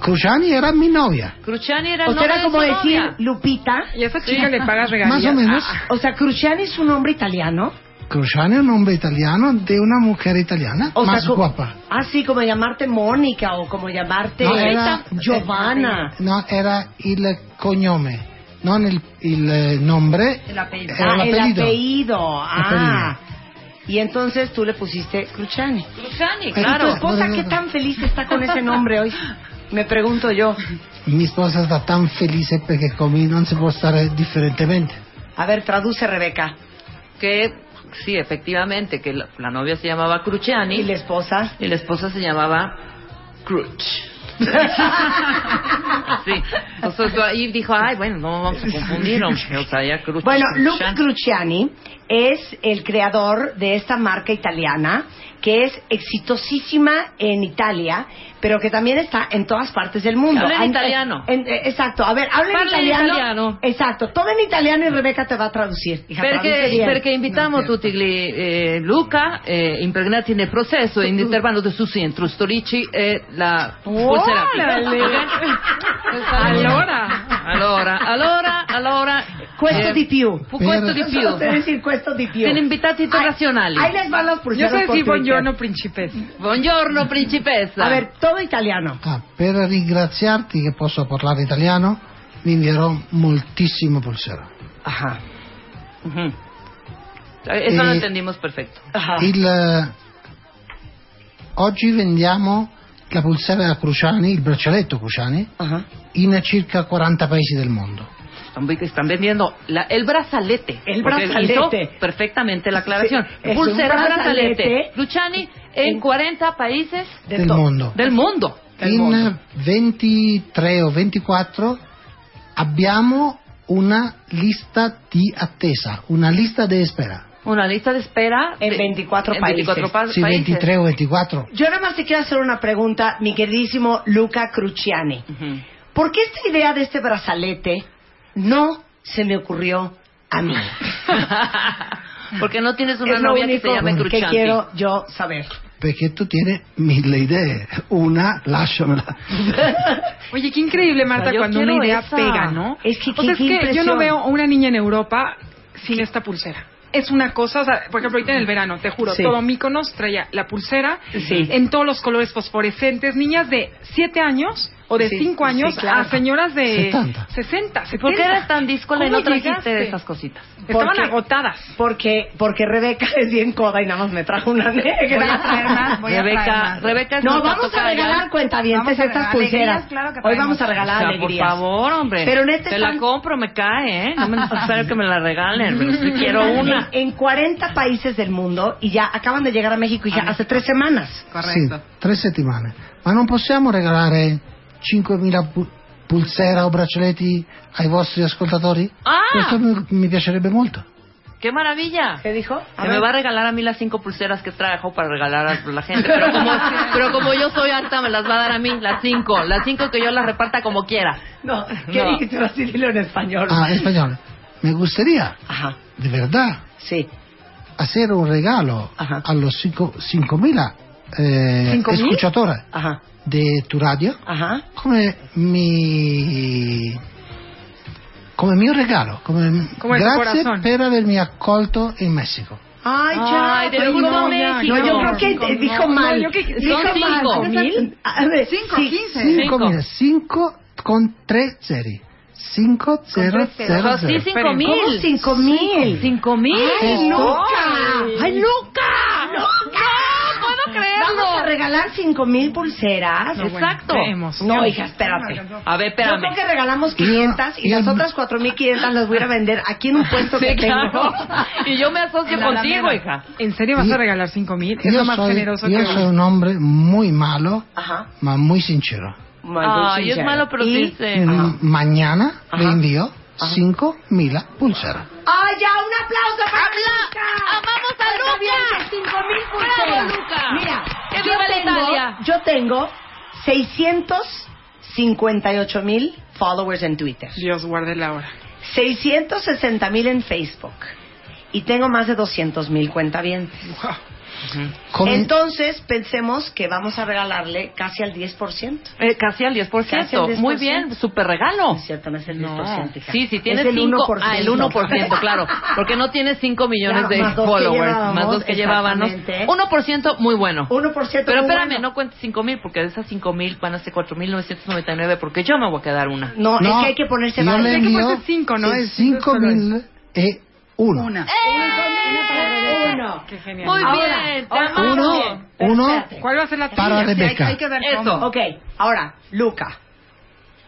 Cruciani era mi novia. Cruciani era el O sea, era nombre como de su decir novia. Lupita. Y a esa chica le pagas regalías. Más o menos. Ah, O sea, Cruciani es un hombre italiano. Cruciani es un nombre italiano de una mujer italiana O sea, más co- guapa. Ah, sí, como llamarte Mónica o como llamarte No, era- Giovanna. No, era el cognome, no el, il, eh, nombre. El apellido. Era Ah, el apellido. Ah. Apellido. Y entonces tú le pusiste Cruciani. Claro, Cruciani, claro. tu esposa qué tan feliz está con ese nombre hoy. Me pregunto yo. Mi esposa está tan feliz porque conmigo no se puede estar diferentemente. A ver, traduce Rebeca. que sí, efectivamente, que la, la novia se llamaba Cruciani Y la esposa. y la esposa se llamaba Cruch. sí, entonces tú ahí dijo, ay, bueno, no vamos a confundir, hombre, o sea, ya Cruch. Bueno, Luca Cruciani. Cruciani es el creador de esta marca italiana que es exitosísima en Italia, pero que también está en todas partes del mundo. Habla en Ay, italiano. en- eh, exacto, a ver, habla en Parla en italiano. italiano. Exacto, todo en italiano y Rebeca te va a traducir. Hija, traduce Perché, bien. perché invitiamo tutti gli, eh, Luca, eh, impregnati nel processo, in intervallo del suo centro, storici e la pulsera. Órale. Pues, Allora. Allora, allora, allora. Questo eh, di più. fu Questo di Solo te più. decir questo di più. Tiene invitati Ay, internazionali. Ahí les van las Yo sé pulseras por decir Twitter. buongiorno, principessa. Buongiorno, principessa. A ver, todo italiano. Ah, per ringraziarti che posso parlare italiano, mi invierò moltissimo pulsera. Ajá. Ujú. Eso lo Eh, entendimos perfecto. Ajá. Il, eh, oggi vendiamo la pulsera da Cruciani, il braccialetto Cruciani, Ajá. in circa 40 paesi del mondo. Están, vi- están vendiendo la- el brazalete. El Porque brazalete. hizo perfectamente la aclaración. Sí, es Pulsera, un brazalete. brazalete. Luciani en 40 países De del todo. mondo. del mundo. Del in mondo. 23 o 24 abbiamo una lista di attesa, una lista di spera. Una lista de espera. En de- 24 en países. 24 pa- Sì, países. 23 o 24. Yo nada más te quiero hacer una pregunta, mi queridísimo Luca Cruciani. Ujú. ¿Por qué esta idea de este brazalete no se me ocurrió a mí? Porque no tienes una es lo novia que único se llame que Cruciani. quiero yo saber. Perché tu tieni mille idee, una lasciamela. Oye, qué increíble, Marta, O sea, yo cuando una quiero idea esa. pega, ¿no? Es que O sea, qué- es qué que yo impresión. no veo a una niña en Europa sin esta pulsera. Es una cosa, o sea, por ejemplo, ahorita en el verano, te juro, Sí. todo Míconos traía la pulsera Sí. en todos los colores fosforescentes. Niñas de 7 años o de Sí, 5 años sí, claro. a señoras de 70. 60, 70. ¿Por qué eres tan díscola y ¿Cómo no trajiste llegaste? de esas cositas? Estaban Porque- agotadas. Porque, porque Rebeca es bien coda y nada más me trajo una negra. Voy a traer más, voy a traer Rebeca, más. Rebeca es No, nuestra vamos a tocaya. regalar cuentavientes Vamos a estas regalar alegrías, pulseras. claro que Hoy traemos. vamos a regalar O sea, por alegrías. favor. Por favor, hombre. Pero en este Te la tan- compro, me cae, ¿eh? No me espero que me la regalen. pero sí quiero una. En 40 países del mundo y ya acaban de llegar a México y ya hace tres semanas. Ecco. Sì, tre settimane. Ma non possiamo regalare 5.000 pu- pulsera o braccialetti ai vostri ascoltatori? Ah! Questo mi, mi piacerebbe molto. ¡Qué maravilla! ¿Qué dijo? Que me va a regalar a mí las cinco pulseras que trajo para regalar a la gente. Pero como, pero como yo soy harta, me las va a dar a mí las cinco. Las cinco que yo las reparta como quiera. No, ¿qué dijiste? Así dilo en español. Ah, in spagnolo. Mi gustaría, di verità, Ah. sì. Ah. hacer un regalo a los cinco- 5.000 eh, ¿Cinco mil? Ah. escuchadores Ajá. de tu radio Ajá. come mi come mio regalo come, Come il tuo grazie corazón. per avermi accolto in Messico Ay, ya. Ay, te pero lo juro, no, México. No, yo creo que Cinco, eh, no. dijo No, mal. yo que- son dijo cinco. mal. ¿Mil? A ver, Cinco, sí, quince. Cinco mila, cinco con tre zeri. Cinco zero zero zero. ¿Cómo cinco mil? Cinco mil. ¡Ay, Ay. Luca! ¡Ay, Luca! ¡No puedo creerlo! ¡Ah! Vamos a regalar cinco mil pulseras. No, bueno, Exacto. qué emoción. No, hija, espérate. A ver, Yo espérame. creo que regalamos 500 y Yo- las yo- otras 4500 las voy a ir a vender aquí en un puesto Sí, que claro. tengo. Y yo me asocio En la contigo, Alameda. hija. ¿En serio vas a regalar cinco mil? Es lo Io más soy, generoso io que soy un hombre muy malo, Ajá. ma muy sincero. Ay, es malo, pero sí sé. Mm, Mañana le envío cinco mila pulseras. ¡Ay, ya! ¡Un aplauso para Luca! ¡Amamos a Luca! ¡Cinco mil ¡Bravo, pulseras! Luca! Mira, ¡Que yo viva la tengo- Italia! Yo tengo 658 mil followers en Twitter. Dios guarde la hora. 660 mil en Facebook. Y tengo más de 200 mil cuentavientes. Con- Entonces, pensemos que vamos a regalarle casi al 10%. Eh, casi al 10%. Casi al 10%. Muy bien, súper regalo. cierto, no es el No. 10%, hija. Sí, si tienes Es el 5. 1%. Ah, el 1%, claro. Porque no tienes 5 millones Claro, más dos de que followers, llevábamos, más dos que llevábamos. exactamente. 1% muy bueno. 1% Pero muy espérame, bueno. no cuentes 5 mil, porque de esas 5 mil van a ser 4.999, porque yo me voy a quedar una. No, es que hay que ponerse yo varios. le Hay que envío ponerse cinco, ¿no? Es- cinco mil e uno. Uno. Qué genial. Muy Ahora, bien, te ahora, amamos. uno, uno. Espérate. ¿Cuál va a ser la Para tuya? Sí, hay- Rebeca. hay que ver Eso. cómo. Ok, ahora, Luca.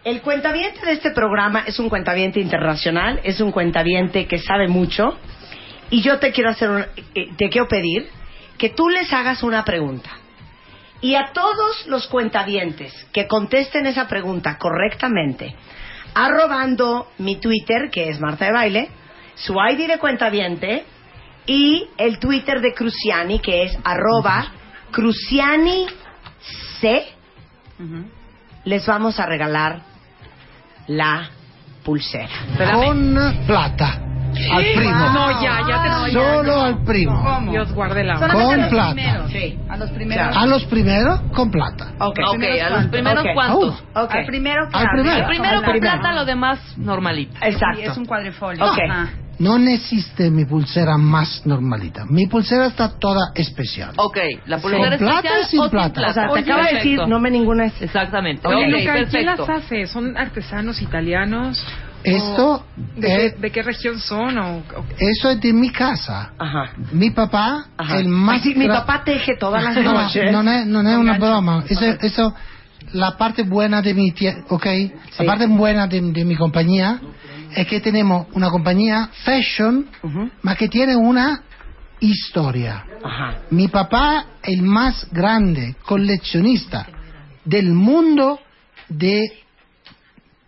El cuentaviente de este programa es un cuentaviente internacional, es un cuentaviente que sabe mucho. Y yo te quiero hacer un- eh, te quiero pedir que tú les hagas una pregunta. Y a todos los cuentavientes que contesten esa pregunta correctamente, arrobando mi Twitter, que es Marta de Baile, su ID de cuentaviente y el Twitter de Cruciani, que es arroba Cruciani C, les vamos a regalar la pulsera. Con plata. Al Sí. primo. No, ya, ya te no, ya, Solo no. al primo. ¿Cómo? Dios guarde la hora. Solamente a los Con plata. primeros. Sí. A los primeros. A los primeros con plata. Ok, Ok, a los primeros Ok. cuantos. Oh, ok. Al primero que Al hable. primero. El primero Al con primero. plata, lo demás normalito. Sí, es un cuadrifolio. Ok. Ajá. Non esiste mi pulsera más normalita. Mi pulsera está toda especial. Ok, la Con pulsera plata especial y sin o sin plata. plata. O sea, te Oye, acaba de perfecto. decir, no me ninguna es. Exactamente. Oye, Ok, Luca, ¿quién perfecto. las hace? ¿Son artesanos italianos? Esto ¿O ¿De, es- qué, de qué región son? O, o- Eso es de mi casa. Mi papá, Ajá. el más. Así, mi gra- papá teje todas las No, noches. No, es, no es una broma. Eso, eso, la parte buena de mi tie- ¿ok? La parte buena de, de mi compañía es que tenemos una compañía fashion, ma que tiene una historia. Ajá. Mi papá, el más grande coleccionista del mundo de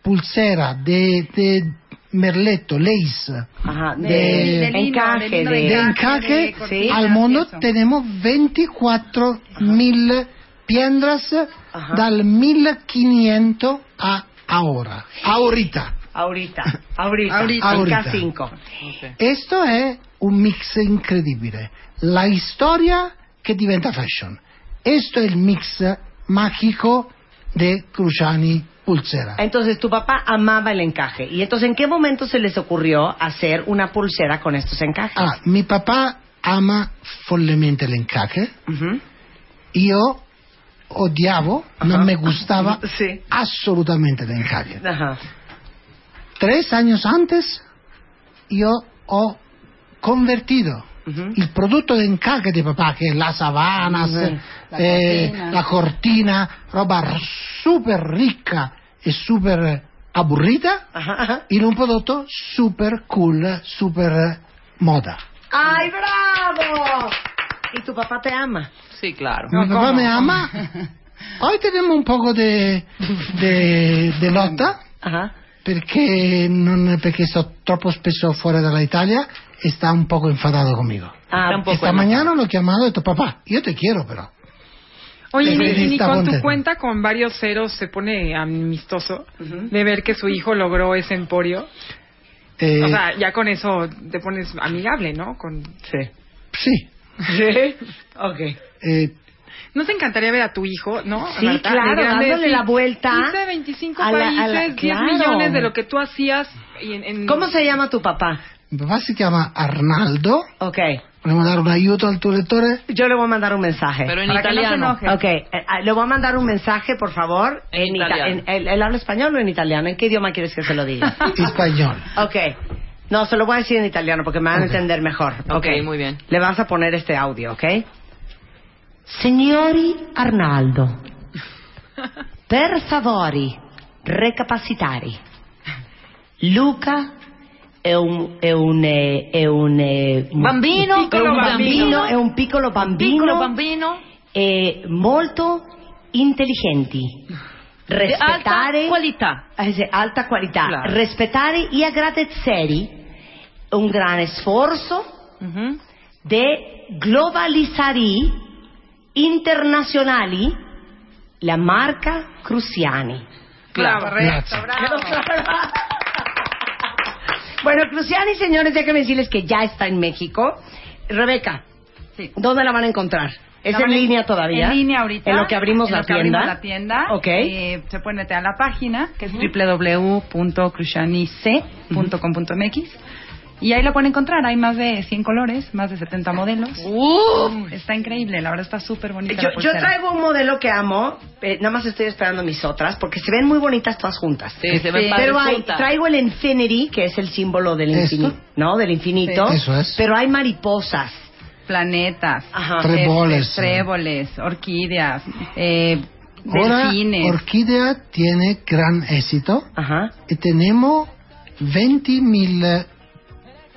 pulsera, de, de merletto, lace, Ajá, de, de- de encaje, de- de encaje, de cortinas, al mundo eso. tenemos 24 mil piedras dal 1500 a ahora, ahorita. Ahorita, ahorita, Ahorita. ahorita. Ahorita. 5 Esto es un mix incredibile. La historia que diventa fashion. Esto es el mix mágico de Cruciani Pulsera. Entonces, tu papá amaba el encaje. ¿Y entonces en qué momento se les ocurrió hacer una pulsera con estos encajes? Ah, mi papá ama follemente el encaje. Yo odiavo, no me gustaba absolutamente Ben Hagen. Tres años antes yo he convertido el producto de encaje de papá, que es las sabanas, Ujú. La eh, cortina. la cortina, roba súper rica y súper aburrida, in un prodotto súper cool, súper moda. ¡Ay, bravo! ¿Y tu papá te ama? Sí, claro. Mi papá me ama. Hoy tenemos un poco de, de, de lotta perché, non, perché sto troppo spesso fuori dalla Italia e sta un poco enfadato conmigo. Ah, Esta mañana lo he llamado y he dicho, papá, yo te quiero, pero. Oye, Te y- y, ni felicito, con tu ponte. cuenta con varios ceros se pone amistoso de ver que su hijo logró ese emporio. Eh, O sea, ya con eso te pones amigable, ¿no? Con... Sí. Sí. Sí. ok. eh, ¿No te encantaría ver a tu hijo, no? Sí, Marta? claro, De grande, dándole sí. la vuelta 15, 25 a la- países, a la- 10 claro. millones de lo que tú hacías. Y en, ¿Cómo se llama tu papá? Mi papá se llama Arnaldo. Ok. Vogliamo dare un aiuto al tuo lettore? Yo le voy a mandar un mensaje. Pero en Para que no se italiano. enoje. Ok, eh, ah, le voy a mandar un mensaje, por favor. En, ita- italiano. en- ¿él- ¿Él habla español o en italiano? ¿En qué idioma quieres que se lo diga? Español. ok. No, se lo voy a decir en italiano porque me van a entender mejor. Ok, muy bien. Le vas a poner este audio, ¿ok? Signori Arnaldo, per favori, recapacitari. Luca è un, è un, eh, è un, eh, Bambino, un piccolo è un bambino, bambino. è un piccolo bambino, Piccolo bambino. e molto intelligenti. Rispettare alta qualità, alta qualità. Claro. rispettare e agradeceri un grande sforzo di globalizzare internazionali la marca Cruciani. Claro. Correcto, Bueno, Cruciani, señores, déjenme decirles que ya está en México. Rebeca, ¿dónde la van a encontrar? ¿Es La en van en- línea todavía? en línea ahorita. En lo que abrimos En la lo que tienda. abrimos la tienda. Ok. Eh, se pueden meter a la página, que es www.crushanic.com.mx. Y ahí lo pueden encontrar. Hay más de 100 colores, más de 70 modelos. Está increíble, la verdad está súper bonita. la Yo, yo pulsera. traigo un modelo que amo, eh, nada más estoy esperando mis otras, porque se ven muy bonitas todas juntas. Sí, se ven padres Pero hay, juntas. traigo el Infinity, que es el símbolo del infinito, ¿no? Del infinito. Sí. Eso es. Pero hay mariposas. Planetas, Tres este, bolas. tréboles, orquídeas, eh, Ahora, delfines. Orquídea tiene gran éxito. Y tenemos 20.000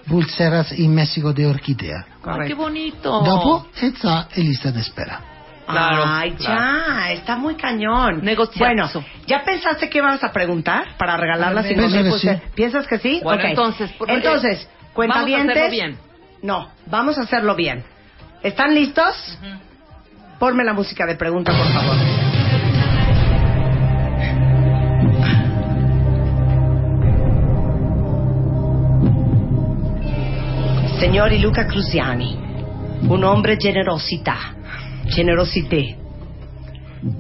pulseras en México de orquídea. Ay, qué bonito. Dopo está en lista de espera. Claro, Ay, ya, está muy cañón. Bueno, ¿ya pensaste qué vas a preguntar para regalarlas? Pienso sin que pulseras? sí. Pues, ¿Piensas que sí? Bueno, Ok. entonces, por- entonces, eh, cuentavientes. vamos a hacerlo bien. No, vamos a hacerlo bien. ¿Están listos? Ponme la música de pregunta, por favor. Signori Luca Cruziani, un hombre generosità, generosité.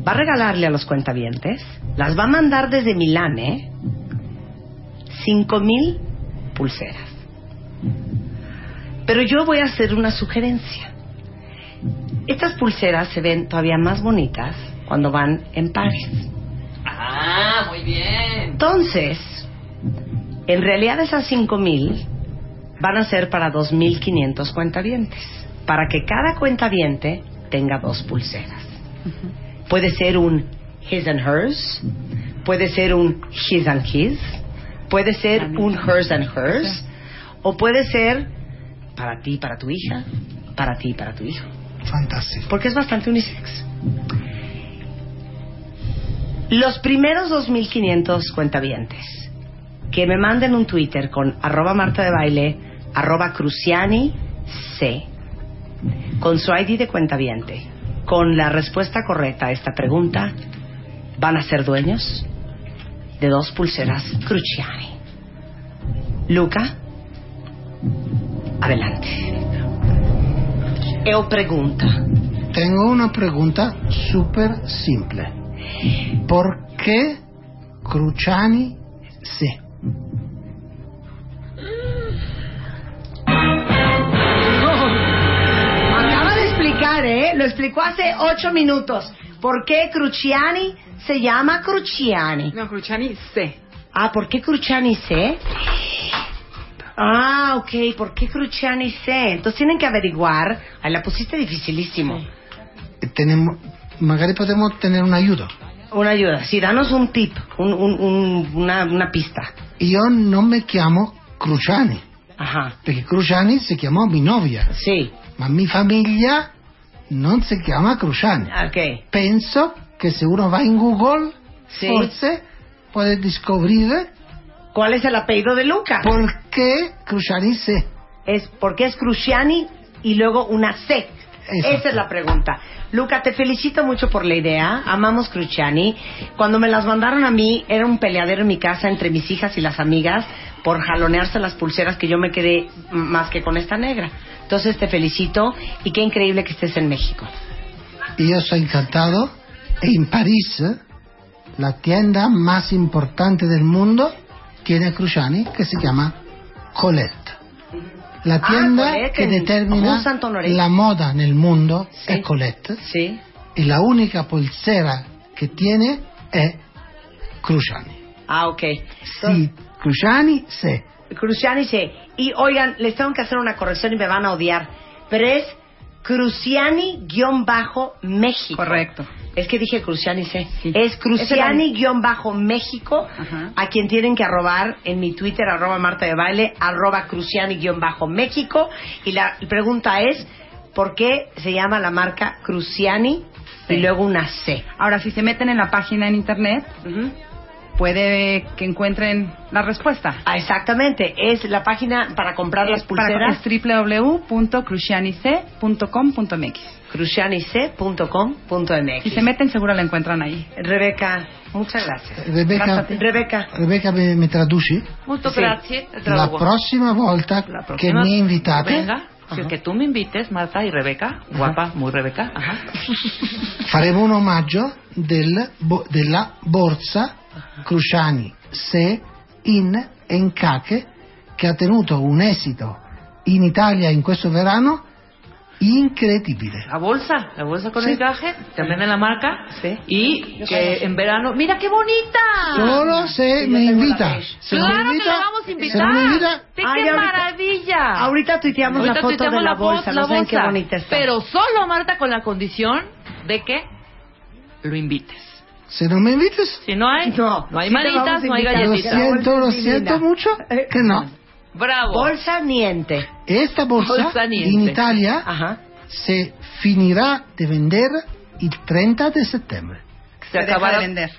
Va a regalarle a los cuentavientes, las va a mandar desde Milán, ¿eh? Cinco mil pulseras. Pero yo voy a hacer una sugerencia. Estas pulseras se ven todavía más bonitas cuando van en pares. Ah, muy bien. Entonces, en realidad esas 5.000 van a ser para 2.500 cuentavientes, para que cada cuentaviente tenga dos pulseras. Puede ser un his and hers, puede ser un his and his, puede ser un hers and hers, o puede ser para ti, para tu hija, para ti, para tu hijo. Fantástico. Porque es bastante unisex. Los primeros 2.500 cuentavientes que me manden un Twitter con arroba Marta de Baile, arroba Cruciani C, con su ID de cuentaviente, con la respuesta correcta a esta pregunta, van a ser dueños de dos pulseras Cruciani. Luca, adelante. Eu pregunta. Tengo una pregunta súper simple. ¿Por qué Cruciani sí? Acaba de explicar, ¿eh? Lo explicó hace ocho minutos. ¿Por qué Cruciani se llama Cruciani? No, Cruciani C. Ah, ¿por qué Cruciani C? Ah, ok, ¿por qué Cruciani C? Entonces tienen que averiguar. Ay, la pusiste dificilísimo. Tenemos, magari podemos tener un ayuda. Una ayuda. Sí, danos un tip, un- un- un- una, una pista. Yo no me chiamo Cruciani. Ajá. Perché Cruciani si chiamò mia novia. Sì. Ma mia famiglia non si chiama Cruciani. Ah, Ok. Penso che se uno va in Google, Sì. forse può scoprire ¿Cuál es el apellido de Luca? ¿Por qué Cruciani C? Es porque es Cruciani y luego una C. Esa es la pregunta. Luca, te felicito mucho por la idea. Amamos Cruciani. Cuando me las mandaron a mí, era un peleadero en mi casa entre mis hijas y las amigas por jalonearse las pulseras que yo me quedé mm, más que con esta negra. Entonces te felicito y qué increíble que estés en México. Io sono incantato e in Parigi la tienda más importante del mondo tiene Cruciani che si chiama Colette. La Ah, tienda Colette, che in- determina un santo onore. la moda nel mondo è Colette Sí. e la unica polsera che tiene è Cruciani. Ah, ok. Sì, Cruciani, sì. Cruciani sí. Y oigan, les tengo que hacer una corrección y me van a odiar. Pero es Cruciani-México. Correcto. Es que dije Cruciani C. Es Cruciani-México a quien tienen que arrobar en mi Twitter, arroba Marta de Baile, arroba Cruciani-México. Y la pregunta es, ¿por qué se llama la marca Cruciani y luego una C? Ahora, si se meten en la página en internet, puede que encuentren la respuesta. Ah, exactamente, es la página para comprar las pulseras. Es www.crucianic.com.mx. crucianic.com.mx. Si se meten, seguro la encuentran ahí. Rebeca, muchas gracias. Rebeca, Rebeca. Rebeca mi, mi traduci? Molto Sì. grazie. La traduco. prossima volta che próxima mi invitate Venga, si es que tú me invites, Marta y Rebeca, guapa, muy Rebeca. Ajá. faremo un omaggio del bo- della borsa Cruciani Se in Encache che ha tenuto un esito in Italia in questo verano incredibile. La bolsa, la bolsa con el encaje, también de la marca. Y que en verano. ¡Mira qué bonita! Solo se me invita. Se me claro que invita- la vamos a se invitar. me invita- ¡Ve Ay, ¡Qué ahorita- maravilla! Ahorita tuiteamos Ahorita la foto tuiteamos de la fo- bolsa, no saben qué bonita está. Pero solo, Marta, con la condición de que lo invites. Se no me invites, Si no hay, no, hay manitas, no hay galletitas. Eh, Lo siento, lo siento mucho que no. Bravo. Bolsa niente. Esta bolsa, Bolsa niente. en Italia se finirá de vender el 30 de septiembre. Se, acaba de vender.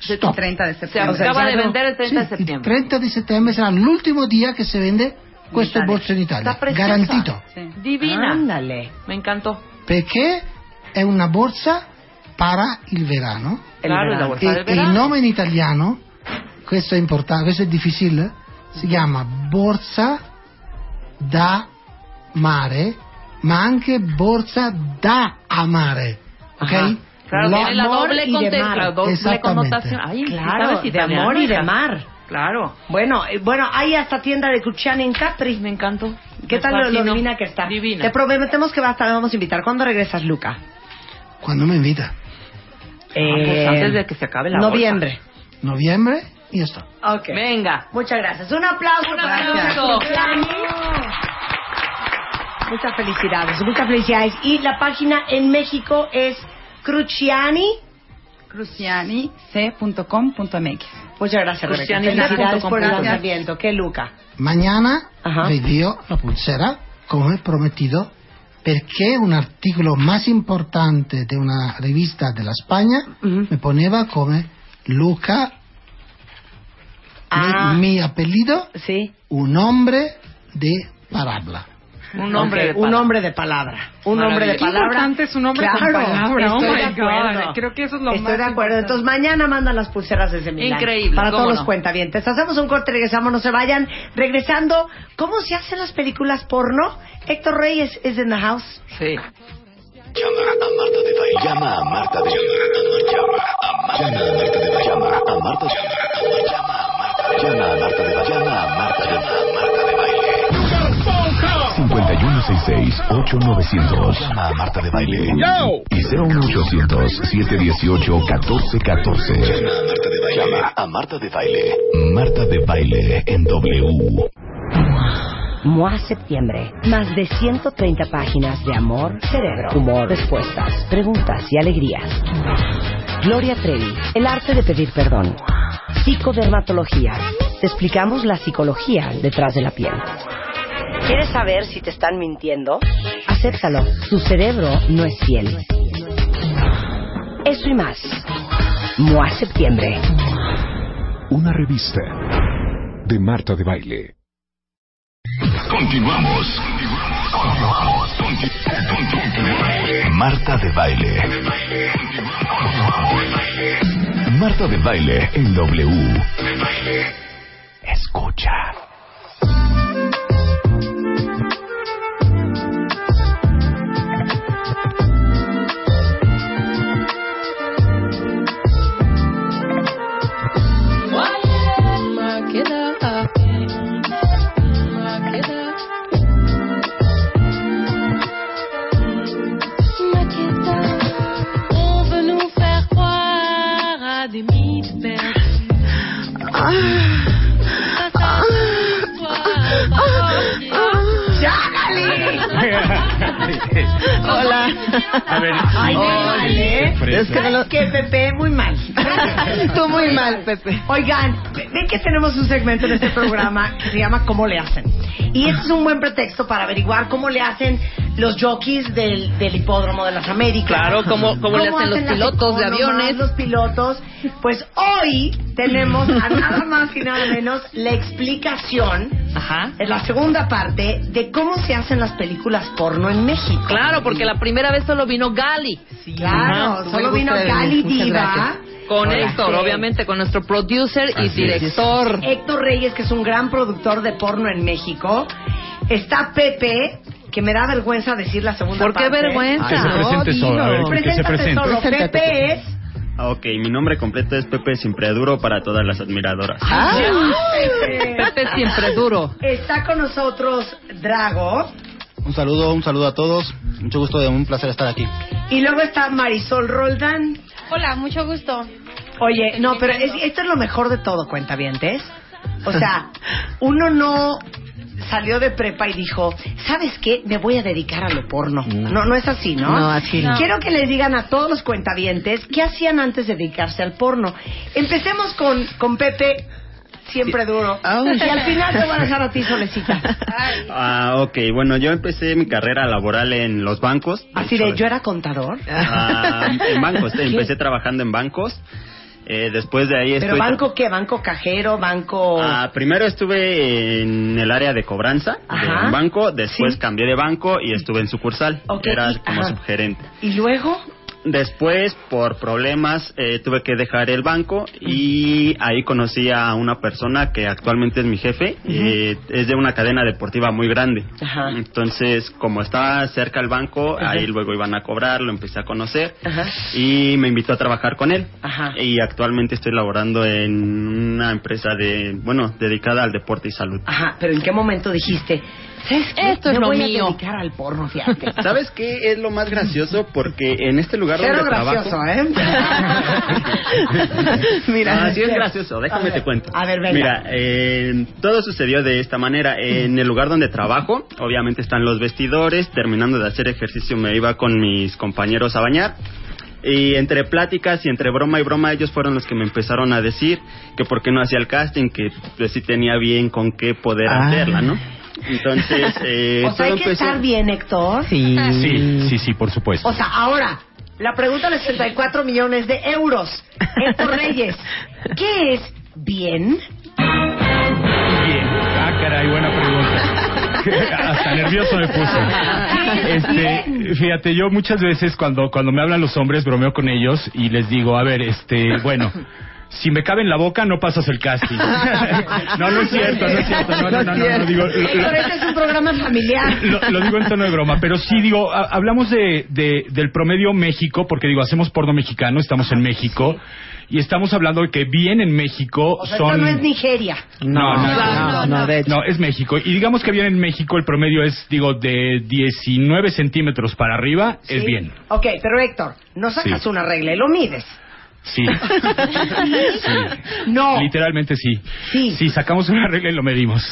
Stop. 30 de Se septiembre. acaba de Ya no. vender el 30 de Sì, septiembre. Il 30 di settembre sarà l'ultimo dia che si vende questo Italia. borso in Italia. Está preciosa. Garantito. Divina. Ándale. Me encantó. Perché è una borsa para il verano. Il Claro, verano. la borsa del E, e il verano. nome in italiano, questo è importante, questo è difficile, si chiama borsa da mare, ma anche borsa da amare. Ok? Ah, Claro, Lo- tiene la amor doble, y de conte- mar. la doble Exactamente. connotación. Ay, Claro, ¿sabes de italiano, amor y de hija? mar. Claro. Bueno, eh, bueno, hay hasta tienda de Cruciani en Capri. Me encantó. ¿Qué Me tal lo- lo fascinó. divina que está? Divina. Te prometemos que basta, vamos a invitar. ¿Cuándo regresas, Luca? Quando mi invita? Eh, antes de que se acabe la noviembre. Noviembre? Io sto. Ok. Venga. Muchas gracias. Un aplauso. Un para aplauso. Cruciani. Muchas felicidades, muchas felicidades. Y la página en México es Cruciani. Crucianic.com.mx. Muchas gracias, Rebeca. Felicidades por el lanzamiento. Qué Luca. Mañana vi dio la pulsera, come prometido, perché un articolo más importante de una rivista de la España me poneva come Luca, Ah. mi, mi apellido, un hombre de palabra. Un hombre Ok, de un palabra. hombre de palabra. Un Maravilla. hombre de Qué palabra. importante es un hombre con palabra, oh Estoy my de acuerdo. God, creo que eso es lo Estoy más de acuerdo. Entonces mañana mandan las pulseras desde Milán. Increíble, Para cómo todos los no. cuentavientes. Hacemos un corte, regresamos, no se vayan. Regresando, ¿cómo se hacen las películas porno? Héctor Reyes es in the house. Sí. Llama a Marta de Baile. Llama a Marta de Baile. Llama a Marta de Baile. Llama a Marta de Baile. Llama a Marta de Baile. Llama a Marta de Baile. Llama a Marta de Baile. 51 866-8900. Llama a Marta de Baile. Y 01800-718-1414. Llama a Marta de Baile. Llama a Marta de Baile. Marta de Baile en W. MOA Septiembre. Más de 130 páginas de amor, cerebro, humor, respuestas, preguntas y alegrías. Gloria Trevi. El arte de pedir perdón. Psicodermatología. Te explicamos la psicología detrás de la piel. ¿Quieres saber si te están mintiendo? Acéptalo. Tu cerebro no es fiel. Eso y más. MOA Septiembre. Una revista de Marta de Baile. Continuamos. Continuamos. Marta de baile. Marta de baile en W. Escucha. Maqueta, on veut nous faire croire à des mythes perdus. Ah. Ça, ça, Hola. A ver. Ay, muy mal, ¿eh? Qué fresa. Es que no lo- ¿Qué, Pepe? Muy mal. Tú muy mal, Pepe. Oigan, ven que tenemos un segmento en este programa que se llama ¿Cómo le hacen? Y este es un buen pretexto para averiguar cómo le hacen los jockeys del, del hipódromo de las Américas. Claro, cómo- cómo le hacen los las pilotos de economas, aviones. Los pilotos. Pues hoy tenemos a nada más y nada menos la explicación en la segunda parte de cómo se hacen las películas porno en México. Claro, porque la primera vez solo vino Gali. Claro, Ajá. solo vino Cali Diva. Con Hola, Héctor, Héctor. obviamente, con nuestro producer y Así es. director. Héctor Reyes, que es un gran productor de porno en México. Está Pepe, que me da vergüenza decir la segunda ¿Por qué parte. vergüenza? Que se presente dilo. solo, a ver, que se Preséntate presente. solo. Preséntate. Pepe es... Ah, ok, mi nombre completo es Pepe Simpreaduro para todas las admiradoras. Pepe siempre duro. Está con nosotros Drago. Un saludo, un saludo a todos. Mucho gusto, de- un placer estar aquí. Y luego está Marisol Roldán. Hola, mucho gusto. Oye, no, pero es- esto es lo mejor de todo, cuentavientes. O sea, uno no salió de prepa y dijo, ¿sabes qué? Me voy a dedicar a lo porno. No, no es así, ¿no? No, así no. Quiero que les digan a todos los cuentavientes qué hacían antes de dedicarse al porno. Empecemos con, con Pepe, siempre duro. y al final te voy a dejar a ti solecita. Ah, ok, bueno, yo empecé mi carrera laboral en los bancos. Así de, yo era contador. Ah, en bancos, ¿Qué? empecé trabajando en bancos. Eh, después de ahí ¿Pero estoy... banco qué? ¿Banco cajero? ¿Banco...? Ah, primero estuve en el área de cobranza Ajá. de un banco, después cambié de banco y estuve en sucursal. Ok, Era y- como ajá. subgerente. ¿Y luego? Después, por problemas, eh, tuve que dejar el banco y ahí conocí a una persona que actualmente es mi jefe. eh, es de una cadena deportiva muy grande. Entonces, como estaba cerca el banco, Ajá. ahí luego iban a cobrar, lo empecé a conocer y me invitó a trabajar con él. Y actualmente estoy laborando en una empresa de, bueno, dedicada al deporte y salud. Ajá, pero ¿en qué momento dijiste, ¿sabes qué? Esto es Me lo voy mío. a dedicar al porno, fíjate. ¿Sabes qué es lo más gracioso? Porque en este lugar Cero donde gracioso, trabajo... ¿eh? Mira. Ah, sí es gracioso, déjame A ver, te cuento. A ver, venga. Mira, eh, todo sucedió de esta manera. En el lugar donde trabajo, obviamente están los vestidores. Terminando de hacer ejercicio, me iba con mis compañeros a bañar. Y entre pláticas y entre broma y broma, ellos fueron los que me empezaron a decir que por qué no hacía el casting, que pues, sí tenía bien con qué poder Ah. hacerla, ¿no? Entonces, eh, o sea, hay todo que empezó- estar bien, Héctor. Sí, sí, sí, por supuesto. O sea, ahora, la pregunta de 64 millones de euros. Héctor Reyes, ¿qué es bien? Bien. Ah, caray, buena pregunta. Hasta nervioso me puse. Este, fíjate, yo muchas veces cuando, cuando me hablan los hombres bromeo con ellos y les digo, a ver, este, bueno, si me cabe en la boca, no pasas el casting. no, no es cierto, no es cierto. No, no, no, no, no, no digo. lo- lo- Héctor, este es un programa familiar. lo, lo digo en tono de broma, pero sí digo, ha- hablamos de, de- del promedio México, porque digo, hacemos porno mexicano, estamos Ah, en México, y estamos hablando de que bien en México O sea, son... esto no es Nigeria. No, no, no, Exacto, no, no, es México. Y digamos que bien en México el promedio es, digo, de 19 centímetros para arriba, es ¿Sí? bien. Ok, pero Héctor, no sacas Sí. una regla y lo mides. Sí, No. literalmente sí. Sí. sacamos una regla y lo medimos.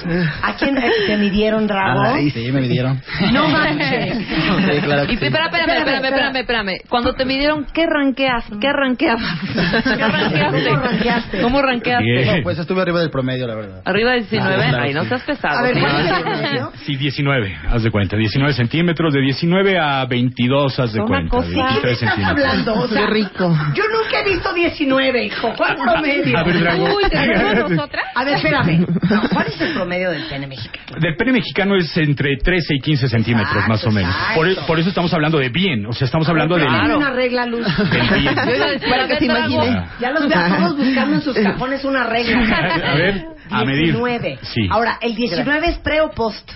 ¿A quién te midieron, Drago? Ah, Ay, sí, me midieron. No manches. Sí, claro que Y sí. espérame, espérame, espérame, espérame, espérame. Cuando te midieron, ¿qué ranqueas? ¿Qué ranqueabas? ¿Qué ranqueaste? ¿Cómo ranqueaste? ¿Cómo ranqueaste? No, pues estuve arriba del promedio, la verdad. Arriba de 19. Ah, claro, Ay, no sí. seas pesado. A ver, ¿cuál es el Sí, 19, haz de cuenta. 19 centímetros, de 19 a 22, haz de Una cuenta. cosa. ¿De qué me 23 estás centímetros. hablando? O sea, Qué rico. Yo nunca he visto 19, hijo. ¿Cuál promedio? A ver, Drago. Uy, ¿te acuerdas nosotras? A ver, espérame. No, ¿Cuál es el promedio del pene mexicano? Del pene mexicano es entre 13 y 15 centímetros, más o menos. Por, e- por eso estamos hablando de bien, o sea, estamos hablando de... Dame una regla, Luz. Del bien. Yo iba a decir, Para que se imagine. Ya los veo a todos buscando en sus cajones una regla. A ver, a medir. 19. Sí. Ahora, ¿el 19 es pre o post?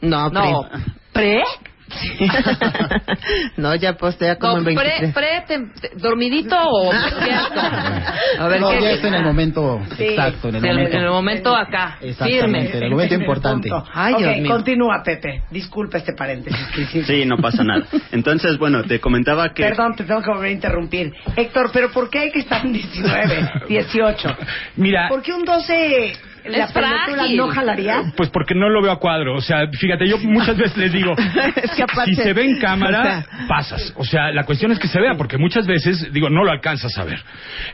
No, no. ¿Pre? No, ya postea como No, en pre, 23. pues, pre te- te- ¿Dormidito o despierto? A ver, no, ¿qué- ya qué- está en el momento Sí. exacto, en el Del- momento. en el momento acá, Exactamente, firme. en el momento importante. Ay, continúa, Pepe. Disculpa este paréntesis. que hiciste. Sí, no pasa nada. Entonces, bueno, te comentaba que... Perdón, te tengo que volver a interrumpir. Héctor, ¿pero por qué hay que estar en 19, 18? Mira, ¿Por qué un 12 la Es película frágil. no jalaría? Pues porque no lo veo a cuadro. O sea, fíjate, yo muchas veces les digo, si se ve en cámara, pasas. O sea, la cuestión es que se vea, porque muchas veces, digo, no lo alcanzas a ver.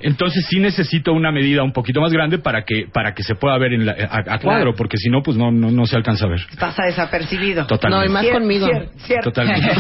Entonces sí necesito una medida un poquito más grande para que, para que se pueda ver en la- a, a cuadro, porque si no, pues no, no, no se alcanza a ver. Pasa desapercibido. Totalmente. No, y más Cier- conmigo. cier- cier- Totalmente.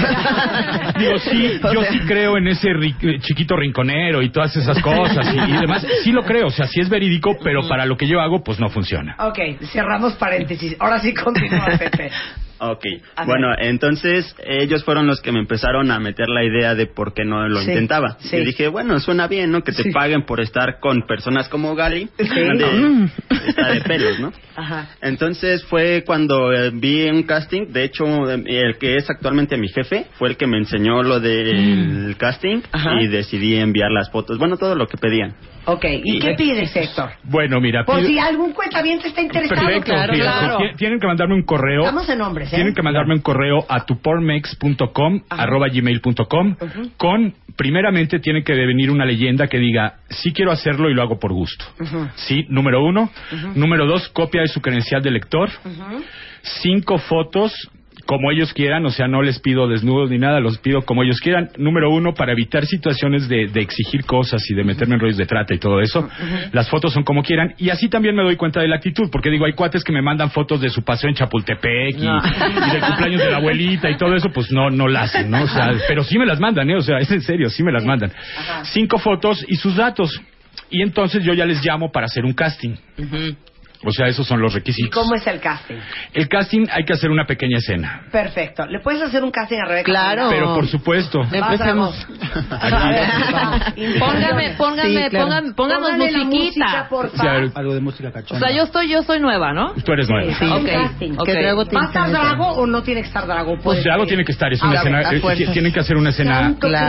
Digo, sí, yo sí creo en ese ri- eh, chiquito rinconero y todas esas cosas y, y demás. Sí lo creo, o sea, sí es verídico, pero para lo que yo hago, pues no funciona. Ok, cerramos paréntesis. Ahora sí continúa, Pepe. Ok, A ver. bueno, entonces ellos fueron los que me empezaron a meter la idea de por qué no lo Sí, intentaba. sí. Y dije, bueno, suena bien, ¿no? Que te paguen por estar con personas como Gali, de, Mm. está de pelos, ¿no? Ajá. Entonces fue cuando eh, vi un casting, de hecho eh, el que es actualmente mi jefe fue el que me enseñó lo del casting Mm. Ajá. y decidí enviar las fotos, bueno, todo lo que pedían. Ok, Y- ¿y qué pides, Héctor? Bueno, mira, Por pido- si algún cuentaviente está interesado. Perfecto, sí, o sea, ti- tienen que mandarme un correo. Estamos en hombres, ¿eh? Tienen que mandarme un correo a tupormex.com, arroba gmail.com, con, primeramente, tiene que devenir una leyenda que diga, sí quiero hacerlo y lo hago por gusto. Ujú. Sí, número uno. Número dos, copia de su credencial de lector. Cinco fotos, como ellos quieran, o sea, no les pido desnudos ni nada, los pido como ellos quieran. Número uno, para evitar situaciones de, de exigir cosas y de meterme en rollos de trata y todo eso. Las fotos son como quieran. Y así también me doy cuenta de la actitud, porque digo, hay cuates que me mandan fotos de su paseo en Chapultepec y, No. y del cumpleaños de la abuelita y todo eso, pues no, no la hacen, ¿no? O sea, pero sí me las mandan, ¿eh? O sea, es en serio, sí me las mandan. Cinco fotos y sus datos. Y entonces yo ya les llamo para hacer un casting. O sea, esos son los ¿Y requisitos. cómo es el casting? El casting hay que hacer una pequeña escena. Perfecto. ¿Le puedes hacer un casting a Rebeca? Solano? Pero por supuesto. Empecemos. Póngame, póngame, Sí, claro. póngame, pónganos Póngale la musiquita. música, por O sea, Algo de música O cachona. sea, yo estoy, yo soy nueva, ¿no? Tú eres nueva. Sí. Ok, ok. ¿Va a estar Drago o no tiene que estar Drago? Pues algo tiene que estar, es una Ah, escena, a eh, fuerzas. ti- tienen que hacer una escena. Santo Los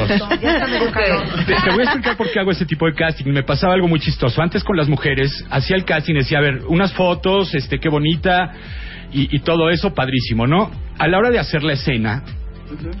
Cristo, dos. Ya está medio calor. Te, te voy a explicar por qué hago ese tipo de casting. Me pasaba algo muy chistoso. Antes con las mujeres hacía el casting, decía, a ver, unas fotos, este, qué bonita y, y todo eso, padrísimo, ¿no? A la hora de hacer la escena,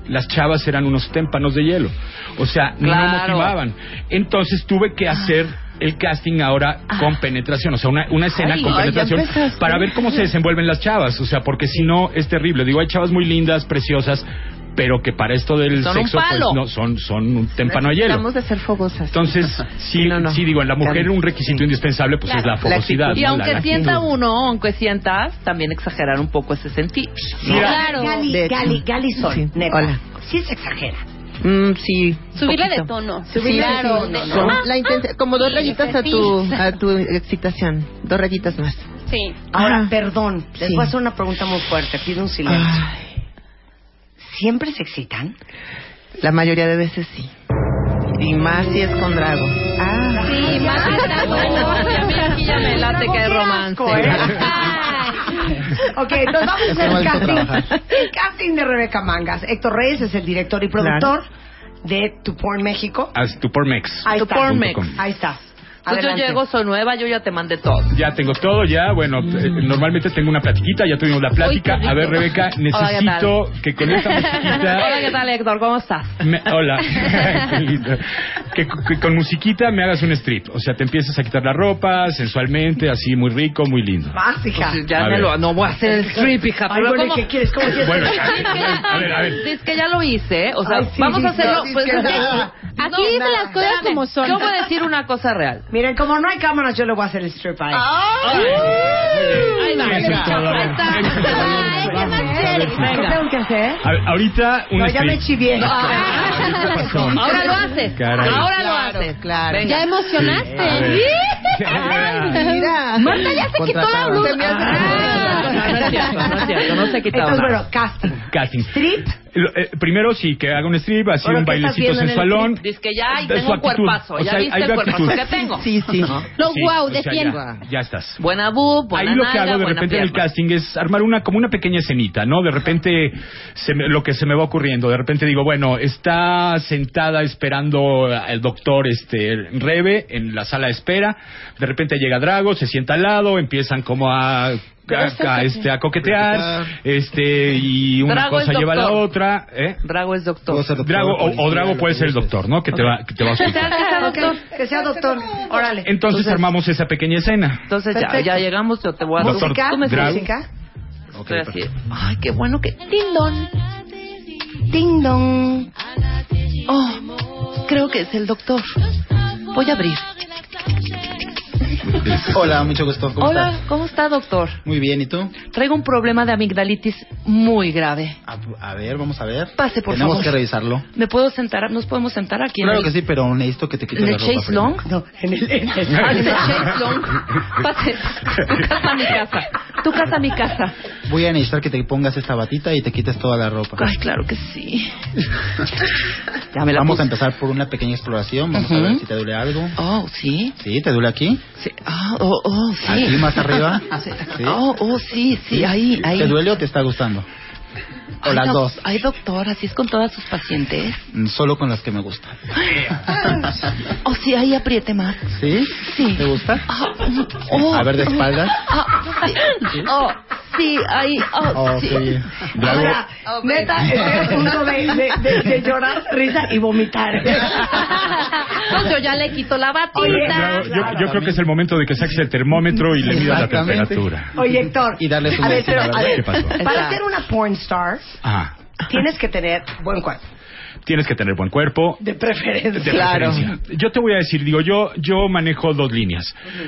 las chavas eran unos témpanos de hielo. O sea, no Claro. Ah. motivaban. Entonces tuve que hacer el casting ahora con penetración, o sea, una, una escena Ay, con ay, ya penetración empezaste. para ver cómo se desenvuelven las chavas, o sea, porque si no es terrible. Digo, hay chavas muy lindas, preciosas, pero que para esto del Son un sexo pues, palo. no son son un témpano de hielo. Necesitamos de ser fogosas. Entonces, sí, sí digo, en la mujer un requisito indispensable pues es la fogosidad. Y ¿no? aunque La- la sienta actitud. uno, aunque sientas, también exagerar un poco ese sentido. Claro. Gali, Gali, Gali Sol, neta. Sí se exagera. Mm, sí. Subirle poquito. de tono. Subirle Claro, de tono. de- Con Ah, la intensidad- como dos sí, rayitas a sí. tu, a tu excitación. Dos rayitas más. Ah. Sí. Ahora, Ah, perdón, les Sí. voy a hacer una pregunta muy fuerte. Pido un silencio. Ah. ¿Siempre se excitan? La mayoría de veces sí. Y más si es con drago. Ah. Sí, más que está bueno. Y a mí aquí ya me late que hay romance. ¿eh? Ok, entonces vamos a hacer Qué el bonito casting, trabajar. el casting de Rebeca Mangas. Héctor Reyes es el director y productor de Tu Porn México. As tu Pormex. Ahí Punto estás. com. Ahí estás. Pues Entonces yo Adelante. llego, soy nueva, yo ya te mandé todo. Ya tengo todo, ya, bueno, eh, normalmente tengo una platiquita, ya tuvimos la plática. Mm. Uy, qué A ver, rico. Rebeca, Hola, ¿qué tal? necesito que con esta musiquita... Hola, ¿qué tal, Héctor? ¿Cómo estás? me- hola, Qué lindo. que, que con musiquita me hagas un strip. O sea, te empiezas a quitar la ropa sensualmente, así muy rico, muy lindo. Más, hija. Pues ya A me ver. lo- no voy a hacer el strip, hija. Ay, pero bueno, ¿y ¿cómo? qué quieres? ¿Cómo quieres? Bueno, Dice a ver, a ver, a ver. Es que ya lo hice, ¿eh? o sea, Ay, sí, vamos a dice, hacerlo. dice Pues, que es que- nada. aquí No, dicen nada. las cosas Espérame, como son. Yo voy a decir una cosa real. Miren, como no hay cámaras, yo le voy a hacer el strip ahí. Ah. Ahí va. Eso es todo. Ahí está. Ay, ¿qué más quieres? ¿Qué Venga. tengo que hacer? A ver, ahorita un No, ya me strip. chivié. ¿Qué pasó? Ahora lo haces. Caray. Ahora lo Claro, haces. claro. Venga. Ya emocionaste. Sí, a ver. Ay, mira. Marta ya se quitó la Contratada. blusa. Se me hace- Ah, No es cierto, no es cierto, no se quitaba Entonces, nada. bueno, casting. Casting. ¿Strip? Lo- eh, primero sí, que haga un strip, así Ahora, un ¿qué estás bailecito viendo en el sensualón. strip? Dice que ya, ay, De tengo su un actitud. cuerpazo, O ya sea, viste hay el de cuerpazo actitud. que tengo. Sí, sí. Los Sí, guau, o sea, defiendo. ya, ya estás. Buena boob, buena Ahí lo que nalga, hago de buena repente en el pierna. casting es armar una como una pequeña escenita, ¿no? De repente se me- lo que se me va ocurriendo, de repente digo, bueno, está sentada esperando al doctor este Rebe en la sala de espera, de repente llega Drago, se sienta al lado, empiezan como a a, a, este, a coquetear, este y una Drago cosa es lleva a la doctor. otra, ¿eh? Drago es doctor. Drago o, o Drago puede ser el doctor, ¿no? Que te va que te va a escuchar. doctor. Que sea doctor. Órale. Entonces armamos esa pequeña escena. Entonces ya, Perfecto. ya llegamos, yo te voy a Doctor Tú me Drago. ¿Música? estoy así. Ay, qué bueno que. Ding dong. Ding dong. Oh, creo que es el doctor. Voy a abrir. Hola, mucho gusto. ¿Cómo Hola, estás? ¿cómo está, doctor? Muy bien, ¿y tú? Traigo un problema de amigdalitis muy grave. A, a ver, vamos a ver. Pase, por Tenemos favor. que revisarlo. ¿Me puedo sentar? ¿Nos podemos sentar aquí? en Claro el- que sí, pero necesito que te quites ¿En la el ropa. Chase primero. Long? No, en el... En el, Ah, ¿en el Chase Long? Pase. Tu casa, mi casa. Tu casa, mi casa. Voy a necesitar que te pongas esta batita y te quites toda la ropa. Ay, claro que sí. Ya me la vamos puse. a empezar por una pequeña exploración. Vamos Ujú. a ver si te duele algo. Oh, sí. Sí, te duele aquí. Sí. Ah, oh, oh, sí. Aquí más arriba. Sí. Sí. Oh, oh, sí, sí, ahí, ahí. ¿Te duele o te está gustando? O Ay, las doc- dos. Ay, doctor, así es con todas sus pacientes. Mm, Solo con las que me gustan. Oh, sí, ahí apriete más. ¿Sí? Sí. ¿Te gusta? Ah, oh, A ver, de espaldas. Ah, sí. Oh, sí, ahí. Oh, Oh, sí. qué bien. Drago- Ahora, neta, estoy a punto de, de- de- de llorar, risa y vomitar. Pues yo ya le quito la batita. Oye, Drago, yo, yo creo que es el momento de que saques el termómetro y le midas la Exactamente. temperatura. Oye, Héctor. Y darles un a ver, besito, pero, ¿verdad? a ver, ¿Qué pasó? para ser una porn star, Ah, tienes que tener buen cuerpo. tienes que tener buen cuerpo, De preferencia. De preferencia. Yo te voy a decir, digo, yo, yo manejo dos líneas.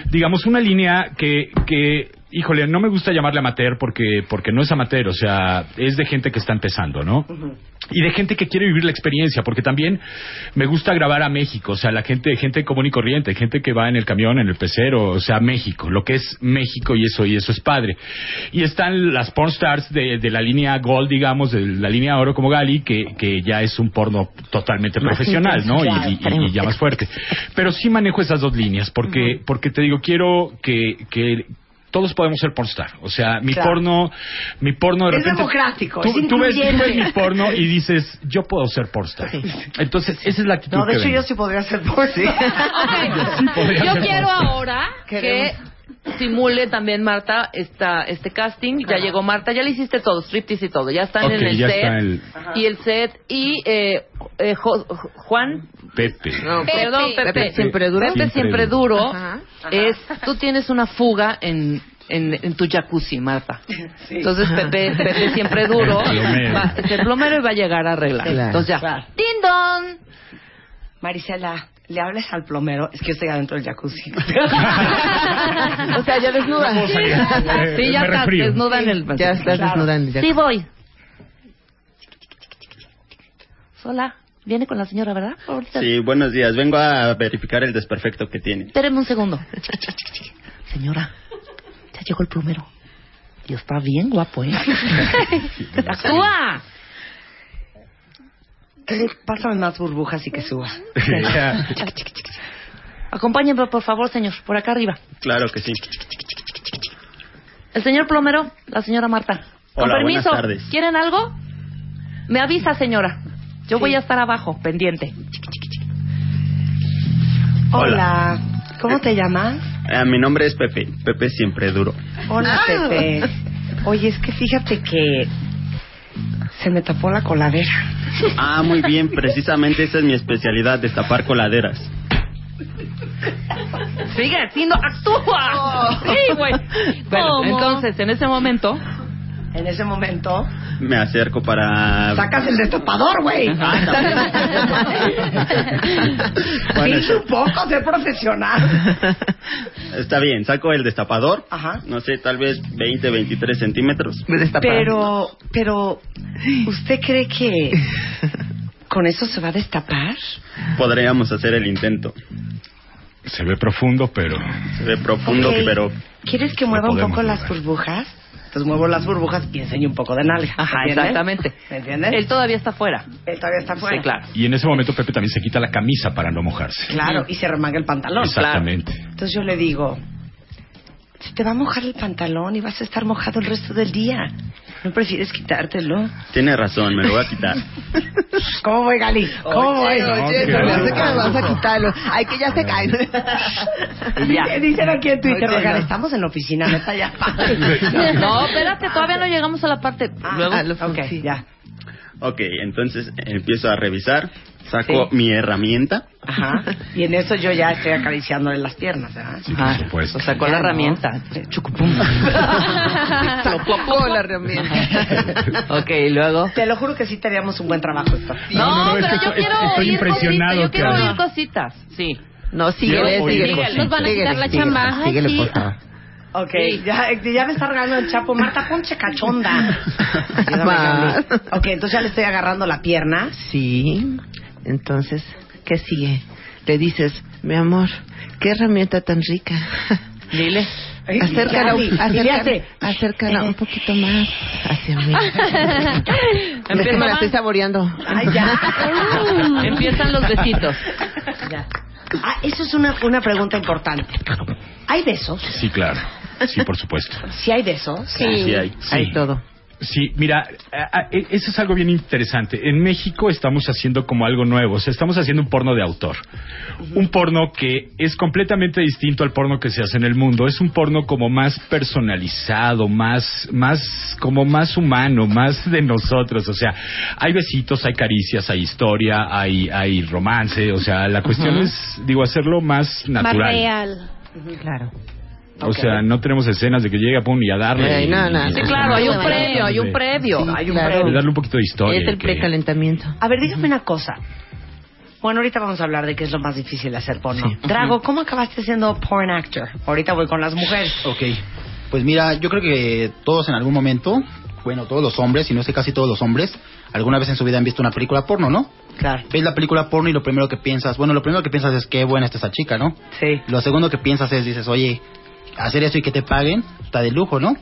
Digamos, una línea que, que, híjole, no me gusta llamarle amateur porque, porque no es amateur, o sea, es de gente que está empezando, ¿no? Y de gente que quiere vivir la experiencia, porque también me gusta grabar a México, o sea, la gente, gente común y corriente, gente que va en el camión, en el pecero, o sea, México, lo que es México y eso, y eso es padre. Y están las porn stars de, de la línea Gold, digamos, de la línea Oro como Gali, que, que ya es un porno totalmente Más profesional, ¿no? Y, intenso, y- y- y ya más fuerte. Pero sí manejo esas dos líneas, porque, porque te digo, quiero que, que todos podemos ser pornstar. O sea, mi Claro. porno, mi porno de Es repente. democrático, tú, es tú ves, tú ves incluyente. mi porno y dices, yo puedo ser pornstar. Entonces, esa es la actitud No, de que hecho vengo. yo sí podría ser porn Ok, podría Yo ser quiero posible. ahora que Queremos. simule también Marta esta, este casting. Ya llegó Marta, ya le hiciste todo, striptease y todo. Ya están Ok, en el ya set. está el- Y el set. Y eh, eh, Jo- Juan, Pepe. no, perdón, Pepe. Pepe siempre duro. Pepe Siempre siempre duro. duro. Ajá. Es, tú tienes una fuga en, en, en tu jacuzzi, Marta. Entonces Pepe, Pepe siempre duro. El plomero. va- el plomero y va a llegar a arreglar. Claro. Entonces ya. Dindon. Marisela, le hablas al plomero, es que yo estoy adentro del jacuzzi. O sea, ya desnuda. No puedo salir. Eh, Sí, ya me estás resfrío. desnuda en el Ya estás Claro. desnuda en el jacuzzi. Sí, voy. Hola, viene con la señora, ¿verdad? Ahorita. Sí, buenos días. Vengo a verificar el desperfecto que tiene. Espéreme un segundo. Señora, ya llegó el plumero. Y está bien guapo, ¿eh? ¡Actúa! Pásame más burbujas y que suba. Acompáñenme, por favor, señor, por acá arriba. Claro que sí. El señor plomero, la señora Marta. Con Hola, buenas permiso, tardes. ¿quieren algo? Me avisa, señora. Yo voy a estar abajo, pendiente. Hola. ¿Cómo te llamas? Eh, mi nombre es Pepe. Pepe siempre duro. Hola, Ah. Pepe. Oye, es que fíjate que se me tapó la coladera. Ah, muy bien. Precisamente esa es mi especialidad, destapar coladeras. Sigue haciendo, actúa. Sí, güey. Bueno, entonces, en ese momento. En ese momento. Me acerco para... Sacas el destapador, güey. Ah, Bueno, Pinche un poco, ser profesional. Está bien, saco el destapador. Ajá. No sé, tal vez 20, 23 centímetros. Pero, pero, ¿usted cree que con eso se va a destapar? Podríamos hacer el intento. Se ve profundo, pero... Se ve profundo, Ok. pero... ¿Quieres que mueva un podemos poco las burbujas? Entonces muevo las burbujas y enseño un poco de nalga. Ajá, ¿entiendes? exactamente. ¿Me entiendes? Él todavía está fuera. Él todavía está fuera. Sí, claro. Y en ese momento Pepe también se quita la camisa para no mojarse. Claro, y se remanga el pantalón. Exactamente. Entonces yo le digo, se te va a mojar el pantalón y vas a estar mojado el resto del día. ¿No prefieres quitártelo? Tiene razón, me lo voy a quitar. ¿Cómo voy, Gali? ¿Cómo voy? Oye, oye, se me hace que me vas a quitarlo. Ay, que ya se cae. Dice- Dicen aquí en Twitter, Oye, oigan, no. estamos en la oficina, no está ya. No, espérate, todavía no llegamos a la parte. Luego. ok, ya. Ok, entonces empiezo a revisar. Saco mi herramienta. Ajá. Y en eso yo ya estoy acariciándole las piernas, ¿verdad? por supuesto. Sacó la herramienta. Chucupum. Sacó la herramienta. ok, y luego. Te lo juro que sí teníamos un buen trabajo. Héctor. No, pero yo quiero oír cositas. Yo quiero oír Carla. cositas. Sí. Quiero No, síguele, oír síguele. cositas. Nos van a quitar la chamba. Ay, Síguele, sí. por favor. Ok, ya, ya me está regalando el chapo. Marta, ponche cachonda. Ayúdame, Va. Gaby. ok, entonces ya le estoy agarrando la pierna. Sí. Entonces, ¿qué sigue? Le dices, mi amor, qué herramienta tan rica. Dile. Acércala, Gaby, un- dile acércala, así. acércala un poquito más hacia mí. Es que Empieza me la más. estoy saboreando. Ay, ya. Empiezan los besitos. Ya. Ah, eso es una, una pregunta importante. ¿Hay besos? Sí, claro. Sí, por supuesto. ¿Sí hay besos? Sí. Sí, mira, a- a- e- eso es algo bien interesante. En México estamos haciendo como algo nuevo, o sea, estamos haciendo un porno de autor. Un porno que es completamente distinto al porno que se hace en el mundo. Es un porno como más personalizado, más, más, como más humano, más de nosotros. O sea, hay besitos, hay caricias, hay historia, hay, hay romance. O sea, la cuestión Ujú. es, digo, hacerlo más Más natural. real. Claro. O sea, no tenemos escenas de que llega, pum, y a darle. Ay, no, no, y- Sí, claro, hay un Sí. previo, hay un previo. hay y- de darle un poquito de historia. Es el que- precalentamiento. A ver, dígame una cosa. Bueno, ahorita vamos a hablar de qué es lo más difícil de hacer porno. Drago, ¿cómo acabaste siendo porn actor? Ahorita voy con las mujeres. Ok. Pues mira, yo creo que todos en algún momento, bueno, todos los hombres, y no sé casi todos los hombres, alguna vez en su vida han visto una película porno, ¿no? Claro. Ves la película porno y lo primero que piensas, bueno, lo primero que piensas es qué buena está esa chica, ¿no? Sí. Lo segundo que piensas es, dices, oye, hacer eso y que te paguen está de lujo, ¿no?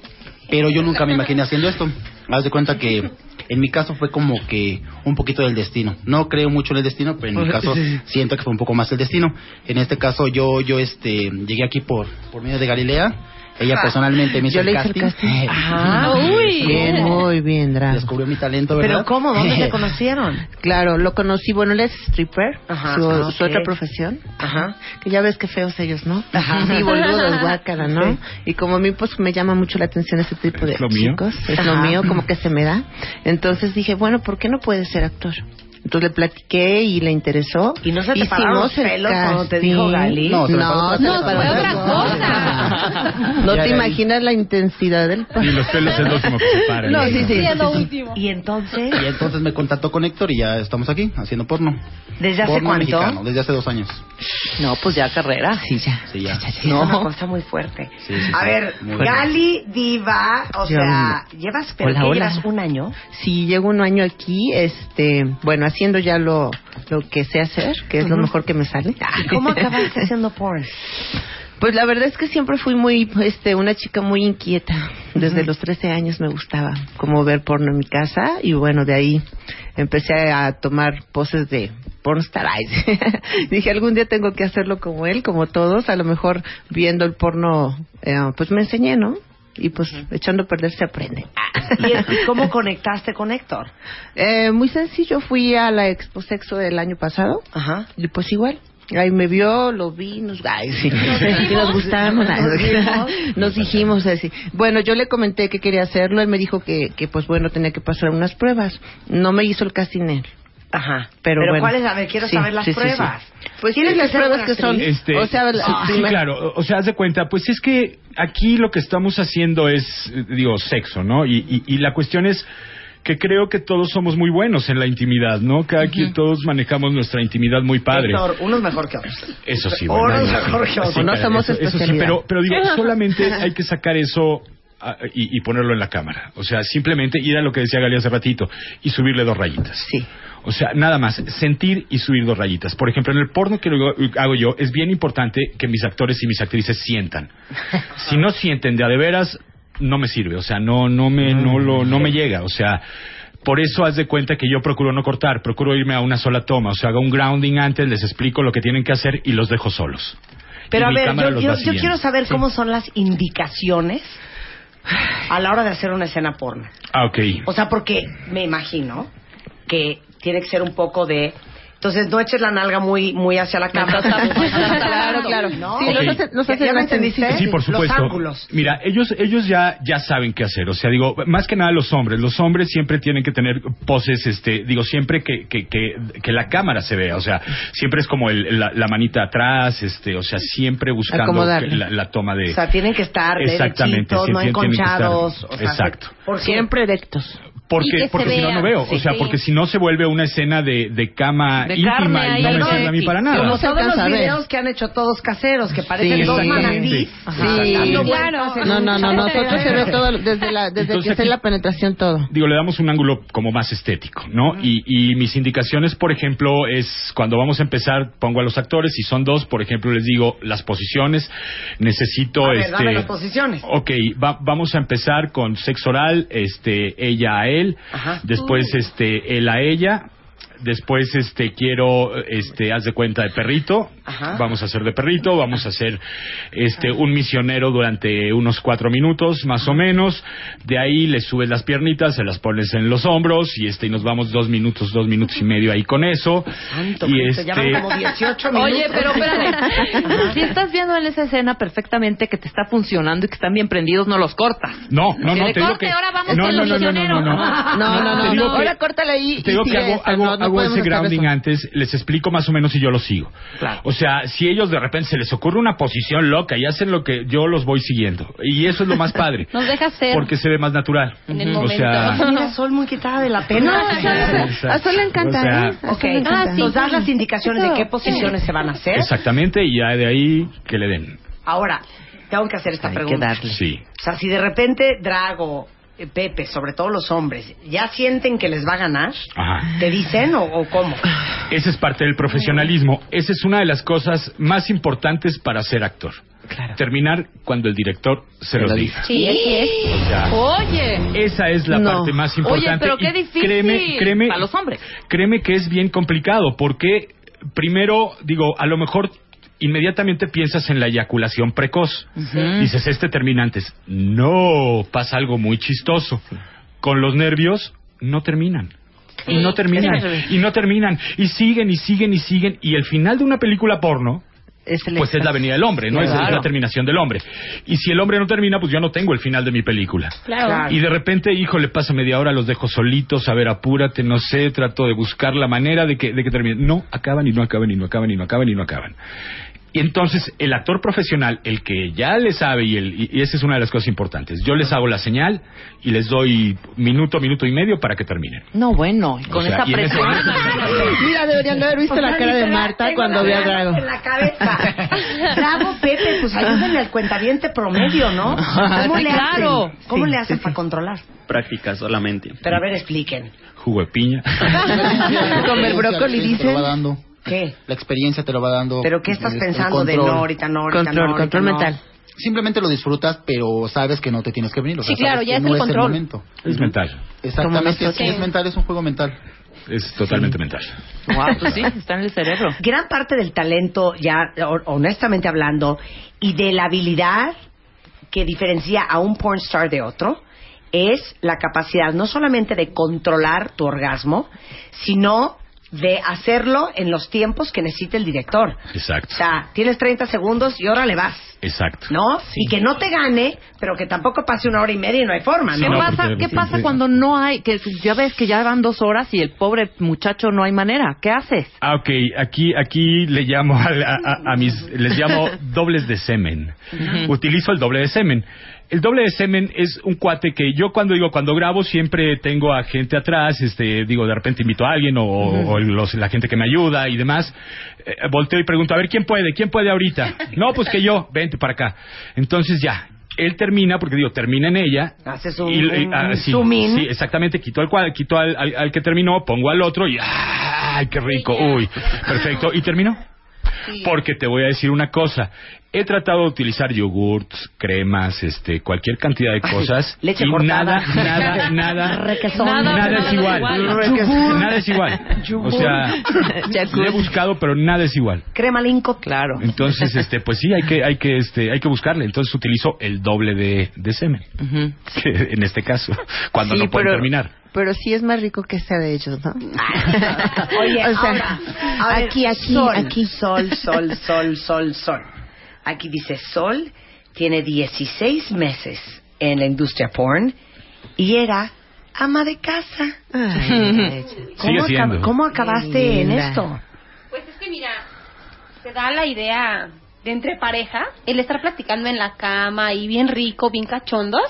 Pero yo nunca me imaginé haciendo esto. Haz de cuenta que en mi caso fue como que un poquito del destino. No creo mucho en el destino, pero en mi caso siento que fue un poco más el destino. En este caso yo yo este llegué aquí por por medio de Galilea. Ella Ah, personalmente me hizo yo le hice el casting. casting. Ah, Ajá. Uy. Bien, Muy bien, Drago. Descubrió mi talento, ¿verdad? conocieron? Claro, lo conocí, bueno, él es stripper, Ajá, su, ah, su ok. otra profesión. Ajá. Que ya ves que feos ellos, ¿no? Ajá. Sí, boludos, guácala, ¿no? Sí. Y como a mí, pues, me llama mucho la atención ese tipo de ¿Es lo mío? chicos. Es lo Ajá. mío, como que se me da. Entonces dije, bueno, ¿por qué no puedes ser actor? Entonces le platiqué y le interesó. ¿Y no se te Hicimos pararon los el pelos cuando te casting. dijo Gali? No, No, se me no, paró fue otra cosa. No Ya, te Gali. imaginas la intensidad del... Y los pelos es lo último que se para. No, sí, sí. Sí, es lo último. Y entonces, Y entonces me contactó con Héctor y ya estamos aquí haciendo porno. ¿Desde hace Porno cuánto? mexicano, desde hace dos años. No, pues ya carrera. Sí, ya. Sí, ya. no. es una cosa muy fuerte. Sí, sí, sí. a ver, Muy bien. Gali Diva, o Yo- sea, llevas, pero Hola, ¿qué hola. llevas un año. Sí, llevo un año aquí, este, bueno, haciendo ya lo, lo que sé hacer, que es lo Ujú. mejor que me sale. ¿Cómo acabaste haciendo porn? Pues la verdad es que siempre fui muy, este, una chica muy inquieta. Desde los 13 años me gustaba como ver porno en mi casa y bueno, de ahí empecé a tomar poses de pornstar. Ay, Dije, algún día tengo que hacerlo como él, como todos. A lo mejor viendo el porno, eh, pues me enseñé, ¿no? Y pues echando a perder se aprende. ¿Y es- cómo conectaste con Héctor? Eh, muy sencillo, fui a la Expo Sexo del año pasado. Ajá. Y pues igual. Ahí me vio, lo vi, nos, ay, sí. vimos. Y nos gustamos. ay, Nos vimos. Nos dijimos así. Bueno, yo le comenté que quería hacerlo, él me dijo que, que pues bueno, tenía que pasar unas pruebas. No me hizo el casting él. Ajá. Ah, Pero, Pero bueno. ¿cuáles? A ver, quiero Sí, saber las sí, sí, sí. pruebas. Pues tienes las pruebas que son. Este, o sea, la- sí, sí, primer- claro. O sea, haz de cuenta, pues es que aquí lo que estamos haciendo es, eh, digo, sexo, ¿no? Y, y- y la cuestión es que creo que todos somos muy buenos en la intimidad, ¿no? Cada quien, todos manejamos nuestra intimidad muy padre. Héctor, unos mejor que otros. Eso sí, Uno bueno. es mejor que otro. Sí, No caray, somos eso, eso sí, especialidad. pero, pero digo, solamente hay que sacar eso ah, y, y ponerlo en la cámara. O sea, simplemente ir a lo que decía Galia hace ratito y subirle dos rayitas. Sí. O sea, nada más, sentir y subir dos rayitas. Por ejemplo, en el porno que luego hago yo, es bien importante que mis actores y mis actrices sientan. Si no sienten de a de veras, no me sirve. O sea, no, no, me, no, lo, no me llega. O sea, por eso haz de cuenta que yo procuro no cortar, procuro irme a una sola toma. O sea, hago un grounding antes, les explico lo que tienen que hacer y los dejo solos. Y Pero a mi ver, cámara yo, los yo- va yo siguiendo. quiero saber Sí. cómo son las indicaciones a la hora de hacer una escena porno. Ah, ok. O sea, porque me imagino que tiene que ser un poco de... Entonces, no eches la nalga muy muy hacia la cámara. Claro, claro. ¿No? Sí, Ok. los hace- los ¿Ya- hace- ¿eh? ya me los hace- entendiste? Sí, por supuesto. Los ángulos. Mira, ellos ellos ya ya saben qué hacer. O sea, digo, más que nada los hombres. Los hombres siempre tienen que tener poses, este, digo, siempre que que, que, que la cámara se vea. O sea, siempre es como el- la, la manita atrás, este, o sea, siempre buscando Acomodarle. que la, la toma de. O sea, tienen que estar Exactamente, derechitos, sí, no tienen que enconchados. estar- o sea, exacto. ¿por qué? Siempre erectos. Y que Porque, se porque si no, vea, no veo. sí. o sea, Sí. porque si no se vuelve una escena de, de cama De íntima carne y no ahí, me ¿no? sirve a mí para nada. Como todos los alcanza a ver. videos que han hecho todos caseros, que parecen Sí, dos exactamente. manatís. Ajá. dando Sí. vueltas en No, un no, no, chorro. nosotros se ve todo, desde, la, desde Entonces que hace aquí- la penetración todo. digo, le damos un ángulo como más estético, ¿no? y, y mis indicaciones, por ejemplo, es cuando vamos a empezar, pongo a los actores, si son dos, por ejemplo, les digo las posiciones, necesito A ver, este... dame las posiciones. Ok, va- vamos a empezar con sexo oral, este, ella a él, después este, él a ella, después este, quiero, este, haz de cuenta de perrito, vamos a hacer de perrito, vamos a hacer este, un misionero durante unos cuatro minutos, más o menos, de ahí le subes las piernitas, se las pones en los hombros y este, y nos vamos dos minutos, dos minutos y medio ahí con eso, y Cristo, ya van este, como 18 minutos. Oye, pero espérate. si estás viendo en esa escena perfectamente que te está funcionando y que están bien prendidos, no los cortas. No, no, Si no, le te digo corte, que... ahora vamos no, con no, los no, no, no, no, no, misioneros. No, no, te no, digo no, que- ahora córtale ahí. Te digo que hago, este, hago- hago ese grounding antes, les explico más o menos y yo lo sigo. O sea, si ellos de repente se les ocurre una posición loca y hacen lo que yo los voy siguiendo. Y eso es lo más padre. Nos deja ser. Porque se ve más natural. En el o momento. sea, Mira, Sol muy quitada de la pena. No, a Sol- Sí, a Sol le encanta, exacto. ¿eh? A Sol Ok, le encanta. Ah, sí, nos das las indicaciones de qué posiciones se van a hacer. exactamente, y ya de ahí que le den. Ahora, tengo que hacer esta pregunta. Sí. O sea, si de repente Drago, eh, Pepe, sobre todo los hombres, ya sienten que les va a ganar, Ajá. ¿te dicen o, o cómo? Esa es parte del profesionalismo. Esa es una de las cosas más importantes para ser actor. Terminar cuando el director se los diga. Sí, así es. O sea, Oye. Esa es la parte más importante. Oye, pero qué Y difícil. Créeme, créeme, Para los hombres. Créeme que es bien complicado porque, primero, digo, a lo mejor inmediatamente piensas en la eyaculación precoz. Dices, este termina antes. No, pasa algo muy chistoso. Con los nervios no terminan. Sí, Y no terminan, es verdad. y no terminan, y siguen, y siguen, y siguen, y el final de una película porno, pues es la venida del hombre, ¿no? Es Claro. la terminación del hombre. Y si el hombre no termina, pues yo no tengo el final de mi película. Claro. Y de repente, hijo, le pasa media hora, los dejo solitos, a ver, apúrate, no sé, trato de buscar la manera de que, de que termine. No, acaban y no acaban y no acaban y no acaban y no acaban. Y entonces, el actor profesional, el que ya le sabe, y, el, y- y esa es una de las cosas importantes, yo les hago la señal y les doy minuto, minuto y medio para que terminen. No, bueno, y O con sea, esa y en ese presión. Mira, deberían de haber visto O sea, la cara de literal, Marta tengo cuando la vio a mano Drago. En la cabeza. Drago, Pepe, Ah. pues ayúdenle al cuentaviente promedio, ¿no? ¿Cómo Sí, le claro. hacen? ¿Cómo Sí, le hacen para controlar? Práctica solamente. Pero a ver, expliquen. Jugo de piña. Comer brócoli, Sí, te lo va dicen. dando. ¿Qué? La experiencia te lo va dando. ¿Pero qué estás el- el pensando de control. no ahorita, no ahorita, no ahorita, no? Simplemente lo disfrutas, pero sabes que no te tienes que venir. o Sí, sea, sabes claro, ya que es no el es control. El momento. Es mental. Exactamente, nosotros. sí, es mental, es un juego mental. Es totalmente mental. pues sí, está en el cerebro. Gran parte del talento, ya ho- honestamente hablando, y de la habilidad que diferencia a un porn star de otro, es la capacidad no solamente de controlar tu orgasmo, sino de hacerlo en los tiempos que necesite el director. Exacto. O sea, tienes 30 segundos y ahora le vas, Exacto. ¿no? Y que no te gane, pero que tampoco pase una hora y media y no hay forma, ¿Qué ¿no? pasa, pues, ¿qué pasa cuando no hay, que ya ves que ya van dos horas y el pobre muchacho no hay manera? ¿Qué haces? Ah, ok. Aquí, aquí le llamo a, la- a- a mis, les llamo dobles de semen. Ujú. Utilizo el doble de semen. El doble de semen es un cuate que yo cuando digo, cuando grabo siempre tengo a gente atrás, este, digo, de repente invito a alguien o, o los- la gente que me ayuda y demás. Eh, volteo y pregunto, a ver, ¿quién puede? ¿Quién puede ahorita? No, pues que yo, vente para acá. Entonces ya, él termina, porque digo, termina en ella, Haces un, y, y- un- ah, un sí, zoom in. sí, exactamente. Quito al, cual- quito al, al- al que terminó, pongo al otro y ¡ay, qué rico! ¡Uy! Perfecto. Y terminó. Porque te voy a decir una cosa. He tratado de utilizar yogurts, cremas, este, cualquier cantidad de cosas. leche y cortada. nada, nada, nada. Requesón. Nada, Nada es igual. Yogur. Nada es igual. O sea, Yogur. le he buscado, pero nada es igual. Crema Linco. Claro. Entonces, este, pues sí, hay que, hay que, este, hay que buscarle. Entonces utilizo el doble de, de semen. Que en este caso, cuando Sí, no pueden pero- terminar. Pero sí es más rico que sea de ellos, ¿no? Oye, O sea, ahora, a ver, aquí, aquí, sol, aquí. Sol, sol, sol, sol, sol. Aquí dice Sol, tiene 16 meses en la industria porn y era ama de casa. ¿Cómo, acab- siendo. cómo acabaste en Linda. esto? Pues es que mira, se da la idea de entre pareja, el estar platicando en la cama y bien rico, bien cachondos,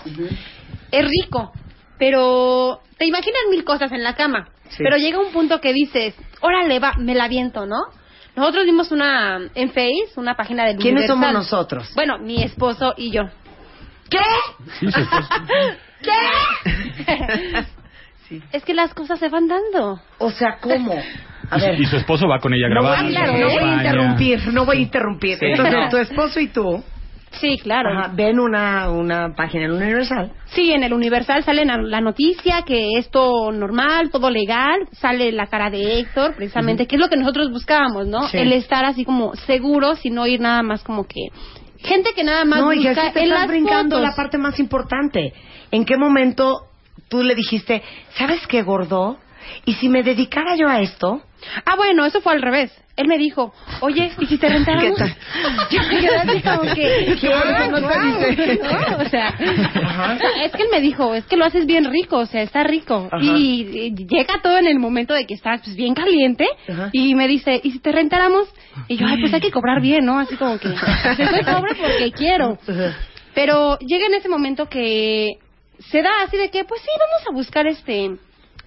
es rico, pero te imaginas mil cosas en la cama, Sí. pero llega un punto que dices, órale, va, me la viento, ¿no? Nosotros vimos una en Face, una página del ¿Quiénes Universal. somos nosotros? Bueno, mi esposo y yo. ¿Qué? ¿Qué? Es que las cosas se van dando. O sea, ¿cómo? A ver. Y su esposo va con ella a No voy, grabar. a- los no voy a acompaña. interrumpir, no voy a interrumpir. Sí. Entonces, No. tu esposo y tú Sí, claro. ajá, ven una, una página en Universal. Sí, en el Universal sale na- la noticia que esto normal, todo legal, sale la cara de Héctor, precisamente, que es lo que nosotros buscábamos, ¿no? Sí. El estar así como seguros y no ir nada más como que gente que nada más no, busca hija, es que te en estás las brincando fotos. la parte más importante. ¿En qué momento tú le dijiste, ¿sabes qué, gordo? Y si me dedicara yo a esto, Ah, bueno, eso fue al revés. Él me dijo, oye, ¿y si te ¿Qué rentáramos? tal? Yo me quedé así como que... Qué bueno que no te guau, dice. ¿no? O sea, es que él me dijo, es que lo haces bien rico, o sea, está rico. Ajá. Y, y llega todo en el momento de que estás pues, bien caliente y me dice, ¿y si te rentáramos? Y yo, ay, pues hay que cobrar bien, ¿no? Así como que, pues, estoy cobro porque quiero. Pero llega en ese momento que se da así de que, pues sí, vamos a buscar este...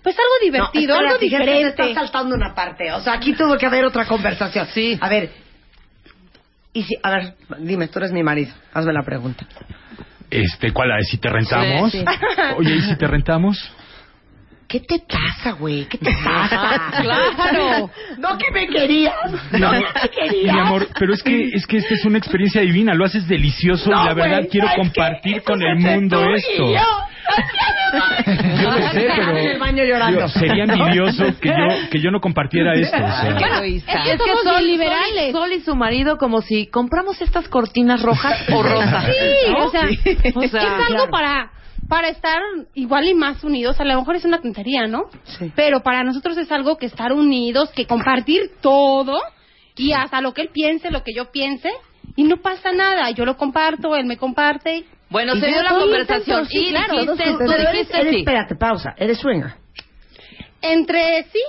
Pues algo divertido, No, espera, algo fíjate, diferente. se está saltando una parte. O sea, aquí tuvo que haber otra conversación. Sí. A ver. Y si, a ver, dime, tú eres mi marido. Hazme la pregunta. Este, ¿cuál? la de ¿Si te rentamos? Sí, sí. Oye, ¿y si te rentamos? ¿Qué te pasa, güey? ¿Qué te pasa? Claro. No que me querías. No que me querías. Mi amor, pero es que es que esta es una experiencia divina, lo haces delicioso y la verdad güey, quiero ¿sabes compartir con el mundo esto. Yo lo sé, pero en el baño llorando. digo, sería envidioso que yo que yo no compartiera esto, o sea. es que, son liberales. Sol y su marido como si compramos estas cortinas rojas o rosas. Sí, ¿no? o sea, Sí. O sea, es algo claro. para para estar igual y más unidos. A lo mejor es una tontería, ¿no? Pero para nosotros es algo que estar unidos, que compartir todo y hasta lo que él piense, lo que yo piense y no pasa nada. Yo lo comparto, él me comparte. Bueno, Y se dio la todo conversación intenso, sí, y claro, dijiste, dos tú cosas. dijiste Eres- eres- espérate, pausa. ¿Eres swinger? Entre sí,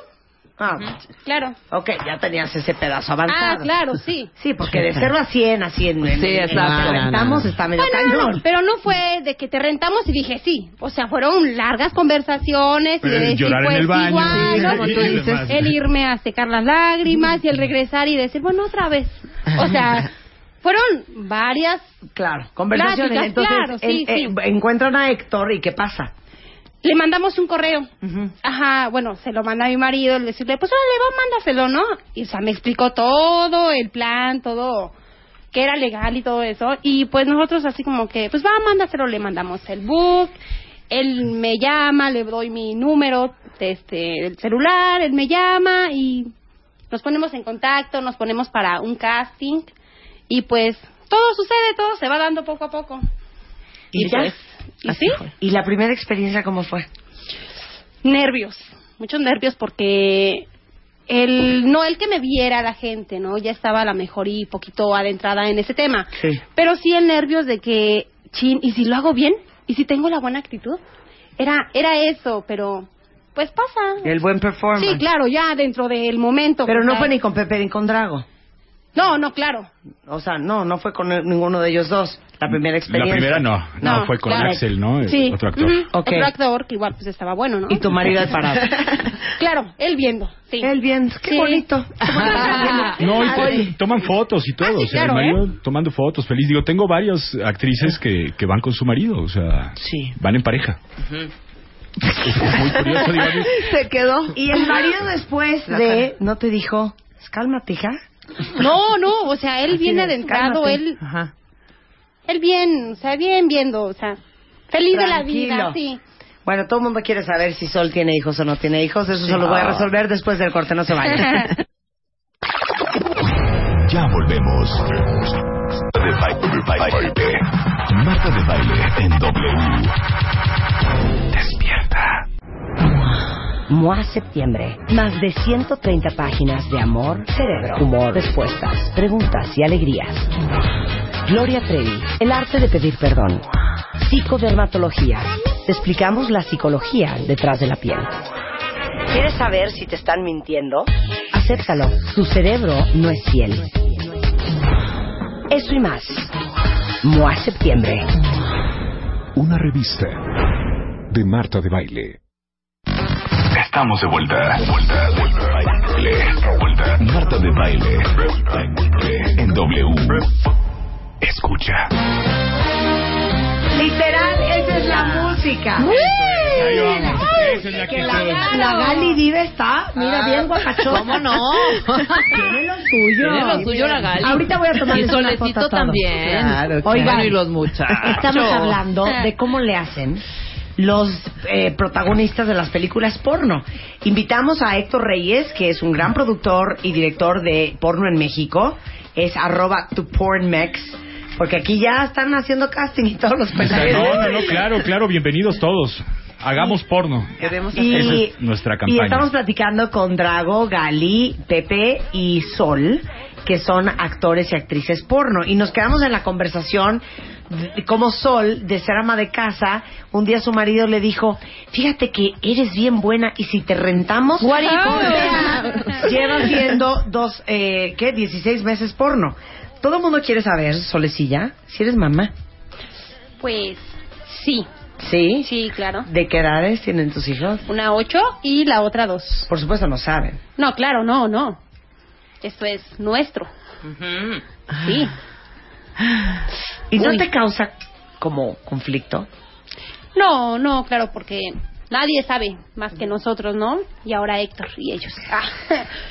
Ah, claro. ok, ya tenías ese pedazo avanzado. Ah, claro, sí. Sí, porque de 0 a 100, a 100. Sí, exacto. Estamos, No, no, no. está medio Bueno, no, no, cañón. pero no fue de que te rentamos y dije sí. O sea, fueron largas conversaciones. y Pero de el decir, llorar en pues, el baño, igual, sí, ¿no? como tú y dices. demás. El irme a secar las lágrimas y el regresar y decir, bueno, otra vez. O sea, fueron varias claro, Conversaciones. pláticas, Entonces, claro, sí, en- sí. en- encuentran a Héctor y ¿qué pasa? le mandamos un correo. Ajá, bueno, se lo manda a mi marido, le decirle, pues órale, va, mándaselo, ¿no? Y o sea, me explicó todo el plan, todo que era legal y todo eso. Y pues nosotros así como que, pues va, mándaselo, le mandamos el book, él me llama, le doy mi número, este, el celular, él me llama y nos ponemos en contacto, nos ponemos para un casting y pues todo sucede, todo se va dando poco a poco. ¿Y ya? pues, ¿Así? ¿Y la primera experiencia cómo fue? Nervios, muchos nervios porque el, no el que me viera la gente, ¿no? Ya estaba a lo mejor y poquito adentrada en ese tema. Sí. Pero sí el nervios de que, chin, ¿y si lo hago bien? ¿Y si tengo la buena actitud? Era, era eso, pero pues pasa. El buen performance. Sí, claro, ya dentro del momento. Pero no Ya- fue ni con Pepe ni con Drago. No, no, claro. O sea, no, no fue con ninguno de ellos dos. La primera La experiencia. primera no, no, fue con claro. Axel, ¿no? El Sí. Otro actor. Ujú, Otro actor que igual pues estaba bueno, ¿no? Y tu marido al parado. claro, él viendo, sí. Él viendo, qué bonito. No, y te- toman fotos y todo. o sea, Ah, claro, ¿eh? el marido tomando fotos, feliz. Digo, tengo varias actrices que, que van con su marido, o sea, van en pareja. Es muy curioso, digo, a mí- Se quedó. Y el marido después La de... ¿No te dijo? Cálmate, hija. No, no, o sea, él bien adentrado, cálmate. él, Ajá. él bien, o sea, bien viendo, o sea, feliz de la Tranquilo. vida, sí. Bueno, todo el mundo quiere saber si Sol tiene hijos o no tiene hijos. Eso se lo Ah. voy a resolver después del corte. No se vayan. Ya volvemos. De baile, baile, baile. Marta de baile en W. Despierta. MOA Septiembre. Más de 130 páginas de amor, cerebro, humor, respuestas, preguntas y alegrías. Gloria Trevi. El arte de pedir perdón. Psicodermatología. Te explicamos la psicología detrás de la piel. ¿Quieres saber si te están mintiendo? Acéptalo. Tu cerebro no es fiel. Eso y más. MOA Septiembre. Una revista de Marta de Baile. Estamos de vuelta. Vuelta, vuelta, baile. Vuelta. Marta de baile. En W. Escucha. Literal, esa es la música. Ahí vamos, esa es la Que actitud. la, la Gali Diva está, mira, Ah, bien guapachona. ¿cómo no? Tiene lo suyo. Tiene lo suyo la Gali. Ahorita voy a tomar Y una Solecito foto a todos. también. Claro, claro. Oigan, Bueno, y los muchachos. Estamos hablando de cómo le hacen los eh, protagonistas de las películas porno. Invitamos a Héctor Reyes, que es un gran productor y director de porno en México. Es arroba tupornmex. Porque aquí ya están haciendo casting y todos los Pues Pues personajes. No, no, no, claro, claro, bienvenidos todos. Hagamos porno. Queremos hacer- Esa Y- es nuestra Y campaña. estamos platicando con Drago, Gali, Pepe y Sol, que son actores y actrices porno. Y nos quedamos en la conversación de- como Sol, de ser ama de casa, un día su marido le dijo, fíjate que eres bien buena y si te rentamos, Ah. lleva haciendo dos, eh, ¿qué? 16 meses porno. Todo el mundo quiere saber, Solecilla, si eres mamá. Pues sí, ¿Sí? sí, claro. ¿De qué edades tienen tus hijos? Una ocho y la otra dos. Por supuesto no saben. No, claro, no, no. Esto es nuestro. Ah. Sí. ¿Y no Uy. te causa como conflicto? No, no, claro, porque nadie sabe más que nosotros, ¿no? Y ahora Héctor y ellos. Ah.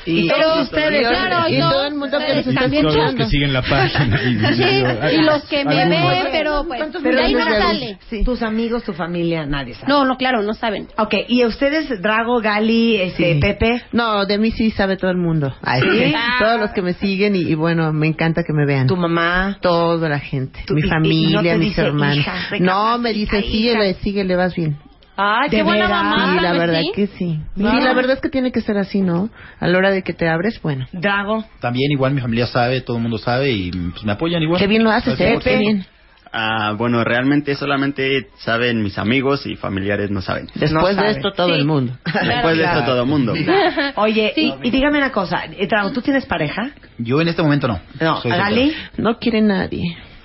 Y Pero todos ustedes, ustedes, claro, y no, todo el mundo que ustedes nos está también todos los que claro. siguen la página. Y, Sí, y los que me ven, pero pues ¿Cuántos de ahí no millones de sale. views? Tus amigos, tu familia, nadie sabe. No, no, claro, no saben. Ok, ¿y ustedes, Drago, Gali, este, Pepe? No, de mí sí sabe todo el mundo. Ay, ¿Sí? Todos los que me siguen y, y bueno, me encanta que me vean. Tu mamá. Toda la gente. Mi y- y no familia, te mis dice, hermanos. "Hija, te No, me dice, hija". síguele, síguele, vas bien. Ay, ¿De veras? Sí, la verdad que sí. Mira. Sí, la verdad es que tiene que ser así, ¿no? A la hora de que te abres, bueno. Drago. También igual mi familia sabe, todo el mundo sabe y pues, me apoyan igual. Qué bien lo Pues, haces, Al eh, 100%. qué bien. Ah, bueno, realmente solamente saben mis amigos y familiares no saben. Después de esto todo el mundo. Después de esto todo el mundo. Oye, y, y dígame una cosa, eh, Drago, ¿tú tienes pareja? Yo en este momento no. No, Soy ¿Gali? No quiere nadie.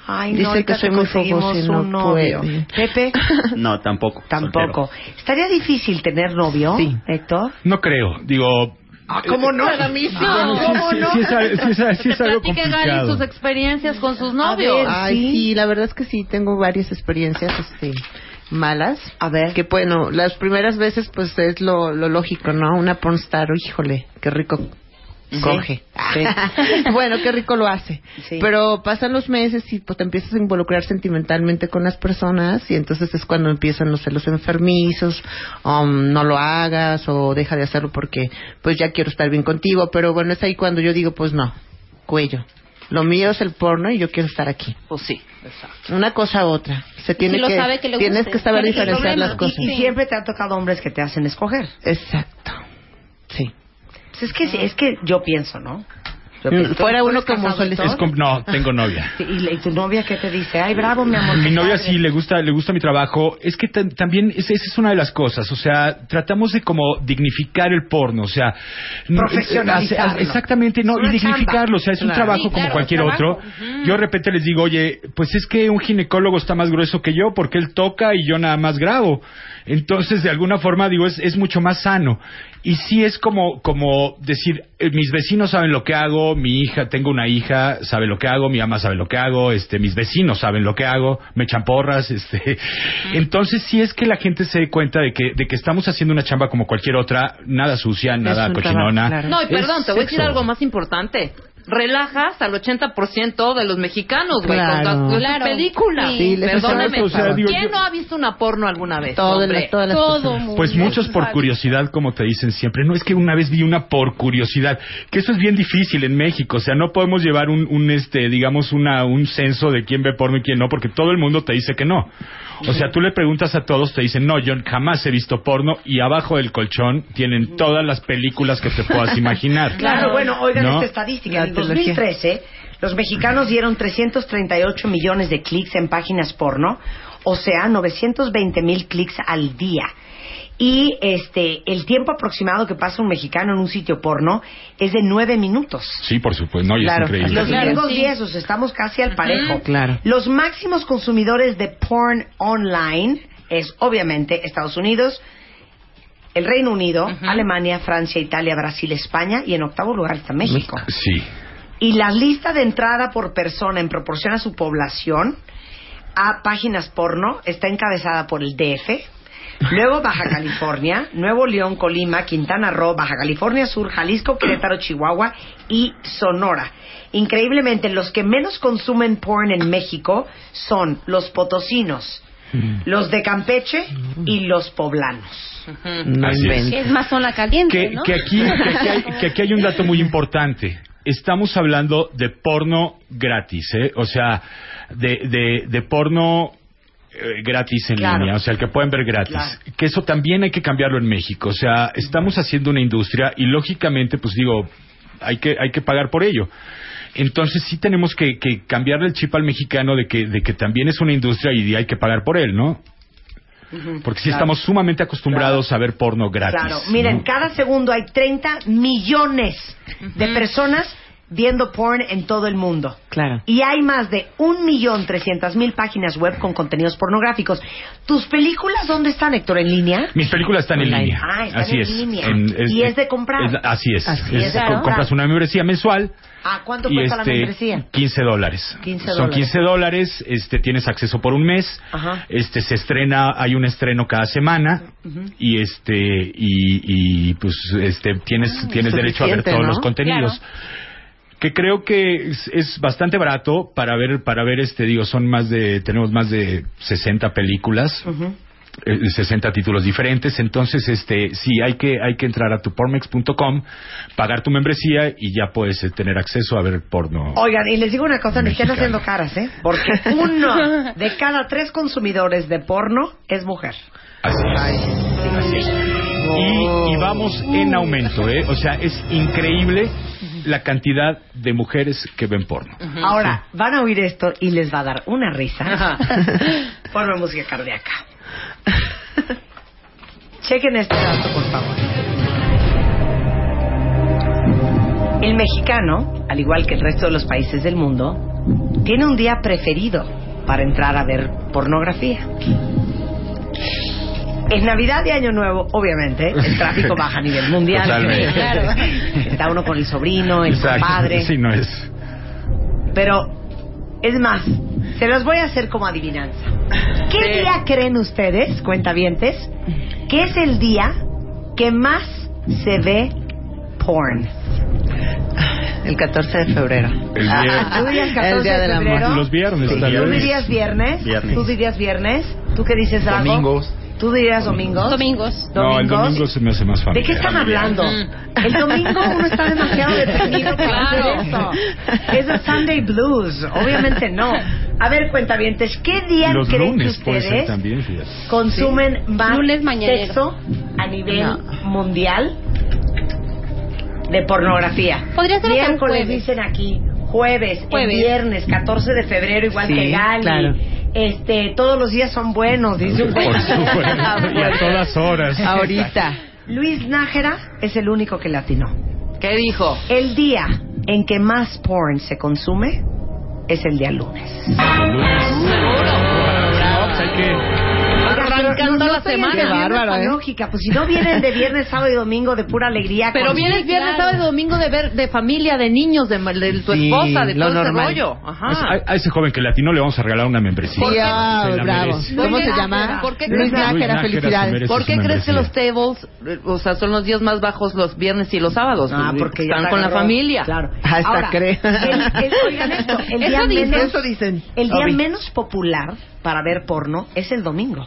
Ay, Dice no, ahorita que soy te muy conseguimos fogosa y no un novio. puede. Pepe, No, tampoco. tampoco. ¿Estaría difícil tener novio, Héctor? No creo, digo... Ah, ¿Cómo no? Para mí sí. Ah, bueno, sí, ¿Cómo sí, no? sí es al- sí es al- sí Que es algo platique complicado. Gary sus experiencias con sus A novios. ver, Ay, sí. la verdad es que sí, tengo varias experiencias este, malas. A ver. Que bueno, las primeras veces pues es lo, lo lógico, ¿no? Una pornstar, híjole, qué rico coge. bueno, qué rico lo hace. Pero pasan los meses y pues, te empiezas a involucrar sentimentalmente con las personas y entonces es cuando empiezan los celos enfermizos, um, no lo hagas o deja de hacerlo porque pues ya quiero estar bien contigo. Pero bueno, es ahí cuando yo digo pues no, cuello. Lo mío es el porno y yo quiero estar aquí. Pues sí. Una cosa a otra. Se tiene Si lo que, sabe que le tienes guste. que saber Ese es el diferenciar problema. las cosas. Y, y siempre te han tocado hombres que te hacen escoger. Exacto. Sí. Pues es que es que yo pienso, ¿no? Mm, Yo pienso. fuera ¿Tú uno eres casado y todo? Es com- no, tengo novia. Sí, ¿Y, la- y tu novia qué te dice? Ay, bravo, mi amor. Mi qué novia padre. sí le gusta, le gusta mi trabajo. Es que tan- también es- esa es una de las cosas. O sea, tratamos de como dignificar el porno, o sea, no- eh, Profesionalizarlo. hace- hace- exactamente, no, Una y dignificarlo. O sea, es un chamba. Claro. trabajo Sí, claro, como cualquier es trabajo. otro. Yo de repente les digo, oye, pues es que un ginecólogo está más grueso que yo porque él toca y yo nada más grabo. Entonces, de alguna forma, digo, es, es mucho más sano. Y sí es como, como decir, eh, mis vecinos saben lo que hago, mi hija, tengo una hija, sabe lo que hago, mi mamá sabe lo que hago, este, mis vecinos saben lo que hago, me echan porras, este. Entonces, sí es que la gente se dé cuenta de que, de que estamos haciendo una chamba como cualquier otra, nada sucia, nada un cochinona. trabajo, claro. No, y perdón, Es te voy a decir sexo. algo más importante. Relajas al 80% de los mexicanos, güey, Claro. con, tu- con tu Claro. película. Sí, les Perdóname, exacto, o sea, digo, ¿quién yo- no ha visto una porno alguna vez? Todas hombre? las- todas las Todo personas. mundo. Pues muchos por curiosidad, como te dicen siempre. No es que una vez vi una por curiosidad, que eso es bien difícil en México. O sea, no podemos llevar un, un, este, digamos, una, un censo de quién ve porno y quién no, porque todo el mundo te dice que no. O sea, tú le preguntas a todos, te dicen, no, yo jamás he visto porno y abajo del colchón tienen todas las películas que te puedas imaginar. Claro, bueno, oigan este ¿No? esta estadística. La En trilogía. 2013, los mexicanos dieron 338 millones de clics en páginas porno, o sea, 920 mil clics al día. Y este, el tiempo aproximado que pasa un mexicano en un sitio porno es de nueve minutos. Sí, por supuesto, no, y Claro, es increíble. los gringos 10, o sea, estamos casi al parejo. Claro. Los máximos consumidores de porn online es obviamente Estados Unidos, el Reino Unido, Alemania, Francia, Italia, Brasil, España y en octavo lugar está México. Sí. Y la lista de entrada por persona en proporción a su población a páginas porno está encabezada por el DF, luego Baja California, Nuevo León, Colima, Quintana Roo, Baja California Sur, Jalisco, Querétaro, Chihuahua y Sonora. Increíblemente, los que menos consumen porn en México son los potosinos, los de Campeche y los poblanos. No Así es. inventes. Es más zona caliente, que, ¿no? que aquí, que, aquí hay, que aquí hay un dato muy importante. Estamos hablando de porno gratis, ¿eh? O sea, de, de, de porno eh, gratis en Claro. línea, o sea, el que pueden ver gratis. Que eso también hay que cambiarlo en México. O sea, estamos haciendo una industria y lógicamente, pues digo, hay que, hay que pagar por ello. Entonces sí tenemos que, que cambiarle el chip al mexicano de que, de que también es una industria y hay que pagar por él, ¿no? Porque sí Claro. estamos sumamente acostumbrados a ver porno gratis. Claro, miren, ¿no? cada segundo hay 30 millones de personas viendo porn en todo el mundo. Claro. Y hay más de 1.300.000 páginas web con contenidos pornográficos. ¿Tus películas dónde están, Héctor? ¿En línea? Mis películas están en línea. Ah, están así en es. línea. En- Y es de comprar. es- así es. Así Es- es, claro. co- Compras una membresía mensual. Ah, ¿cuánto y cuesta la este, membresía? 15 dólares. 15 Son dólares. 15 dólares. Este, tienes acceso por un mes. Ajá. Este, se estrena, hay un estreno cada semana. Y este, y, y, pues, este, tienes, tienes derecho a ver suficiente, todos ¿no? los contenidos. Que creo que es, es bastante barato para ver, para ver este, digo, son más de, tenemos más de 60 películas eh, 60 títulos diferentes, entonces este sí hay que hay que entrar a tu pormex.com, pagar tu membresía y ya puedes eh, tener acceso a ver porno. Oigan, y les digo una cosa, me están Mexicano. haciendo caras, ¿eh? Porque uno de cada tres consumidores de porno es mujer. Y, y vamos en aumento, ¿eh? O sea, es increíble la cantidad de mujeres que ven porno. Ahora, van a oír esto y les va a dar una risa. Ponme música cardíaca. Chequen este dato, por favor. El mexicano, al igual que el resto de los países del mundo, tiene un día preferido para entrar a ver pornografía. En Navidad y Año Nuevo, obviamente, el tráfico baja a nivel mundial. Totalmente. Claro. Está uno con el sobrino, el Exacto. padre. Sí, no es. Pero, es más, Se los voy a hacer como adivinanza. ¿Qué día creen ustedes, cuentavientes, que es el día que más se ve porn? El 14 de febrero. El ¿Tú dirías 14 Ah, El día de del febrero? amor. Sí. tal ¿Tú vez. dirías viernes? Viernes. ¿Tú dirías viernes? ¿Tú qué dices, Drago? Domingos. ¿Tú dirías domingos? Domingos. No, el domingo se me hace más ¿De familiar. qué están hablando? El domingo uno está demasiado deprimido para Claro. hacer eso. Es el Sunday Blues. Obviamente no. A ver, cuentavientes, ¿qué día Los creen lunes que puede ser ustedes también, fíjate. consumen más Lunes mañanero. sexo a nivel mundial de pornografía? Podría ser hasta un Miércoles jueves. dicen aquí, jueves, el Jueves. viernes, 14 de febrero, igual Sí, que Gali. claro. Este, todos los días son buenos, dice un Por supuesto. Y a todas horas. Luis Nájera es el único que latinó. ¿Qué dijo? El día en que más porn se consume es el día lunes. Arrancando la estoy semana. entendiendo Qué bárbaro, esta ¿eh? lógica, pues si no vienen de viernes, sábado y domingo de pura alegría. Pero con- vienes viernes, sábado y domingo de ver de familia, de niños, de, ma- de tu Sí, esposa, de lo todo ese normal. rollo. Es- Ajá. a, a ese joven que latino le vamos a regalar una membresía. ¿Por qué? ah, ah, Se la merece. ¿Cómo se llama? Luis Nájera, Nájera, felicidades. se merece ¿Por qué su crees que los membresía. tables, eh, o sea, son los días más bajos los viernes y los sábados? Ah, Pues, porque ya están te con la agarró. familia. Claro. Hasta Ahora, cree. el- el- oigan esto, el Eso día dicen, menos, eso dicen. El día Obi. menos popular para ver porno es el domingo.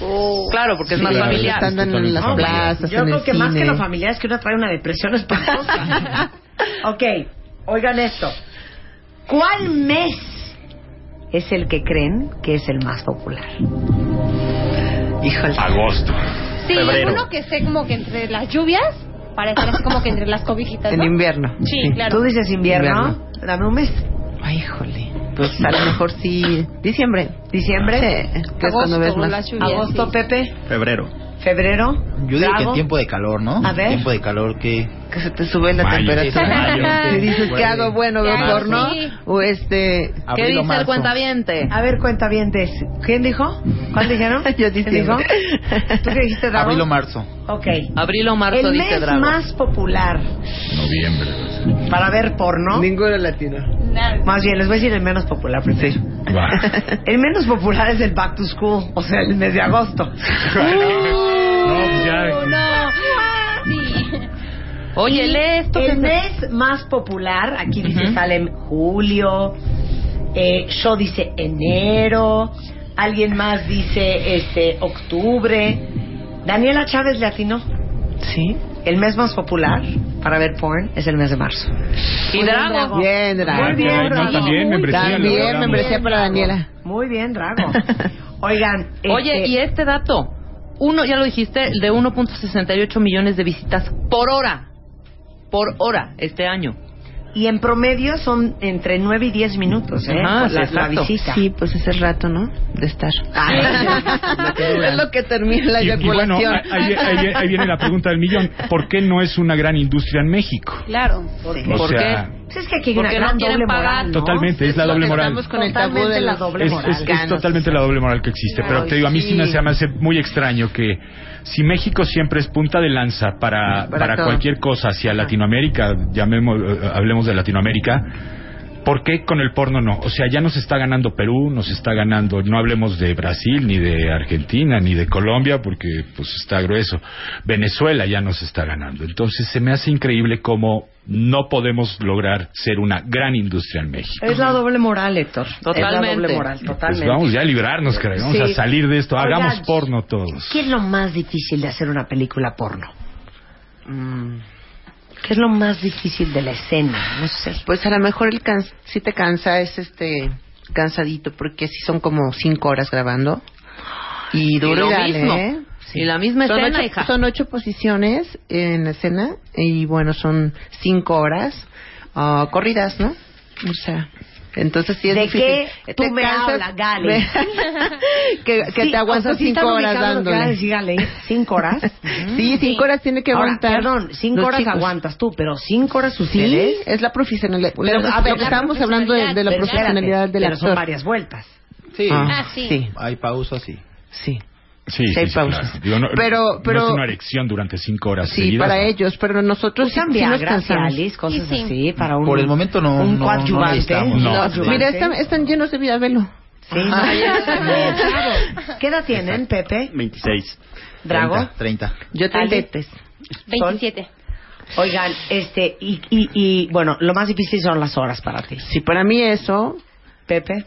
Oh. Claro, porque es Sí, más claro, familiar. estando en Totalmente las familiar. plazas, Yo en creo el que más que cine. la familia es que uno trae una depresión espantosa. ok, oigan esto. ¿Cuál mes es el que creen que es el más popular? Híjole. Agosto. Sí, Febrero. uno que esté como que entre las lluvias, para estar así como que entre las cobijitas, En ¿no? invierno. Sí, claro. Tú dices invierno, Invierno. dame un mes. Ay, híjole. Pues a lo mejor sí. Diciembre. ¿Diciembre? Eh, Sí, que es cuando ves más. Agosto, Pepe. Febrero. Febrero. Yo digo que Bravo. en tiempo de calor, ¿no? A ver. Tiempo de calor que... Que se te sube la temperatura. Si dices, ¿qué hago? Bueno, veo Marzo. porno. O este. Abril o marzo. A ver, cuentavientes. ¿Quién dijo? ¿Cuál dijeron? Yo dijo? ¿Tú qué dijiste, Drago? Abril o marzo. Ok. Abril o marzo, El dice mes Drago. más popular Noviembre. para ver porno. Ninguno latino. Más bien, les voy a decir el menos popular primero. El menos popular es el back to school, o sea, el mes de agosto. pues pues Uh, No. Oye, lee esto que se- El mes más popular, aquí dice Salem julio, eh, yo dice enero, alguien más dice este octubre. Daniela Chávez le atinó. Sí. El mes más popular para ver porn es el mes de marzo. Y Drago. Bien, Drago. Muy bien, Ay, no, Drago. también membresía, También lo logramos. membresía para Daniela. Muy bien, Drago. Oigan, Oye, este- y este dato, uno, ya lo dijiste, el de 1.68 millones de visitas por hora, por hora, este año. Y en promedio son entre 9 y 10 minutos, ¿eh? Ajá, la, sí, la exacto. visita. Sí, pues es el rato, ¿no? De estar. Ah, Ah, es lo que termina la Y, y bueno, eyaculación. ahí, ahí- ahí viene la pregunta del millón. ¿Por qué no es una gran industria en México? Claro. O sea, Pues es que aquí hay una Porque no gran quieren doble pagar. moral, ¿no? Totalmente, es la doble moral. Totalmente la doble es, moral. es- es totalmente la doble moral que existe. Pero te digo, a mí sí me hace, me hace muy extraño que si México siempre es punta de lanza para, Para para, todo. cualquier cosa hacia Latinoamérica, llamemos, eh, hablemos de Latinoamérica, ¿por qué con el porno no? O sea, ya nos está ganando Perú, nos está ganando, no hablemos de Brasil, ni de Argentina, ni de Colombia, porque pues está grueso. Venezuela ya nos está ganando. Entonces se me hace increíble cómo no podemos lograr ser una gran industria en México. Es la doble moral, Héctor. Es la Totalmente. doble moral, Pues totalmente. vamos ya a librarnos, caray. Vamos Sí. a salir de esto. Oigan, Hagamos porno todos. ¿Qué es lo más difícil de hacer una película porno? Mm. ¿Qué es lo más difícil de la escena? No sé. Pues a lo mejor el can- si te cansa es este cansadito, porque si son como cinco horas grabando. Y duro lo y dale, mismo. ¿eh? Sí. Y la misma son escena, ocho, hija. Son ocho posiciones en la escena y bueno, son cinco horas ah, corridas, ¿no? O sea, entonces sí es ¿De difícil. Eh, qué tú Te me cansas- hablas, Gale? que que Sí, te aguantas o sea, sí cinco están horas ubicando lo que va a dándole. decir Gale, ¿eh? ¿Cinco horas? Sí, cinco horas tiene que Ahora, aguantar. perdón, cinco los horas chicos. aguantas tú, pero cinco horas Sí, ustedes... es la profesionalidad. Pero, Pero, a ver, estábamos hablando de, de la Pero espérate, profesionalidad del pero son actor. varias vueltas. Sí. Ah, sí. Hay pausas, sí. Sí. Sí, Sí, hay sí, sí, claro. pausas. Digo, no- Pero- no pero- es una erección durante cinco horas Sí, seguidas. para ellos, pero nosotros sí, Usan sí nos Viagra, cansamos. Cialis, cosas así, para un... Por el momento no- Un no- no coadyuvante. necesitamos. No. coadyuvante. Mira, están, están llenos de viabelo. Sí, no, ¿Qué edad tienen, Pepe? 26. ¿Drago? 30. Yo tengo diabetes. 27. Oigan, este, y, y, y, bueno, lo más difícil son las horas para ti. Sí, para mí eso, Pepe.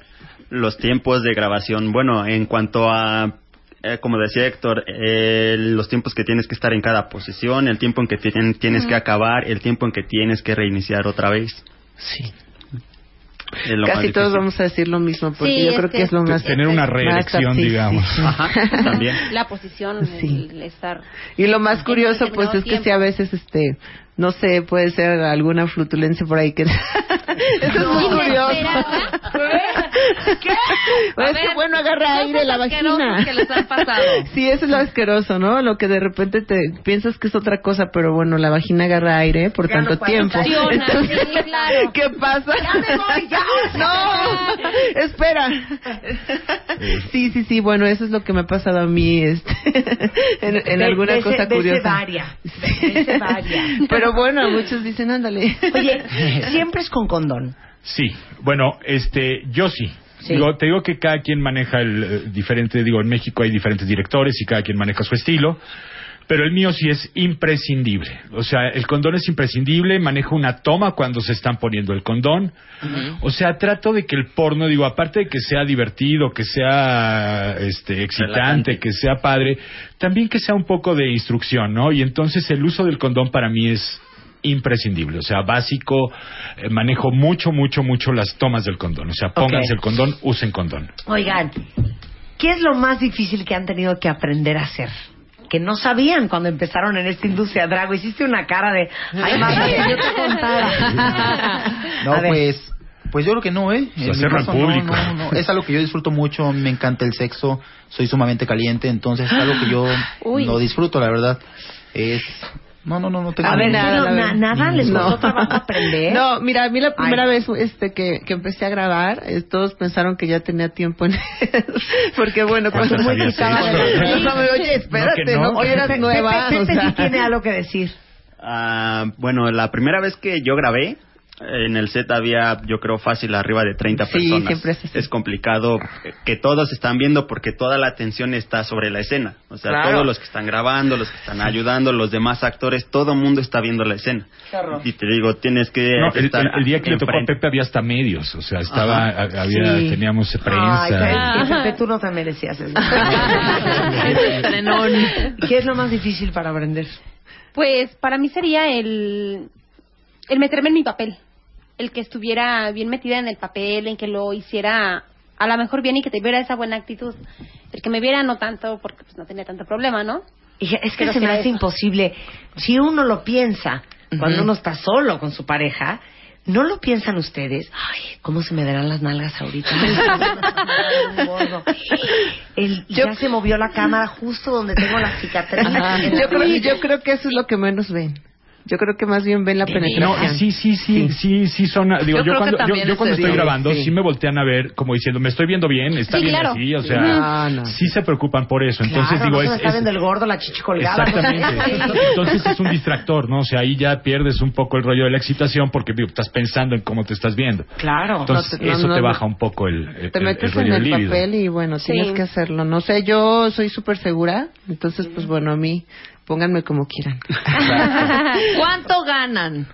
los tiempos de grabación. Bueno, en cuanto a, eh, como decía Héctor, eh, los tiempos que tienes que estar en cada posición, el tiempo en que tien- tienes Ujú. que acabar, el tiempo en que tienes que reiniciar otra vez. Sí. Es lo Casi más todos difícil. vamos a decir lo mismo, porque Sí, yo es creo que, que- es lo más... Tener una más reerección, artístico. digamos. también. La posición, Pues el estar... Y lo más curioso, determinado pues, es que tiempo. si a veces, este, no sé, puede ser alguna flutulencia por ahí que... Eso es muy curioso. A Es ver, que bueno agarra cosas aire de la asquerosas vagina. que les han pasado. Sí, eso es lo asqueroso, ¿no? Lo que de repente te piensas que es otra cosa, pero bueno, la vagina agarra aire por Ya no tanto puede Pues, tiempo. funcionar. Entonces, Sí, claro. ¿Qué pasa? Ya me voy, ya. No, espera. Sí, sí, sí, bueno, eso es lo que me ha pasado a mí este, en, en Ve- alguna vese- cosa vese curiosa. varia, vese varia. Pero bueno, muchos dicen, "Ah, ándale. Oye, siempre es con condón. Sí, bueno, este, yo sí. Sí. Digo, te digo que cada quien maneja el eh, diferente, digo, en México hay diferentes directores y cada quien maneja su estilo, pero el mío sí es imprescindible. O sea, el condón es imprescindible, manejo una toma cuando se están poniendo el condón. O sea, trato de que el porno, digo, aparte de que sea divertido, que sea este, excitante, que sea padre, también que sea un poco de instrucción, ¿no? Y entonces el uso del condón para mí es imprescindible, o sea, básico, eh, manejo mucho, mucho, mucho las tomas del condón, o sea, pónganse Ok. el condón, usen condón. Oigan, ¿qué es lo más difícil que han tenido que aprender a hacer? Que no sabían cuando empezaron en esta industria, Drago. Hiciste una cara de, ay, madre, que yo te contara. No, A ver. pues, pues yo creo que no, ¿eh? Pues mi hacerlo en no, público. No, no, Es algo que yo disfruto mucho, a mí me encanta el sexo, soy sumamente caliente, entonces es algo que yo Uy. no disfruto, la verdad. Es... No, no, no, no tengo A ver, ningún- nada, ningún- Pues la verdad. No. No, mira, a mí la primera Ay. vez este, que, que empecé a grabar, eh, todos pensaron que ya tenía tiempo en Porque bueno, pues ¿Cuántas cuando muy habías picaba hecho? la cosa, me, No, oye, que espérate, no, no. que eras Pepe, nueva. Pepe, o Pepe sea. sí tiene algo que decir. Ah, bueno, la primera vez que yo grabé, en el set había, yo creo, fácil arriba de 30 Sí, personas. siempre es, complicado eh, que todos están viendo porque toda la atención está sobre la escena. O sea, Claro. todos los que están grabando, los que están ayudando, los demás actores, todo mundo está viendo la escena. Y te digo, tienes que No, el, estar el- el día que le tocó a enfrente. Pepe había hasta medios, o sea, estaba, Ajá. a- había, Sí. teníamos Ay, prensa. ¿sabes qué, Pepe? Tú no te merecías eso. Estrenón. ¿Qué es lo más difícil para aprender? Pues para mí sería el, el meterme en mi papel, el que estuviera bien metida en el papel, en que lo hiciera a lo mejor bien y que te viera esa buena actitud, el que me viera no tanto porque pues no tenía tanto problema, ¿no? Y es que Pero se me será hace eso. imposible. Si uno lo piensa, cuando Ujú. uno está solo con su pareja, ¿no lo piensan ustedes? Ay, ¿cómo se me darán las nalgas ahorita? El, ya se movió la cámara justo donde tengo la cicatriz. Ajá. yo, creo, yo creo que eso es lo que menos ven. Yo creo que más bien ven la No, ah, penetración. sí, sí, sí, sí, sí son. Digo, Yo creo yo, que cuando, yo- también yo cuando es estoy eso. grabando, Sí. sí. me voltean a ver, como diciendo, me estoy viendo bien, está Sí, bien claro. así, o Sí. sea, Ah, no. sí se preocupan por eso. Entonces, Claro, digo, no se me es- está es, viendo el gordo, la chichi colgada. Exactamente. Entonces es un distractor, ¿no? O sea, ahí ya pierdes un poco el rollo de la excitación porque digo, estás pensando en cómo te estás viendo. Claro. Entonces No, no, eso no. te baja un poco el, el, Te el- el metes en rollo el del líbido. papel y bueno, tienes que hacerlo. No sé, yo soy súper segura, entonces Mm. pues bueno, a mí pónganme como quieran. ¿Cuánto ganan?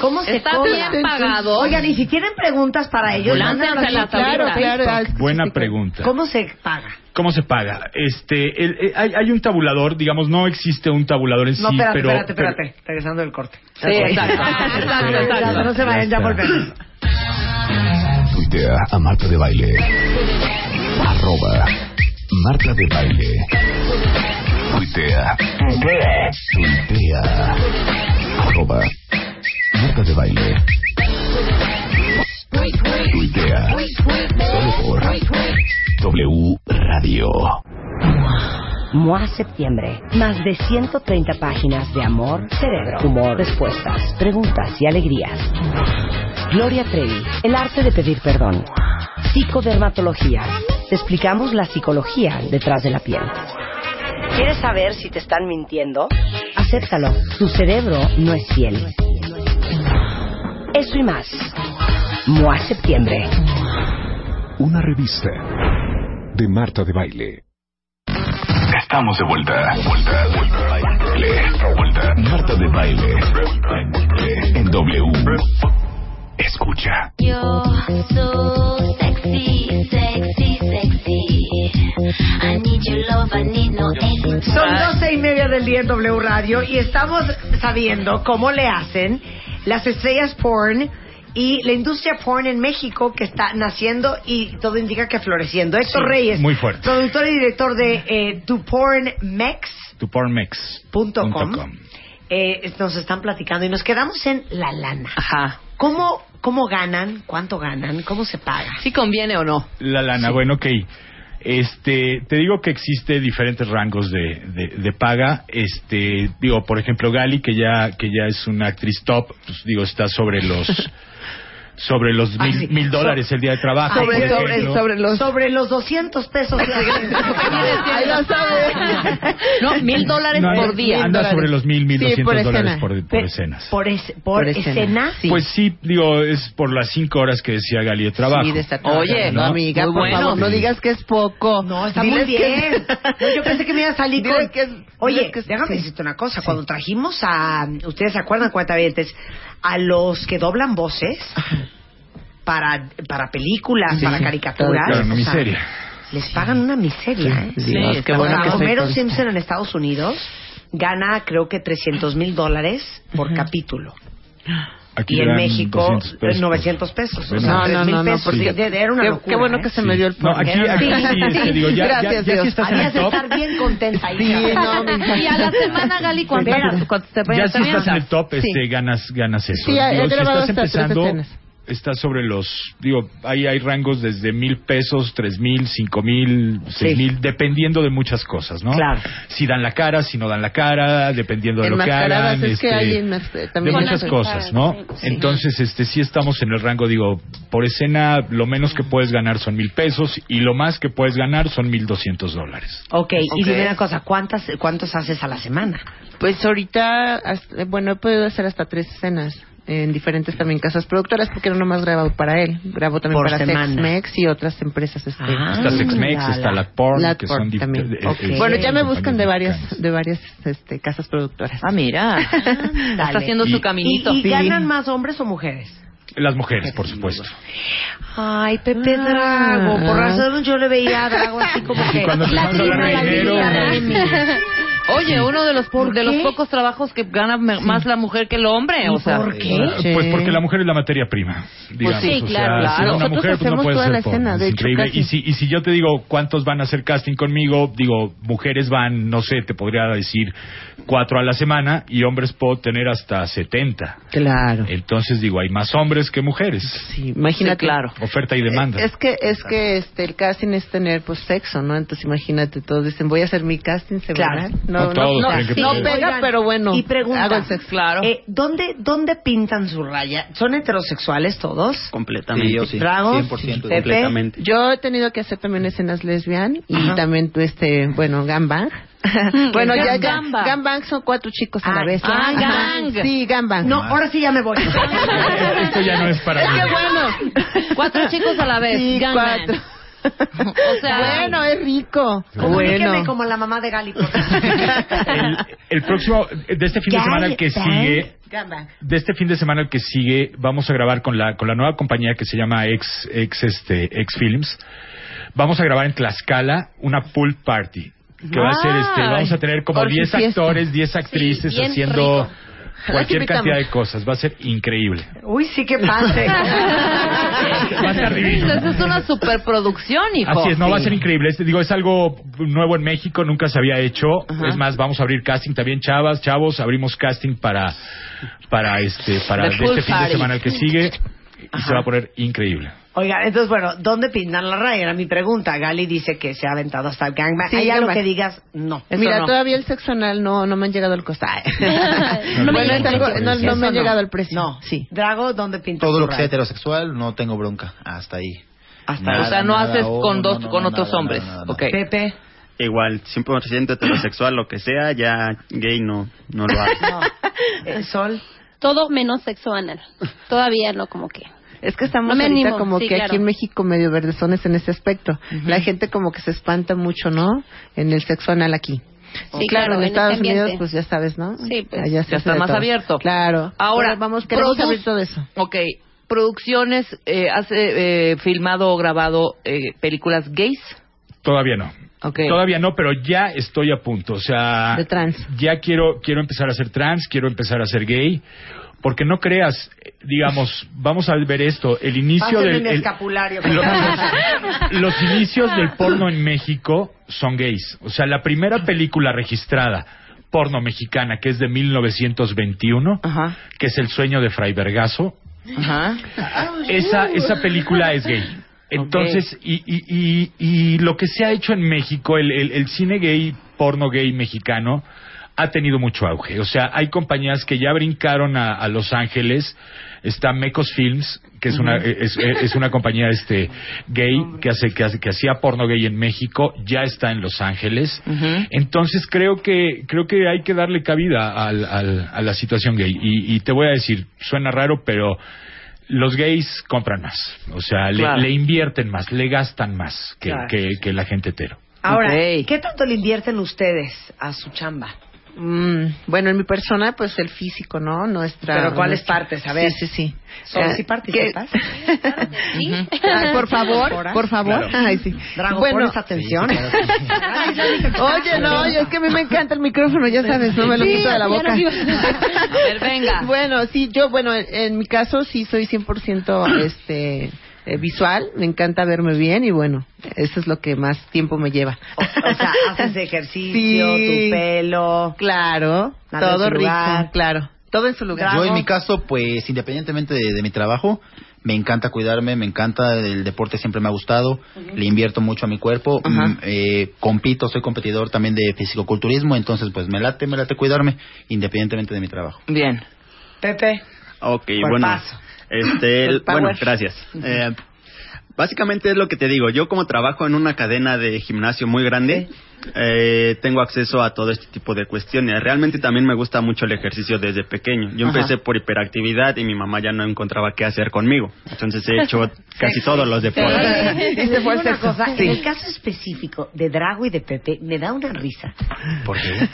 ¿Cómo se Está cobra? bien pagado. Oigan, y si tienen preguntas para ellos, Bueno. mándenlas Láncenselas aquí. Claro, ahorita. claro. Buena pregunta. ¿Cómo se paga? ¿Cómo se paga? Este, el- eh, hay, hay un tabulador, digamos, no existe un tabulador en sí, No, espérate, pero... espérate, espérate. Regresando del corte. Sí, exacto. Exacto, exacto. No se vayan, ya volvemos. Tuitea a Marta de Baile. Arroba Marta de Baile. Tuitea. Tuitea. Arroba Marta de Baile. Tuitea. Solo por W Radio. MOA Septiembre. Más de 130 páginas de amor, cerebro, humor, respuestas, preguntas y alegrías. Gloria Trevi. El arte de pedir perdón. Psicodermatología. te explicamos la psicología detrás de la piel. ¿Quieres saber si te están mintiendo? Acéptalo, tu cerebro no es fiel. Eso y más. MOA Septiembre. Una revista de Marta de Baile. Estamos de vuelta. Vuelta, vuelta, baile. Vuelta. Marta de baile. En W. Escucha. Yo so sexy, sexy, sexy. I need your love, I need no edit. Son doce y media del día en W Radio y estamos sabiendo cómo le hacen las estrellas porn y la industria porn en México que está naciendo y todo indica que floreciendo. Héctor Reyes, muy fuerte. productor y director de eh, tupornmex.com, Tu pornmex. punto com. eh, nos están platicando y nos quedamos en la lana. ¿Cómo, ¿Cómo ganan? ¿Cuánto ganan? ¿Cómo se paga? ¿Si conviene o no? La lana, bueno, ok. Este, te digo que existe diferentes rangos de, de, de paga. Este, digo, por ejemplo, Gali, que ya, que ya es una actriz top, pues digo, está sobre los, sobre los mil, mil dólares el día de trabajo. por ejemplo. los... sobre los 200 pesos. que ganan. Ahí lo sabes. No, mil dólares No, eh, por día. Anda sobre los mil, mil Sí, doscientos por escena. dólares por, por Pe- escenas. Por, es- por, escena. Pues sí, digo, es por las cinco horas que decía Gali de trabajo. Sí, de estar trabajando, Oye, ¿no? amiga, por favor, no digas que es poco. No, Está muy bien. No, yo pensé que me iba a salir Diles con... que es- Oye, diles que es- déjame decirte una cosa. Cuando trajimos a... ¿Ustedes se acuerdan, cuentavientes? A los que doblan voces para, para películas, para caricaturas. Claro, una o sea, miseria. Les pagan una miseria, ¿eh? Sí, Dios, qué O bueno sea, que soy Homero consta. Simpson en Estados Unidos gana creo que 300 mil dólares por capítulo. Aquí y en eran México 200 pesos. eh, 900 pesos. O Bueno. sea, No, 3 no, mil no, no, pesos. pues, Sí, fíjate. era una Qué- locura. qué bueno que se me dio el Sí. No, aquí- Era- aquí sí, es que digo, ya- ya- Gracias, ya que Dios. estás en Habías de top. estar bien contenta. Sí, hija. no, mi hija. Y a la semana, Gali, ¿cuánto- Espera, cuánto te Ya si estás en el top, este, ganas, ganas eso. Sí, he- he Digo, si grabado estás hasta tres empezando, escenas. estás sobre los, digo, ahí hay rangos desde mil pesos, tres mil, cinco mil, seis mil, dependiendo de muchas cosas, ¿no? Claro. Si dan la cara, si no dan la cara, dependiendo de lo que Enmascaradas, hagan. es que este, hay enmas- de también muchas hay- cosas, ¿no? Entonces, este, sí estamos en el rango, digo, por escena, lo menos que puedes ganar son mil pesos y lo más que puedes ganar son mil doscientos dólares. Ok, y Ok. dime una cosa, ¿cuántas, ¿cuántos haces a la semana? Pues ahorita, hasta- bueno, he podido hacer hasta tres escenas en diferentes también casas productoras porque no nomás grabado para él, grabo también Por para semana. Ah, Sexmex y otras empresas. Este, está Sexmex, está la Porn, que son dif- también. eh, eh, Ok. eh, Bueno, ya me compañías buscan de varias, de varias este, casas productoras. Ah, mira. Dale. está Y- ¿Y, y ganan más hombres o mujeres? Las mujeres, por supuesto. Ay, Pepe Drago, Ah. por razón yo le veía a Drago así como que... cuando te mando la dinero, Oye, uno de los de los pocos trabajos que gana me- más la mujer que el hombre, o sea. Eh, Pues porque la mujer es la materia prima. Digamos. Pues sí, o claro, sea, si claro. una Nosotros mujer, pues, no hacemos puede toda ser la porno, escena, es de hecho, increíble. casi. y, si, y si yo te digo cuántos van a hacer casting conmigo, digo, mujeres van, no sé, te podría decir cuatro a la semana y hombres puedo tener hasta 70. Claro. Entonces digo, hay más hombres que mujeres. Sí, imagínate. Sí, claro. Oferta y demanda. Es que es que este el casting es tener pues sexo, ¿no? Entonces imagínate, todos dicen, voy a hacer mi casting semanal. Claro. No, Con no, todos no, tienen que no poner. pega, Oigan, pero bueno. Y pregunta, hago el sexo. eh, ¿dónde, ¿dónde pintan su raya? ¿Son heterosexuales todos? Completamente. Sí, yo sí. ¿Dragos? 100% Pepe. completamente. Yo he tenido que hacer también escenas lesbian y Ajá. Mm, también tú este, bueno, gangbang. bueno, ya, ya Gangbang. gangbang son cuatro chicos a la vez. ah, Ajá. gang. Sí, gangbang. No, ahora sí ya me voy. Esto ya no es para mí. bueno. Cuatro chicos a la vez. Sí, ganan. cuatro. O sea, bueno, es rico. Comuníqueme Bueno. como la mamá de Gali. por favor. El próximo, de este fin de semana el que Gangbang. sigue, Gangbang. de este fin de semana el que sigue vamos a grabar con la con la nueva compañía que se llama ex ex este ex films vamos a grabar en Tlaxcala una pool party que va a ser este Ay. vamos a tener como Orgy 10 fiesta. actores 10 actrices bien haciendo rico. cualquier Los invitamos. cantidad de cosas va a ser increíble Uy, Ah, sí que pase. Va a estar divino. Eso es una superproducción, hijo. Así es, no va a Sí. ser increíble. Este, digo, es algo nuevo en México, nunca se había hecho. Es más, vamos a abrir casting también, chavas, chavos, abrimos casting para para este para The de pool este fin de party. semana el que sigue y se va a poner increíble. Oiga, entonces, bueno, ¿dónde pintan la raya? Era mi pregunta. Gali dice que se ha aventado hasta el gangbang. Sí, ¿Hay algo gangbang. que digas? No. Mira, Eso no. todavía el sexo anal no, no me han llegado al costal. No me Bueno, llega es algo- el no, no precio. me Eso han no. llegado al precio. No. Sí. Drago, ¿dónde pintas Todo tu lo que sea raya? heterosexual, no tengo bronca. Hasta ahí. Hasta Nada, o sea, no nada, haces oh, con no, dos, no, con no, otros nada, hombres. nada, nada. ok. Pepe. Igual, 100% heterosexual, lo que sea, ya gay no, no lo hace. El sol. Todo menos sexo anal. Todavía no, como que. Es que estamos No me ahorita animo, como sí, que claro. aquí en México medio verdezones en ese aspecto. La gente como que se espanta mucho, ¿no? En el sexo anal aquí. Sí, claro, en en Estados este ambiente. Unidos, pues ya sabes, ¿no? Sí, pues. Allá se Ya hace está de más todo. abierto. Claro. Ahora, Pero vamos, queremos produce- abrir todo eso. Ok. ¿Producciones, eh, has eh, eh, filmado o grabado eh, películas gays? Todavía no. Todavía no, pero ya estoy a punto. O sea, De trans. ya quiero quiero empezar a ser trans, quiero empezar a ser gay, porque no creas, eh, digamos, vamos a ver esto, el inicio Pásenme del mi el- escapulario. lo- los inicios del porno en México son gays. O sea, la primera película registrada porno mexicana que es de 1921, que es El sueño de Fray Vergazo, esa, esa película es gay. Entonces, y, y, y, y lo que se ha hecho en México, el, el, el cine gay, porno gay mexicano, ha tenido mucho auge. O sea, hay compañías que ya brincaron a, a Los Ángeles. Está Mecos Films, que es una, eh, Ujú. es, es una compañía este, gay que, hace, que, hace, que hacía porno gay en México, ya está en Los Ángeles. Entonces creo que creo que hay que darle cabida al- al- a la situación gay. Y, y te voy a decir, suena raro, pero los gays compran más. O sea, le- Claro. le, invierten más, le gastan más que, Claro. que, que la gente hetero. Ahora, ¿qué tanto le invierten ustedes a su chamba? Mm, bueno, en mi persona, pues el físico, ¿no? Nuestra. Pero ¿cuáles nuestra- partes? A ver. Sí, sí, sí. ¿Solo Eh, si participas? Ujú. Ay, por favor, por favor. Claro. Ay, sí. Drago, pones atención. Oye, no, yo es que a mí me encanta el micrófono, ya sabes, no me lo Sí, quito de la ya boca. lo vi. A ver, venga. Bueno, sí, yo, bueno, en, en mi caso sí soy 100% este, eh, visual, me encanta verme bien y bueno, eso es lo que más tiempo me lleva. O sea, haces ejercicio, Sí. tu pelo. Claro, Nada en todo su rico, lugar. claro. Todo en su lugar. Yo en mi caso, pues independientemente de, de mi trabajo, me encanta cuidarme, me encanta el deporte, siempre me ha gustado, le invierto mucho a mi cuerpo, mm, eh, compito, soy competidor también de fisicoculturismo, entonces pues me late, me late cuidarme independientemente de mi trabajo. Bien. Pepe. Ok, bueno. Cuerpazo. Este, el- power. bueno, gracias. Eh, básicamente es lo que te digo. Yo como trabajo en una cadena de gimnasio muy grande, eh, tengo acceso a todo este tipo de cuestiones. Realmente también me gusta mucho el ejercicio desde pequeño. Yo Ajá. empecé por hiperactividad y mi mamá ya no encontraba qué hacer conmigo. Entonces he hecho casi todos los deportes. Este Este fue el una sexto. cosa, Sí. en el caso específico de Drago y de Pepe, me da una risa. ¿Por qué?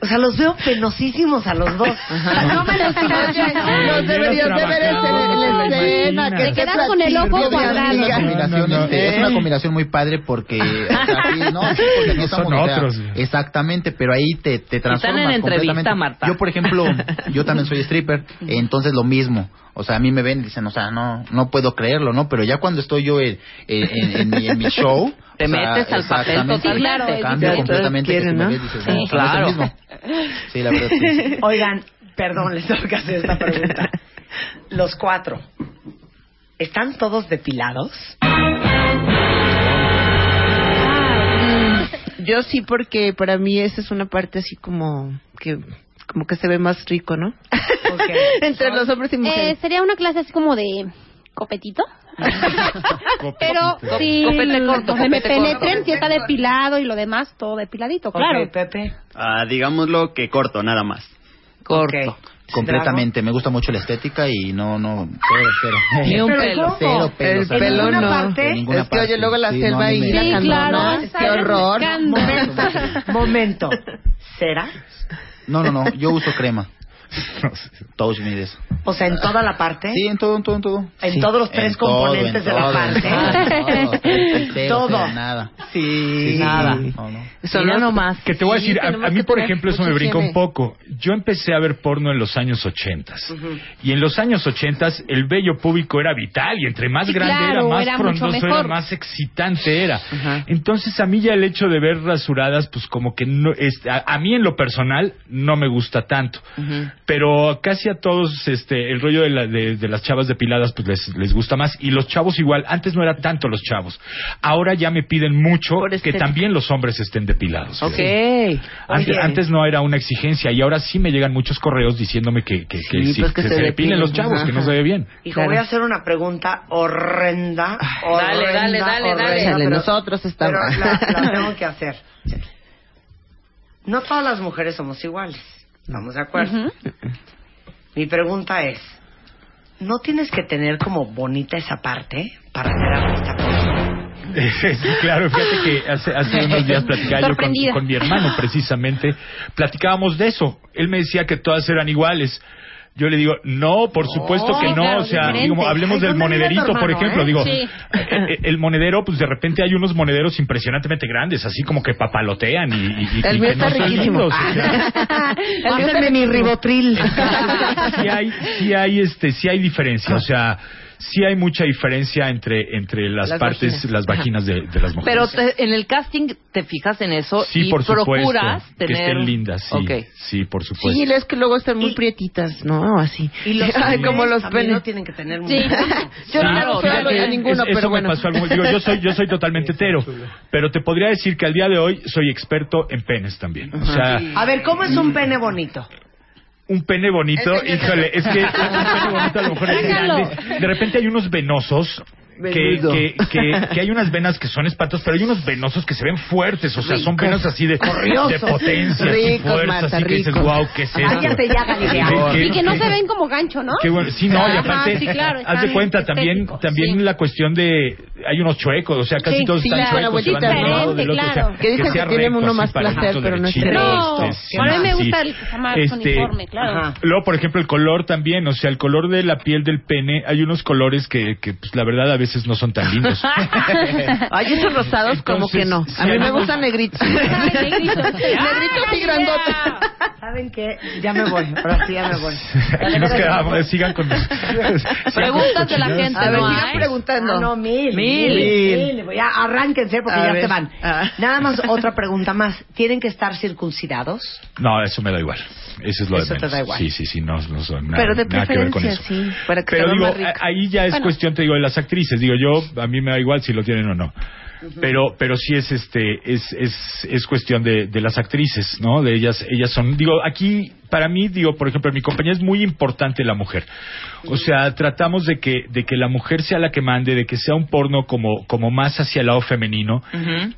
O sea, los veo penosísimos a los dos. No me los imagino. Los deberías de ver en la escena. que Te quedas con el platillo, ojo Dios cuadrado. mío. Combinación, no, este, ¿eh? Es una combinación muy padre porque, o sea, sí, no, sí, porque aquí No estamos, son o sea, otros. exactamente, pero ahí te, te transformas en entrevista, completamente. Marta. Yo, por ejemplo, yo también soy stripper, entonces lo mismo. O sea, a mí me ven y dicen, o sea, no, no puedo creerlo, ¿no? Pero ya cuando estoy yo en, en, en- en mi, en mi show... Te o sea, metes al papel exactamente, totalmente. Sí, claro, es Cambio diferente. completamente. Quieren, que tú me ¿no? ves y dices, Sí. no, o sea, no es el Claro. mismo. Sí, la verdad, sí. Oigan, perdón, les tengo que hacer esta pregunta. Los cuatro, ¿están todos depilados? Yo sí, porque para mí esa es una parte así como que como que se ve más rico, ¿no? Entre los hombres y mujeres. Eh, sería una clase así como de copetito. Pero Copetito. si Copete corto, donde me copete corto. penetren, si está depilado y lo demás, todo depiladito, claro. Pepe. Ah, digámoslo que corto, nada más. Corto. Completamente, me gusta mucho la estética y no, no, cero, cero. Ni un ¿Pero pelo. cómo? Cero pelo, El cero. pelo En ninguna no. parte. Es que, oye, luego la no, selva a mí y me- la Sí, candona, claro, qué horror. Momento, momento. ¿Será? No, no, no, yo uso crema. Todos me eso. O sea, en toda la parte. Ah. Sí, en todo, en todo, en todo. En todos los tres componentes de la parte. ah, Todo. Todo. nada. Sí. Nada. Solo nomás. Que te voy a Sí, decir, a, tenemos a mí que por tener ejemplo eso me mucho brinca un higiene. poco. Yo empecé a ver porno en los años 80 y en los años 80 el vello público era vital y entre más Sí, grande era claro, más era mucho frondoso, era mejor. más excitante era. Entonces a mí ya el hecho de este, ver rasuradas pues como que no es, a, a mí en lo personal no me gusta tanto. Pero casi a todos este, el rollo de, la- de- de las chavas depiladas pues les, les gusta más. Y los chavos igual. Antes no era tanto los chavos. Ahora ya me piden mucho que estética. también los hombres estén depilados. Ok. Antes, Oye. antes no era una exigencia y ahora sí me llegan muchos correos diciéndome que, que, que Sí, sí, pues que que se se, depilen. depilen los chavos, que no Ajá. se ve bien. Hijo, Claro. voy a hacer una pregunta horrenda. dale, horrenda, dale, dale, horrenda, dale. pero- Nosotros estamos. Pero la, la tengo que hacer. No todas las mujeres somos iguales. ¿Estamos de acuerdo? Mi pregunta es, ¿no tienes que tener como bonita esa parte para ser artista? Sí, claro, fíjate que hace, hace unos días platicaba yo con, Sorprendida. con mi hermano, precisamente. Platicábamos de eso. Él me decía que todas eran iguales. Yo le digo, no, por supuesto que sí, no. claro, o sea, diferente. digo, hablemos Ay, del no me digas, monederito, por hermano, ejemplo. ¿eh? Digo, Sí. eh, eh, el monedero, pues de repente hay unos monederos impresionantemente grandes, así como que papalotean y, y- y- El y mío que está no son riquísimo. lindos, o sea. Pásenme mi ribotril. sí hay, sí hay, este, sí hay diferencia, o sea, sí hay mucha diferencia entre entre las, Las partes, vaginas. las vaginas de, de las mujeres. Pero te- en el casting te fijas en eso sí, y por supuesto, procuras que tener estén lindas, sí, sí, por supuesto. Sí, es que luego están muy prietitas, ¿no? Así. Ay, como los también penes. no tienen que tener Sí. Yo no Sí, claro, a es- ninguno, eso pero me bueno. pasó algo- digo, yo soy yo soy totalmente hetero, pero te podría decir que al día de hoy soy experto en penes también. O sea, A ver, ¿cómo es un pene bonito? un pene bonito, Ese- híjole, es que un pene bonito a lo mejor es Sácalo. grande. De repente hay unos venosos. Que, Venudo. que, que, que hay unas venas que son espantos, pero hay unos venosos que se ven fuertes, o sea, son Ricos. venas así de, de Corriosos. potencia, así Ricos, fuerza, Marta, así que dices, ricos. wow, ¿qué es esto? Cállate ya, Galilea. Qué- Y que no qué- se ven como gancho, ¿no? Qué bueno. Sí, no, y Ajá, aparte, sí, Ah, claro, haz de están cuenta también también la cuestión de. Hay unos chuecos, o sea, casi Sí, todos sí, están claro, chuecos. pues se van abuelita, de un lado, diferente, del otro, o sea, claro. Que dicen que sea tienen recto, uno así, más placer, paradito, pero no es derechito, No, este, sí, a mí me sí. gusta el que está más Este, uniforme, claro. Luego, por ejemplo, el color también, o sea, el color de la piel del pene, hay unos colores que, que pues, la verdad a veces no son tan lindos. Ay, esos rosados como Entonces, que no. sí, A mí me algunos- gustan negritos. Negritos y grandotes. ¿Saben qué? Ya me voy, ahora sí ya me voy. Aquí nos quedamos, eh, sigan con. Preguntas de la gente, A ver, ¿no sigan hay? preguntando. Ah, no, mil. Mil. mil. Ya, arránquense porque A ya ver. se van. Nada más otra pregunta más. ¿Tienen que estar circuncidados? No, eso me da igual. Eso es lo de Eso te menos. da igual. Sí, sí, sí, no, no son nada, Pero de nada que ver con preferencia, eso. sí. Para que Pero se digo, vea más rico. a- ahí ya es Bueno. cuestión, te digo, de las actrices. Digo, yo, a mí me da igual si lo tienen o no. Pero, pero sí es este, es, es, es cuestión de, de las actrices, ¿no? De ellas, ellas son, digo, aquí, para mí, digo, por ejemplo, en mi compañía es muy importante la mujer. O sea, tratamos de que, de que la mujer sea la que mande, de que sea un porno como, como más hacia el lado femenino,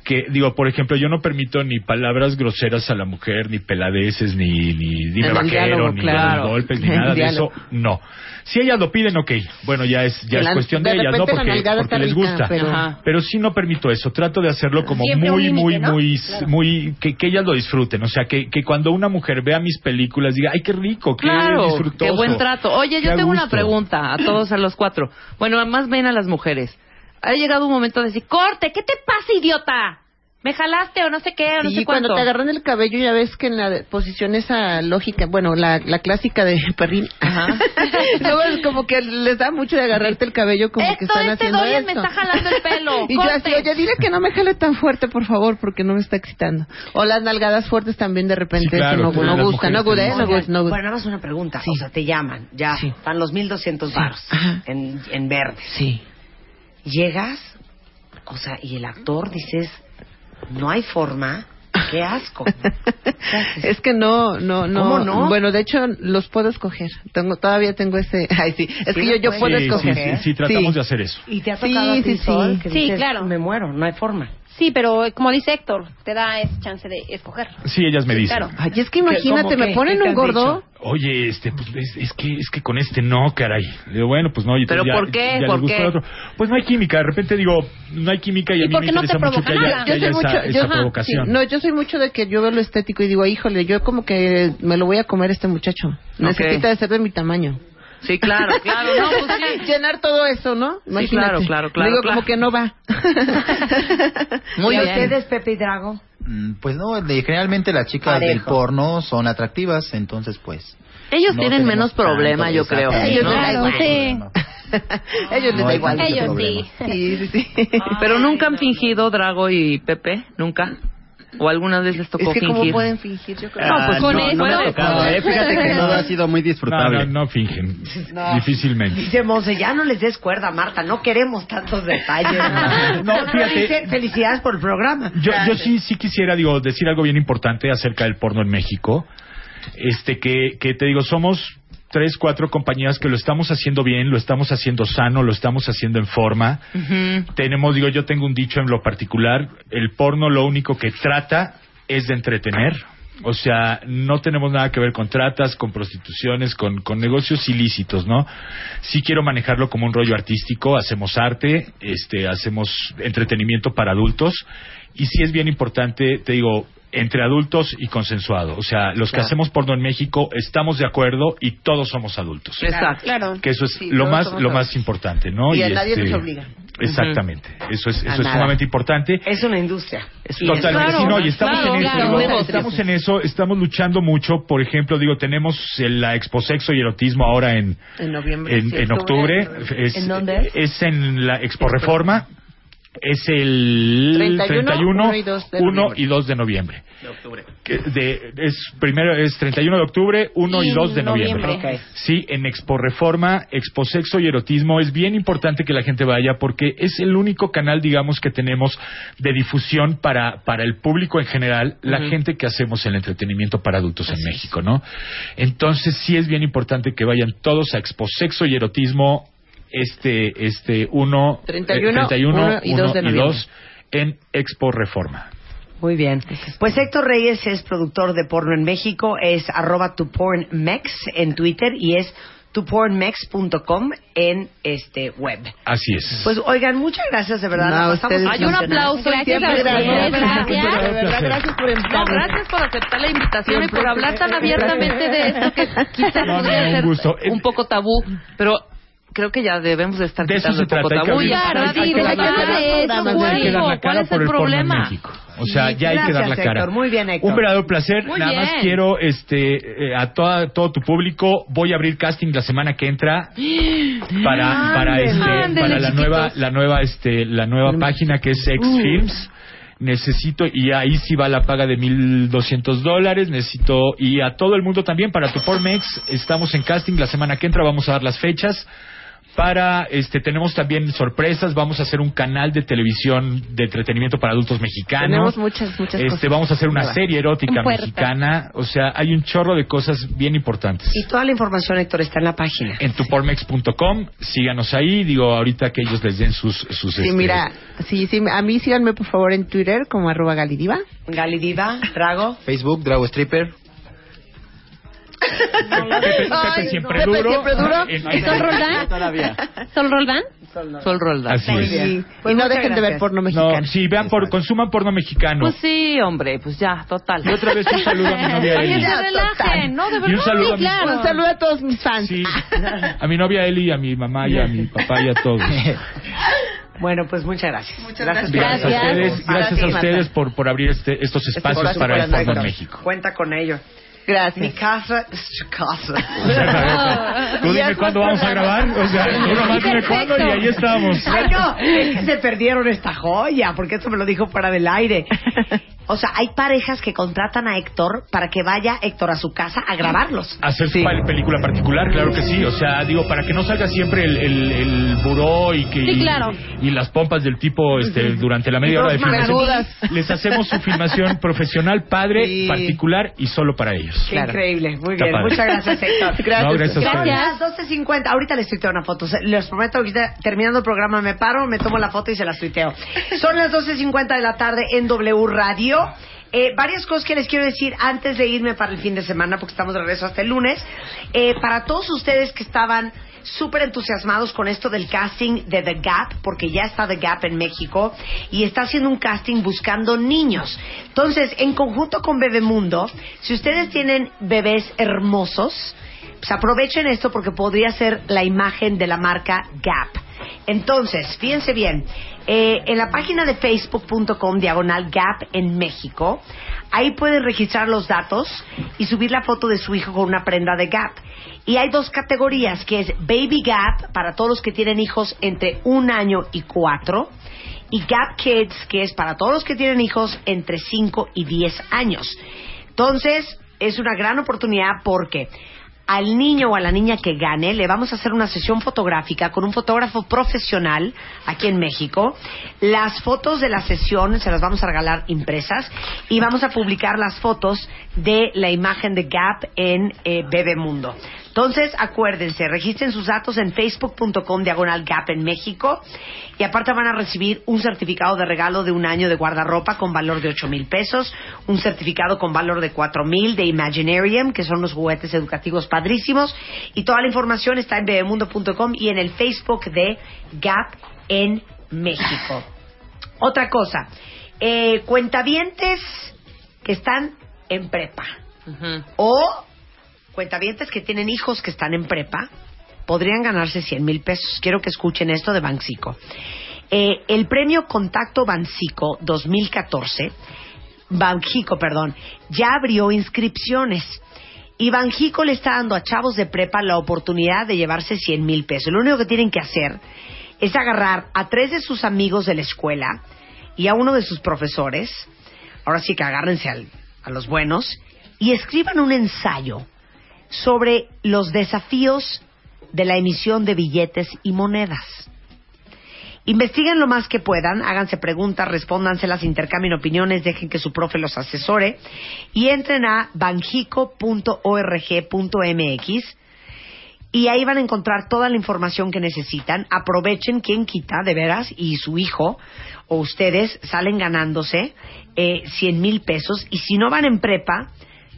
que digo, por ejemplo, yo no permito ni palabras groseras a la mujer, ni peladeces, ni ni dime En el vaquero, diálogo, ni claro. los golpes, ni En el nada de eso. diálogo. No. Si ellas lo piden, ok. Bueno, ya es ya Que es la- cuestión de, de ellas, ¿no? repente la Porque, nalgada porque está les rica, gusta. pero- Pero, Ajá. sí no permito eso. Trato de hacerlo como Siempre un muy, límite, muy, ¿no? muy, Claro. muy que, que ellas lo disfruten. O sea, que, que cuando una mujer vea mis películas diga, ay, qué rico, qué Claro, disfrutoso. qué buen trato. Oye, qué yo a tengo una gusto". pregunta a todos, a los cuatro. Bueno, más bien a las mujeres. Ha llegado un momento de decir, corte, ¿qué te pasa, idiota? ¿Me jalaste o no sé qué o no Y sé cuánto? cuando te agarran el cabello ya ves que en la de- posición esa lógica, bueno, la, la clásica de perrín, luego es como que les da mucho de agarrarte el cabello como que están este haciendo Dorian me esto. está jalando el pelo, y yo así, corte. oye, dile que no me jale tan fuerte, por favor, porque no me está excitando. O las nalgadas fuertes también de repente, Sí, claro, eso no, las no gusta, mujeres no good, eh, también. no good, no good. Bueno, nada más una pregunta. O sea, te llaman, ya están los 1200 baros en, en verde. Sí. Llegas, o sea, y el actor dices, no hay forma, qué asco. Es que no, no, no. ¿Cómo no? Bueno, de hecho, los puedo escoger. Tengo, todavía tengo ese. Ay, sí. Es Sí, que yo, los yo puedo puedes. Sí, escoger. pues, ¿eh? Sí, sí, tratamos Sí. de hacer eso. Y te ha Sí, tocado a ti, sí, sí. Sol, que Sí, dices, claro. me muero, no hay forma. Sí, pero eh, como dice Héctor, te da ese chance de escoger. Sí, ellas me Sí, dicen. claro. Ay, es que ¿Qué, imagínate, cómo me qué? ponen ¿Qué te un han gordo. Oye, este, pues es, es que es que con este no, caray. Digo, bueno, pues no. Y ¿Pero ya- por qué? ya les ¿Por gustó qué? el otro. Pues no hay química. De repente digo, no hay química y, a mí me interesa mucho que haya, que Yo soy haya mucho, esa, yo- esa ajá, provocación. sí. No, yo soy mucho de que yo veo lo estético y digo, híjole, yo como que me lo voy a comer este muchacho. Necesita de ser de mi tamaño. Sí, claro, claro. No, pues sí. Llenar todo eso, ¿no? Imagínate. claro, claro, claro, Digo, claro. como que no va. ¿Y Muy a bien. ustedes, Pepe y Drago? Mm, Pues no, de- generalmente las chicas del Parejo. porno son atractivas, entonces pues. Ellos No tienen tenemos menos tanto problema, yo esa- creo. Ellos ¿no? les da igual. Ellos les da igual. Ellos sí. Pero nunca han fingido, Drago y Pepe, nunca. ¿O alguna vez les tocó Es que fingir? cómo pueden fingir, yo creo. Ah. No, pues con Ah, no, no me ha esto. tocado, eh. Fíjate que todo ha sido muy disfrutable. No, no, no fingen. No. Difícilmente. Dice Monse, ya no les des cuerda, Marta, no queremos tantos detalles. No, Pero fíjate. dice, felicidades por el programa. Yo, yo sí, sí quisiera, digo, decir algo bien importante acerca del porno en México. Este, que, que te digo, somos tres, cuatro compañías que lo estamos haciendo bien, lo estamos haciendo sano, lo estamos haciendo en forma. Tenemos, digo, yo tengo un dicho en lo particular, el porno lo único que trata es de entretener. O sea, no tenemos nada que ver con tratas, con prostituciones, con, con negocios ilícitos, ¿no? Sí quiero manejarlo como un rollo artístico, hacemos arte, este, hacemos entretenimiento para adultos y sí es bien importante, te digo, entre adultos y consensuado. O sea, los que Claro. hacemos porno en México estamos de acuerdo y todos somos adultos. Exacto. Claro. Que eso es Sí, lo todos más somos lo adultos. más importante, ¿no? Y a nadie nos nos obliga. Exactamente. Eso es eso A es nada. sumamente importante. Es una industria. Totalmente, sí, no, y estamos en eso, claro, ¿no? claro. estamos en eso, estamos luchando mucho, por ejemplo, digo, tenemos el- la Expo Sexo y Erotismo ahora en, En noviembre. en, sí, en octubre. Es, eh, ¿En dónde es? en la Expo Reforma. Es el 31, 31, 1 y 2 de 1 noviembre. y 2 de noviembre. Que de- es primero es 31 de octubre, 1 y, Y 2 de noviembre. noviembre. Ok. Sí, en Expo Reforma, Expo Sexo y Erotismo es bien importante que la gente vaya porque es el único canal, digamos, que tenemos de difusión para para el público en general, la Ujú. gente que hacemos el entretenimiento para adultos en México, ¿no? Entonces sí es bien importante que vayan todos a Expo Sexo y Erotismo este este 1 31, 31 uno y dos de uno y noviembre. dos en Expo Reforma. Muy bien. Pues Héctor Reyes es productor de porno en México, es arroba tupornmex en Twitter y es tupornmex.com en este web. Así es. Pues oigan, muchas gracias de verdad. No, la pasamos ustedes Hay un fenomenal. aplauso, Gracias, Siempre, gracias, gracias. gracias. De verdad, gracias por entrar. No, gracias por aceptar la invitación y por hablar tan abiertamente de esto que quizás No, no, podría un ser gusto. un poco tabú, pero creo que ya debemos de estar De eso quitando se un poco trata, hay que tabú. abrir- Ya, Claro, ¿verdad? sí, Hay que hay que hablar hablar de de eso, programas, güey. hay que dar la ¿Cuál cara es por el el porno en problema? México. O sea, ya hay que dar la Gracias, cara. Héctor. Muy bien, Héctor. Un verdadero placer. Muy Nada más bien. quiero este, eh, a toda, todo tu público. Voy a abrir casting la semana que entra ¡Ah! para para Ándele. este Ándele, para la chiquitos. nueva la nueva este la nueva página que es X Uh. Films. Necesito, y ahí sí va la paga de 1.200 dólares. Necesito, y a todo el mundo también, para tu Pormex, estamos en casting la semana que entra. Vamos a dar las fechas para este tenemos también sorpresas vamos a hacer un canal de televisión de entretenimiento para adultos mexicanos Tenemos muchas, muchas este cosas. vamos a hacer una Nuevas. serie erótica En puerta. mexicana o sea hay un chorro de cosas bien importantes Y toda la información, Héctor, está en la página. en tupormex.com síganos ahí digo ahorita que ellos les den sus sus Sí, este, mira, sí, sí, a mí síganme por favor en Twitter como arroba galidiva. Galidiva, Drago. Facebook, Drago Stripper. Pepe, Ay, este, Pepe siempre Pepe duro, siempre duro. en- ¿Y Sol Roldán? ¿Sol Roldán? Sol Roldán. Así Muy es. bien. y no dejen de ver porno mexicano. no, sí, vean, por, consuman porno mexicano. Pues sí, hombre, pues ya, total. Y otra vez un saludo a mi novia Oye, Eli. se Ya, relajen, ¿no? De Y un verdad, saludo a sí, mis- claro. Un saludo a todos mis fans. A mi novia Eli, a mi mamá y a mi papá y a todos. Bueno, pues muchas gracias. Muchas Gracias, a ustedes, gracias a ustedes por, por abrir este, estos espacios para el porno en México. Cuenta con ello. Gracias. Mi casa es su casa. Tú dime cuándo vamos a grabar, o sea, tú nomás dime cuándo y ahí estamos. Ay, no, es que se perdieron esta joya, porque esto me lo dijo fuera del aire. O sea, hay parejas que contratan a Héctor para que vaya Héctor a su casa a grabarlos. Hacer su pa- película particular, claro que sí. O sea, digo, para que no salga siempre el, el, el buró y que Sí, claro. y, las pompas del tipo este, durante la media Y hora de dos filmación. maradudas. Les hacemos su filmación profesional, padre, Sí. particular y solo para ellos. Qué increíble. Muy Está bien. padre. Muchas gracias, Héctor. Gracias. No, gracias a ustedes. Gracias. 12.50. Ahorita les tuiteo una foto. Se- Les prometo que ahorita, terminando el programa me paro, me tomo la foto y se las tuiteo. Son las 12.50 de la tarde en W Radio. Eh, varias cosas que les quiero decir antes de irme para el fin de semana, porque estamos de regreso hasta el lunes. Eh, para todos ustedes que estaban súper entusiasmados con esto del casting de The Gap, porque ya está The Gap en México y está haciendo un casting buscando niños. Entonces, en conjunto con Bebemundo, si ustedes tienen bebés hermosos, pues aprovechen esto porque podría ser la imagen de la marca Gap. Entonces, fíjense bien, eh, en la página de facebook.com diagonal Gap en México, ahí pueden registrar los datos y subir la foto de su hijo con una prenda de Gap. Y hay dos categorías, que es Baby Gap para todos los que tienen hijos entre un año y cuatro, y Gap Kids, que es para todos los que tienen hijos entre 5 y 10 años. Entonces, es una gran oportunidad porque al niño o a la niña que gane le vamos a hacer una sesión fotográfica con un fotógrafo profesional aquí en México. Las fotos de la sesión se las vamos a regalar impresas y vamos a publicar las fotos de la imagen de Gap en eh, Bebemundo. Entonces, acuérdense, registren sus datos en facebook.com diagonal gap en México y aparte van a recibir un certificado de regalo de un año de guardarropa con valor de 8 mil pesos, un certificado con valor de 4 mil de Imaginarium, que son los juguetes educativos padrísimos, y toda la información está en bebemundo.com y en el Facebook de Gap en México. Otra cosa, eh, cuentavientes que están en prepa o cuentavientes que tienen hijos que están en prepa podrían ganarse 100 mil pesos. Quiero que escuchen esto de Bancico. Eh, el premio Contacto Bancico 2014, Banjico, perdón, ya abrió inscripciones. Y Banjico le está dando a chavos de prepa la oportunidad de llevarse 100 mil pesos. Lo único que tienen que hacer es agarrar a tres de sus amigos de la escuela y a uno de sus profesores. Ahora sí que agárrense al- a los buenos y escriban un ensayo sobre los desafíos de la emisión de billetes y monedas. Investiguen lo más que puedan, háganse preguntas, respóndanselas, intercambien opiniones, dejen que su profe los asesore y entren a banjico.org.mx y ahí van a encontrar toda la información que necesitan. Aprovechen quien quita, de veras, y su hijo o ustedes salen ganándose eh, 100 mil pesos y si no van en prepa,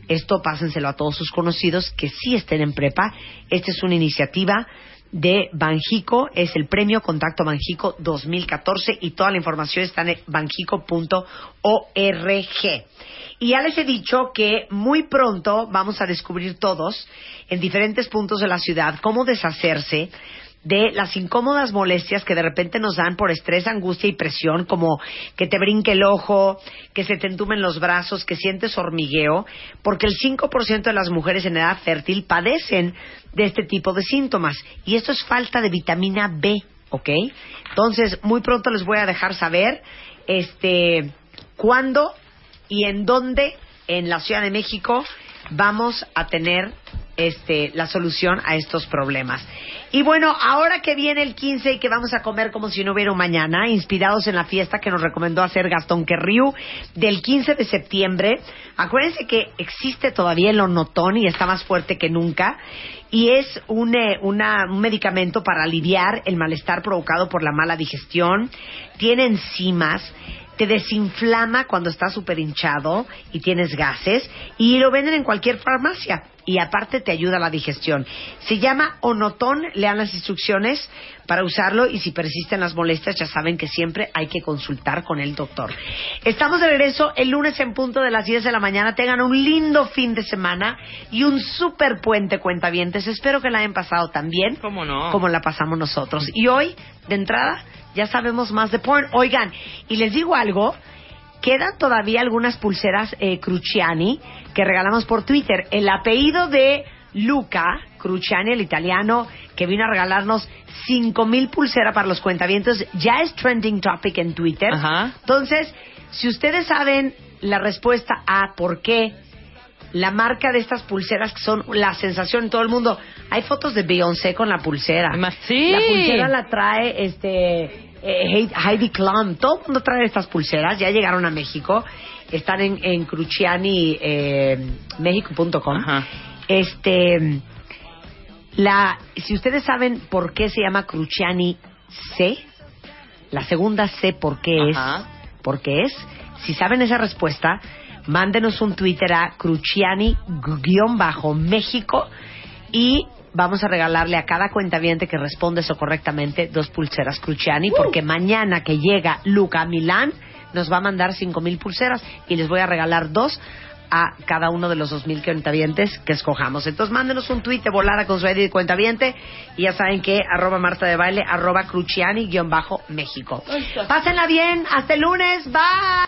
esto pásenselo a todos sus conocidos que sí estén en prepa. Esta es una iniciativa de Banjico, es el premio Contacto Banjico 2014 y toda la información está en banjico.org. Y ya les he dicho que muy pronto vamos a descubrir todos en diferentes puntos de la ciudad cómo deshacerse de las incómodas molestias que de repente nos dan por estrés, angustia y presión, como que te brinque el ojo, que se te entumen los brazos, que sientes hormigueo, porque el 5% de las mujeres en edad fértil padecen de este tipo de síntomas. Y esto es falta de vitamina B, ¿ok? Entonces, muy pronto les voy a dejar saber este, cuándo y en dónde en la Ciudad de México vamos a tener este, la solución a estos problemas. Y bueno, ahora que viene el 15 y que vamos a comer como si no hubiera un mañana, inspirados en la fiesta que nos recomendó hacer Gastón Querriu del 15 de septiembre, acuérdense que existe todavía el onotón y está más fuerte que nunca y es un, eh, una- un medicamento para aliviar el malestar provocado por la mala digestión, tiene enzimas, te desinflama cuando estás súper hinchado y tienes gases y lo venden en cualquier farmacia y aparte te ayuda a la digestión. Se llama Onotón, lean las instrucciones para usarlo y si persisten las molestias ya saben que siempre hay que consultar con el doctor. Estamos de regreso el lunes en punto de las 10 de la mañana. Tengan un lindo fin de semana y un super puente cuentavientes. Espero que la hayan pasado tan bien no? como la pasamos nosotros. Y hoy, de entrada, ya sabemos más de porn. Oigan, y les digo algo, quedan todavía algunas pulseras eh, Cruciani que regalamos por Twitter. El apellido de Luca Cruciani, el italiano, que vino a regalarnos 5.000 pulseras para los cuentavientos, ya es trending topic en Twitter. Entonces, si ustedes saben la respuesta a por qué la marca de estas pulseras que son la sensación en todo el mundo. Hay fotos de Beyoncé con la pulsera. sí. La pulsera la trae este eh, Heidi Klum. Todo el mundo trae estas pulseras. Ya llegaron a México. Están en, en Cruciani, eh, México.com. Este, la, si ustedes saben por qué se llama Cruciani C, la segunda C por qué Ajá. es, por qué es, si saben esa respuesta, mándenos un Twitter a Cruciani-México y vamos a regalarle a cada cuentaviente que responde eso correctamente dos pulseras Cruciani porque mañana que llega Luca a Milán nos va a mandar cinco mil pulseras y les voy a regalar dos a cada uno de los dos mil cuentavientes que escojamos. Entonces mándenos un tuit de volada con su ID de cuentaviente y ya saben que arroba Marta de Baile, arroba Cruciani guión bajo México. Pásenla bien, hasta el lunes, bye.